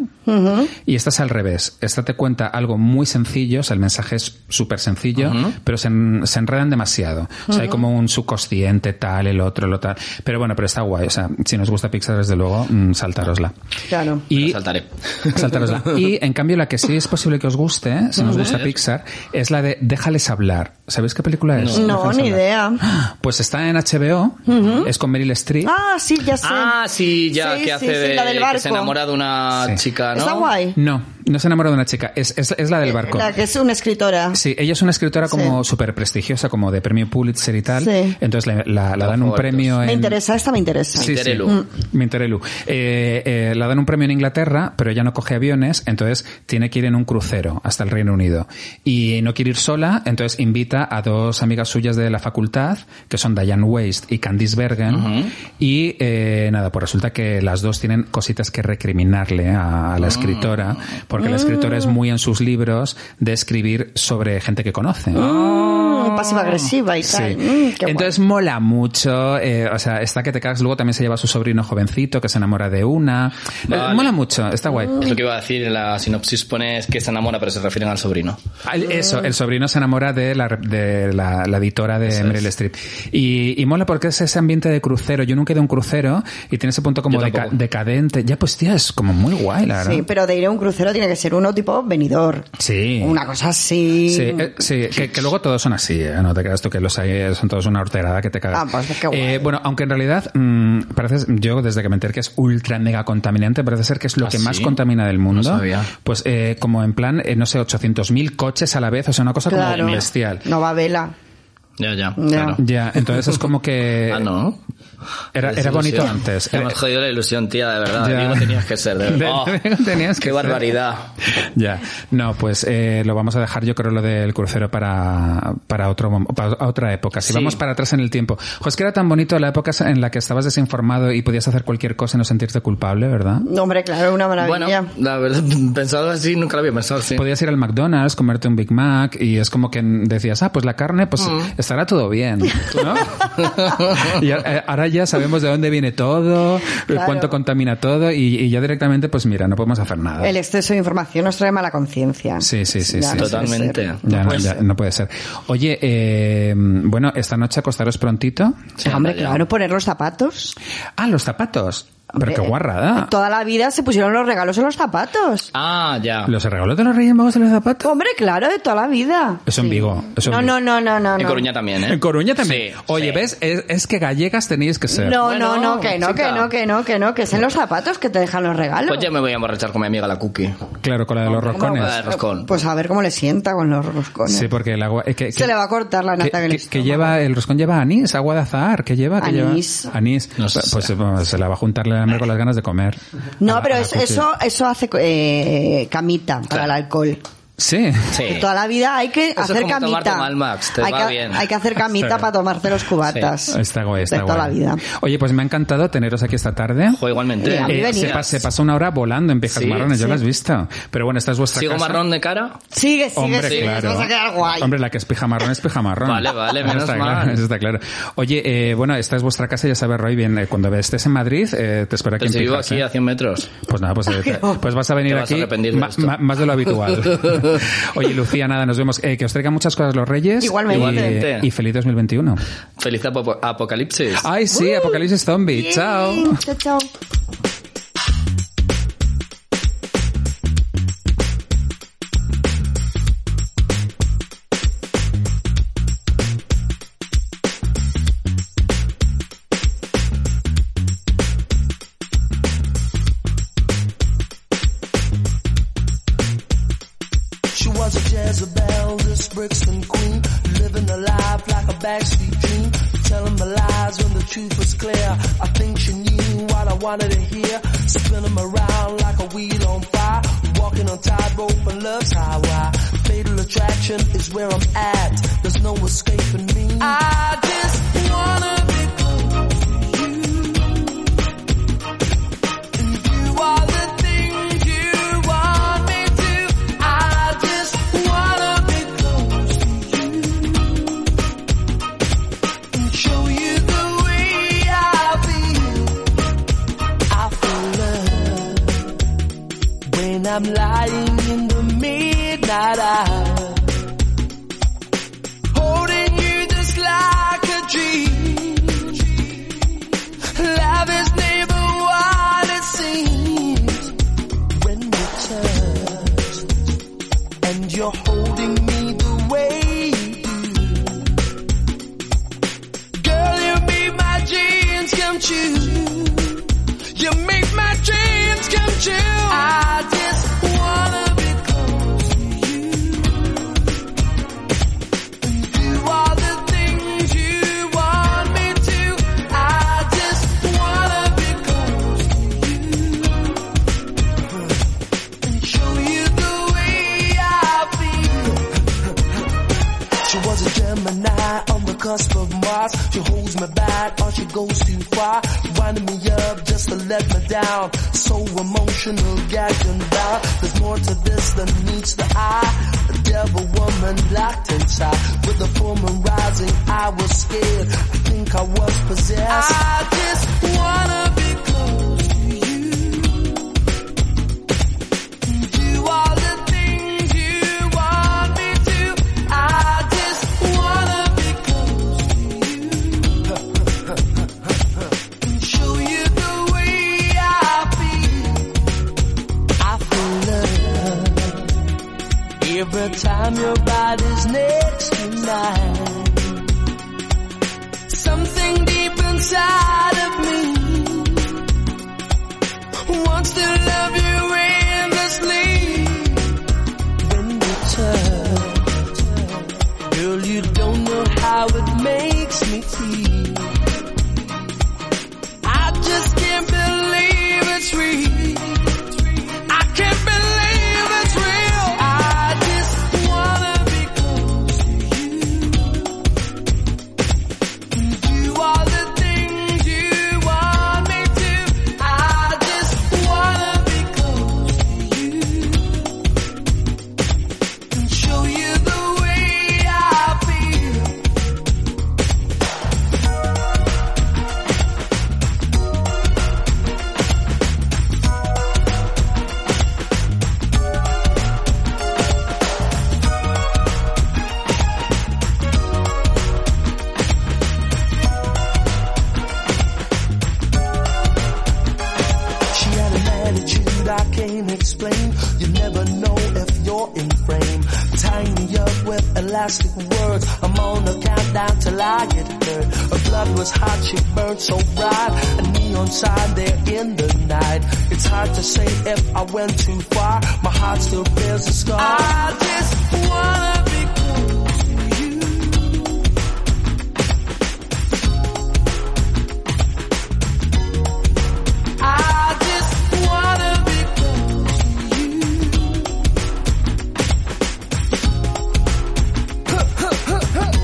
Speaker 1: y esta es al revés. Esta te cuenta algo muy sencillo, o sea, el mensaje es súper sencillo, pero se, en- se enredan demasiado. O sea, hay como un subconsciente tal, el otro, lo tal. Pero bueno, pero está guay. O sea, si nos gusta Pixar, desde luego, mm, saltárosla.
Speaker 2: Claro.
Speaker 3: Lo
Speaker 1: Y
Speaker 3: saltaré.
Speaker 1: <laughs> Saltarosla. Y en cambio, la que sí es posible que os guste, ¿eh? si nos gusta Pixar, es la de Déjales hablar. ¿Sabéis qué película es?
Speaker 2: No,
Speaker 1: Déjales
Speaker 2: ni
Speaker 1: hablar.
Speaker 2: idea.
Speaker 1: Pues está en HBO, es con Meryl Streep.
Speaker 2: Ah, sí, ya sé.
Speaker 3: Ah, sí, ya
Speaker 2: Sí,
Speaker 3: que
Speaker 2: sí,
Speaker 3: hace
Speaker 2: sí,
Speaker 3: de
Speaker 2: la del
Speaker 3: que
Speaker 2: barco.
Speaker 3: se enamora de una
Speaker 1: Sí.
Speaker 3: chica, ¿no?
Speaker 2: Está guay.
Speaker 1: No, No se enamoró de una chica, es, es- es la del barco.
Speaker 2: La que es una escritora.
Speaker 1: Sí, ella es una escritora como
Speaker 2: Sí.
Speaker 1: súper prestigiosa, como de premio Pulitzer y tal.
Speaker 2: Sí.
Speaker 1: Entonces la, la- la dan un
Speaker 3: favoritos.
Speaker 1: premio en...
Speaker 2: Me interesa, esta me interesa.
Speaker 1: Sí, sí.
Speaker 3: Minterelu.
Speaker 1: Mm. Minterelu. Eh, eh, la dan un premio en Inglaterra, pero ella no coge aviones, entonces tiene que ir en un crucero hasta el Reino Unido. Y no quiere ir sola, entonces invita a dos amigas suyas de la facultad, que son Diane Waste y Candice Bergen. Y eh, nada, pues resulta que las dos tienen cositas que recriminarle a, a la escritora, porque la escritora es muy en sus libros de escribir sobre gente que conoce.
Speaker 2: Mm, pasiva-agresiva y tal.
Speaker 1: Sí.
Speaker 2: Mm, qué guay.
Speaker 1: Entonces mola mucho, eh, o sea, está que te cagas, luego también se lleva a su sobrino jovencito que se enamora de una. Eh,
Speaker 3: Vale.
Speaker 1: mola mucho, está guay.
Speaker 2: Oh.
Speaker 3: Es lo que iba a decir, en la sinopsis pones que se enamora, pero se refieren al sobrino.
Speaker 1: Al- Eso, el sobrino se enamora de la, rep- de la, la editora de Meryl Streep. Y, y mola porque es ese ambiente de crucero. Yo nunca he ido a un crucero y tiene ese punto como
Speaker 3: Yo
Speaker 1: deca-
Speaker 3: tampoco.
Speaker 1: decadente. Ya, pues, tía, es como muy guay, la verdad.
Speaker 2: Sí, pero de ir a un crucero tiene que ser uno tipo venidor.
Speaker 1: Sí.
Speaker 2: Una cosa así.
Speaker 1: Sí, eh, sí que, que luego todos son así, ¿eh? no te creas tú que los hay, eh, son todos una horterada que te cagas.
Speaker 2: Ah, pues, qué guay.
Speaker 1: Eh, bueno, aunque en realidad, mm, parece, yo desde que me enteré que es ultra mega contaminante, parece ser que es lo
Speaker 3: ¿Ah,
Speaker 1: que más
Speaker 3: sí?
Speaker 1: contamina del mundo.
Speaker 3: No sabía.
Speaker 1: Pues eh, como en plan, eh, no sé, 800.000 coches a la vez, o sea, una cosa
Speaker 2: claro.
Speaker 1: como bestial.
Speaker 2: No va a vela.
Speaker 3: Ya, ya.
Speaker 2: Ya.
Speaker 3: Claro.
Speaker 1: Ya, entonces es como que
Speaker 3: <laughs> Ah, no.
Speaker 1: era,
Speaker 3: Es
Speaker 1: era bonito
Speaker 3: ilusión.
Speaker 1: antes.
Speaker 3: Ya me has
Speaker 1: Era-
Speaker 3: jodido la ilusión, tía, de verdad.
Speaker 1: Ya.
Speaker 3: De mí no tenías que ser, de
Speaker 1: <laughs> De-
Speaker 3: verdad. Oh,
Speaker 1: de mí no tenías que ser.
Speaker 3: qué barbaridad.
Speaker 1: <laughs> Ya, no, pues eh, lo vamos a dejar, yo creo, lo del crucero para, para, otro, mom- para otra época. Si
Speaker 3: Sí.
Speaker 1: vamos para atrás en el tiempo. Jo, es que era tan bonito la época en la que estabas desinformado y podías hacer cualquier cosa y no sentirte culpable, ¿verdad?
Speaker 2: No, hombre, claro, una
Speaker 3: Bueno,
Speaker 2: maravilla.
Speaker 3: la verdad, <laughs> pensado así, nunca lo había pensado así.
Speaker 1: Podías ir al McDonald's, comerte un Big Mac y es como que decías, ah, pues la carne, pues estará todo bien, ¿no? y a- eh, ahora ya sabemos de dónde viene todo, eh,
Speaker 2: Claro.
Speaker 1: cuánto contamina todo y, y ya directamente, pues mira, no podemos hacer nada.
Speaker 2: El exceso de información nos trae mala conciencia.
Speaker 1: Sí, sí, sí,
Speaker 2: Ya
Speaker 1: sí.
Speaker 2: no puede ser.
Speaker 3: Totalmente.
Speaker 1: Ya, no,
Speaker 2: puede
Speaker 1: ya,
Speaker 2: ser.
Speaker 1: no puede ser. Oye, eh, bueno, esta noche acostaros prontito.
Speaker 3: Sí,
Speaker 2: Ah, hombre,
Speaker 3: anda ya.
Speaker 2: claro, poner los zapatos.
Speaker 1: Ah, los zapatos. Pero
Speaker 2: Hombre, eh,
Speaker 1: qué guarrada.
Speaker 2: Toda la vida se pusieron los regalos en los zapatos.
Speaker 3: Ah, ya.
Speaker 1: ¿Los regalos de los Reyes Magos de los zapatos?
Speaker 2: Hombre, claro, de toda la vida.
Speaker 1: Eso en Vigo. eso en
Speaker 2: No,
Speaker 1: Vigo.
Speaker 2: no, no, no, no.
Speaker 3: En
Speaker 2: no.
Speaker 3: Coruña
Speaker 2: Oh.
Speaker 3: también, ¿eh?
Speaker 1: En Coruña también.
Speaker 3: Sí,
Speaker 1: Oye,
Speaker 3: sí.
Speaker 1: ¿ves? Es, es que gallegas tenéis que ser.
Speaker 2: No,
Speaker 3: Bueno,
Speaker 2: no, no, que no,
Speaker 3: chica.
Speaker 2: que no, que no, que no, que es en los zapatos que te dejan los regalos.
Speaker 3: Pues ya me voy a emborrachar con mi amiga la Cookie.
Speaker 1: Claro, con la de los
Speaker 3: ¿Cómo va?
Speaker 1: roscones.
Speaker 3: roscón.
Speaker 2: Pues a ver cómo le sienta con los roscones.
Speaker 1: Sí, porque el agua... eh, que-
Speaker 2: Se
Speaker 1: que-
Speaker 2: le va a cortar la
Speaker 1: que-
Speaker 2: nata que,
Speaker 1: que,
Speaker 2: les
Speaker 1: que
Speaker 2: toma.
Speaker 1: lleva el roscón lleva anís agua de azar que lleva que
Speaker 2: Anís.
Speaker 1: lleva anís
Speaker 3: No sé.
Speaker 1: pues eh, bueno, se la va a juntar la hambre con las ganas de comer Ah, pues A
Speaker 2: No,
Speaker 1: la-
Speaker 2: pero
Speaker 1: a la
Speaker 2: es-
Speaker 1: cookie.
Speaker 2: eso, eso hace eh, camita para el alcohol.
Speaker 1: sí
Speaker 3: Sí.
Speaker 2: Que Toda la vida hay que
Speaker 3: Eso es
Speaker 2: hacer
Speaker 3: como tomarte
Speaker 2: camita.
Speaker 3: Mad Max, te
Speaker 2: hay,
Speaker 3: va
Speaker 2: que,
Speaker 3: bien.
Speaker 2: hay que hacer camita
Speaker 1: Sí.
Speaker 2: para tomarse los cubatas. <laughs>
Speaker 1: Está guay, está
Speaker 2: de toda
Speaker 1: guay.
Speaker 2: la vida.
Speaker 1: Oye, pues me ha encantado teneros aquí esta tarde.
Speaker 3: Jo, igualmente.
Speaker 2: Eh, a mí
Speaker 1: Eh,
Speaker 2: venía.
Speaker 1: se, pa- se pasa una hora volando en pijas
Speaker 3: Sí,
Speaker 1: marrones, yo
Speaker 2: sí.
Speaker 1: lo has visto. Pero bueno, esta es vuestra
Speaker 3: ¿Sigo
Speaker 1: casa.
Speaker 3: marrón de cara?
Speaker 2: Sigue, sigue,
Speaker 1: Hombre,
Speaker 2: sigue.
Speaker 1: claro.
Speaker 2: Vas a quedar guay.
Speaker 1: Hombre, la que es pijamarrón es pijamarrón.
Speaker 3: Vale, vale,
Speaker 1: Eso
Speaker 3: menos
Speaker 1: está
Speaker 3: mal.
Speaker 1: claro, eso está claro. Oye, eh, bueno, esta es vuestra casa, ya sabes, Roy, bien, eh, cuando estés en Madrid, eh, te espero aquí
Speaker 3: Pero
Speaker 1: en
Speaker 3: si vivo
Speaker 1: pijas,
Speaker 3: aquí
Speaker 1: ¿eh?
Speaker 3: a 100 metros.
Speaker 1: Pues nada, pues, eh,
Speaker 2: <laughs>
Speaker 1: te- pues vas a venir
Speaker 3: Te vas a
Speaker 1: aquí
Speaker 3: arrepentir de
Speaker 1: ma-
Speaker 3: esto.
Speaker 1: ma- más de lo
Speaker 3: <laughs>
Speaker 1: habitual. Oye, Lucía, nada, nos vemos. Eh, que os traigan muchas cosas los Reyes.
Speaker 2: Igualmente.
Speaker 1: Y-
Speaker 3: Igualmente.
Speaker 1: Y, feliz 2021.
Speaker 3: Feliz apo- apocalipsis.
Speaker 1: Ay, sí,
Speaker 2: Uh,
Speaker 1: Apocalipsis Zombie.
Speaker 2: Bien.
Speaker 1: Chao.
Speaker 2: Chao, chao.
Speaker 4: She was a Jezebel, this Brixton queen, living a life like a backstreet dream, telling the lies when the truth was clear. I think she knew what I wanted to hear, spinning 'em around like a wheel on fire, walking on tightrope and love's highway. Fatal attraction is where I'm at, there's no escaping me. I just wanna be You are the things you want me to. I just wanna be close to you and show you the way I feel. I feel love when I'm lying in the midnight hour, holding you just like a dream. Love is never what it seems when we touch, and you're holding me the way you do. Girl, you make my dreams come true. You make my dreams come true. I just wanna be. cusp of Mars. She holds me back or she goes too far. Winding me up just to let me down. So emotional, gagged and bound. There's more to this than meets the eye. A devil woman locked inside. With the full moon rising, I was scared. I think I was possessed. I just wanna be close to you. Do all the things you want me to. I just wanna be close to you. <laughs> Show you the way I feel. I feel love every time your body's next to mine. Something deep inside of me wants to love you endlessly. When you touch, girl, you don't know how it makes me feel. I just can't believe it's real. I can't believe it's real. I just wanna be close to you. And do all the things you want me to. I just wanna be close to you. And show you the way I feel. She had an attitude I can't explain. You never know if you're in frame. Tying me up with elastic words. I'm on the countdown till I get hurt. Her blood was hot, she burned so bright. A neon sign there in the night. It's hard to say if I went too far. My heart still bears the scar. I just wanna be close to you. I just wanna be close to you.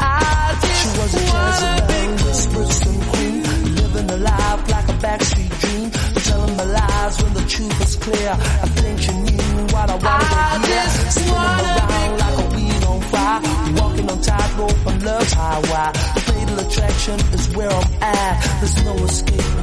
Speaker 4: I just she was a Jezebel, whispers and queen, living a life like a backstreet dream, telling the lies when the truth is clear. I think she knew what I wanted to hear. Spinning around like a weed on fire, walking on tightrope on love's highway. Fatal attraction is where I'm at. There's no escape.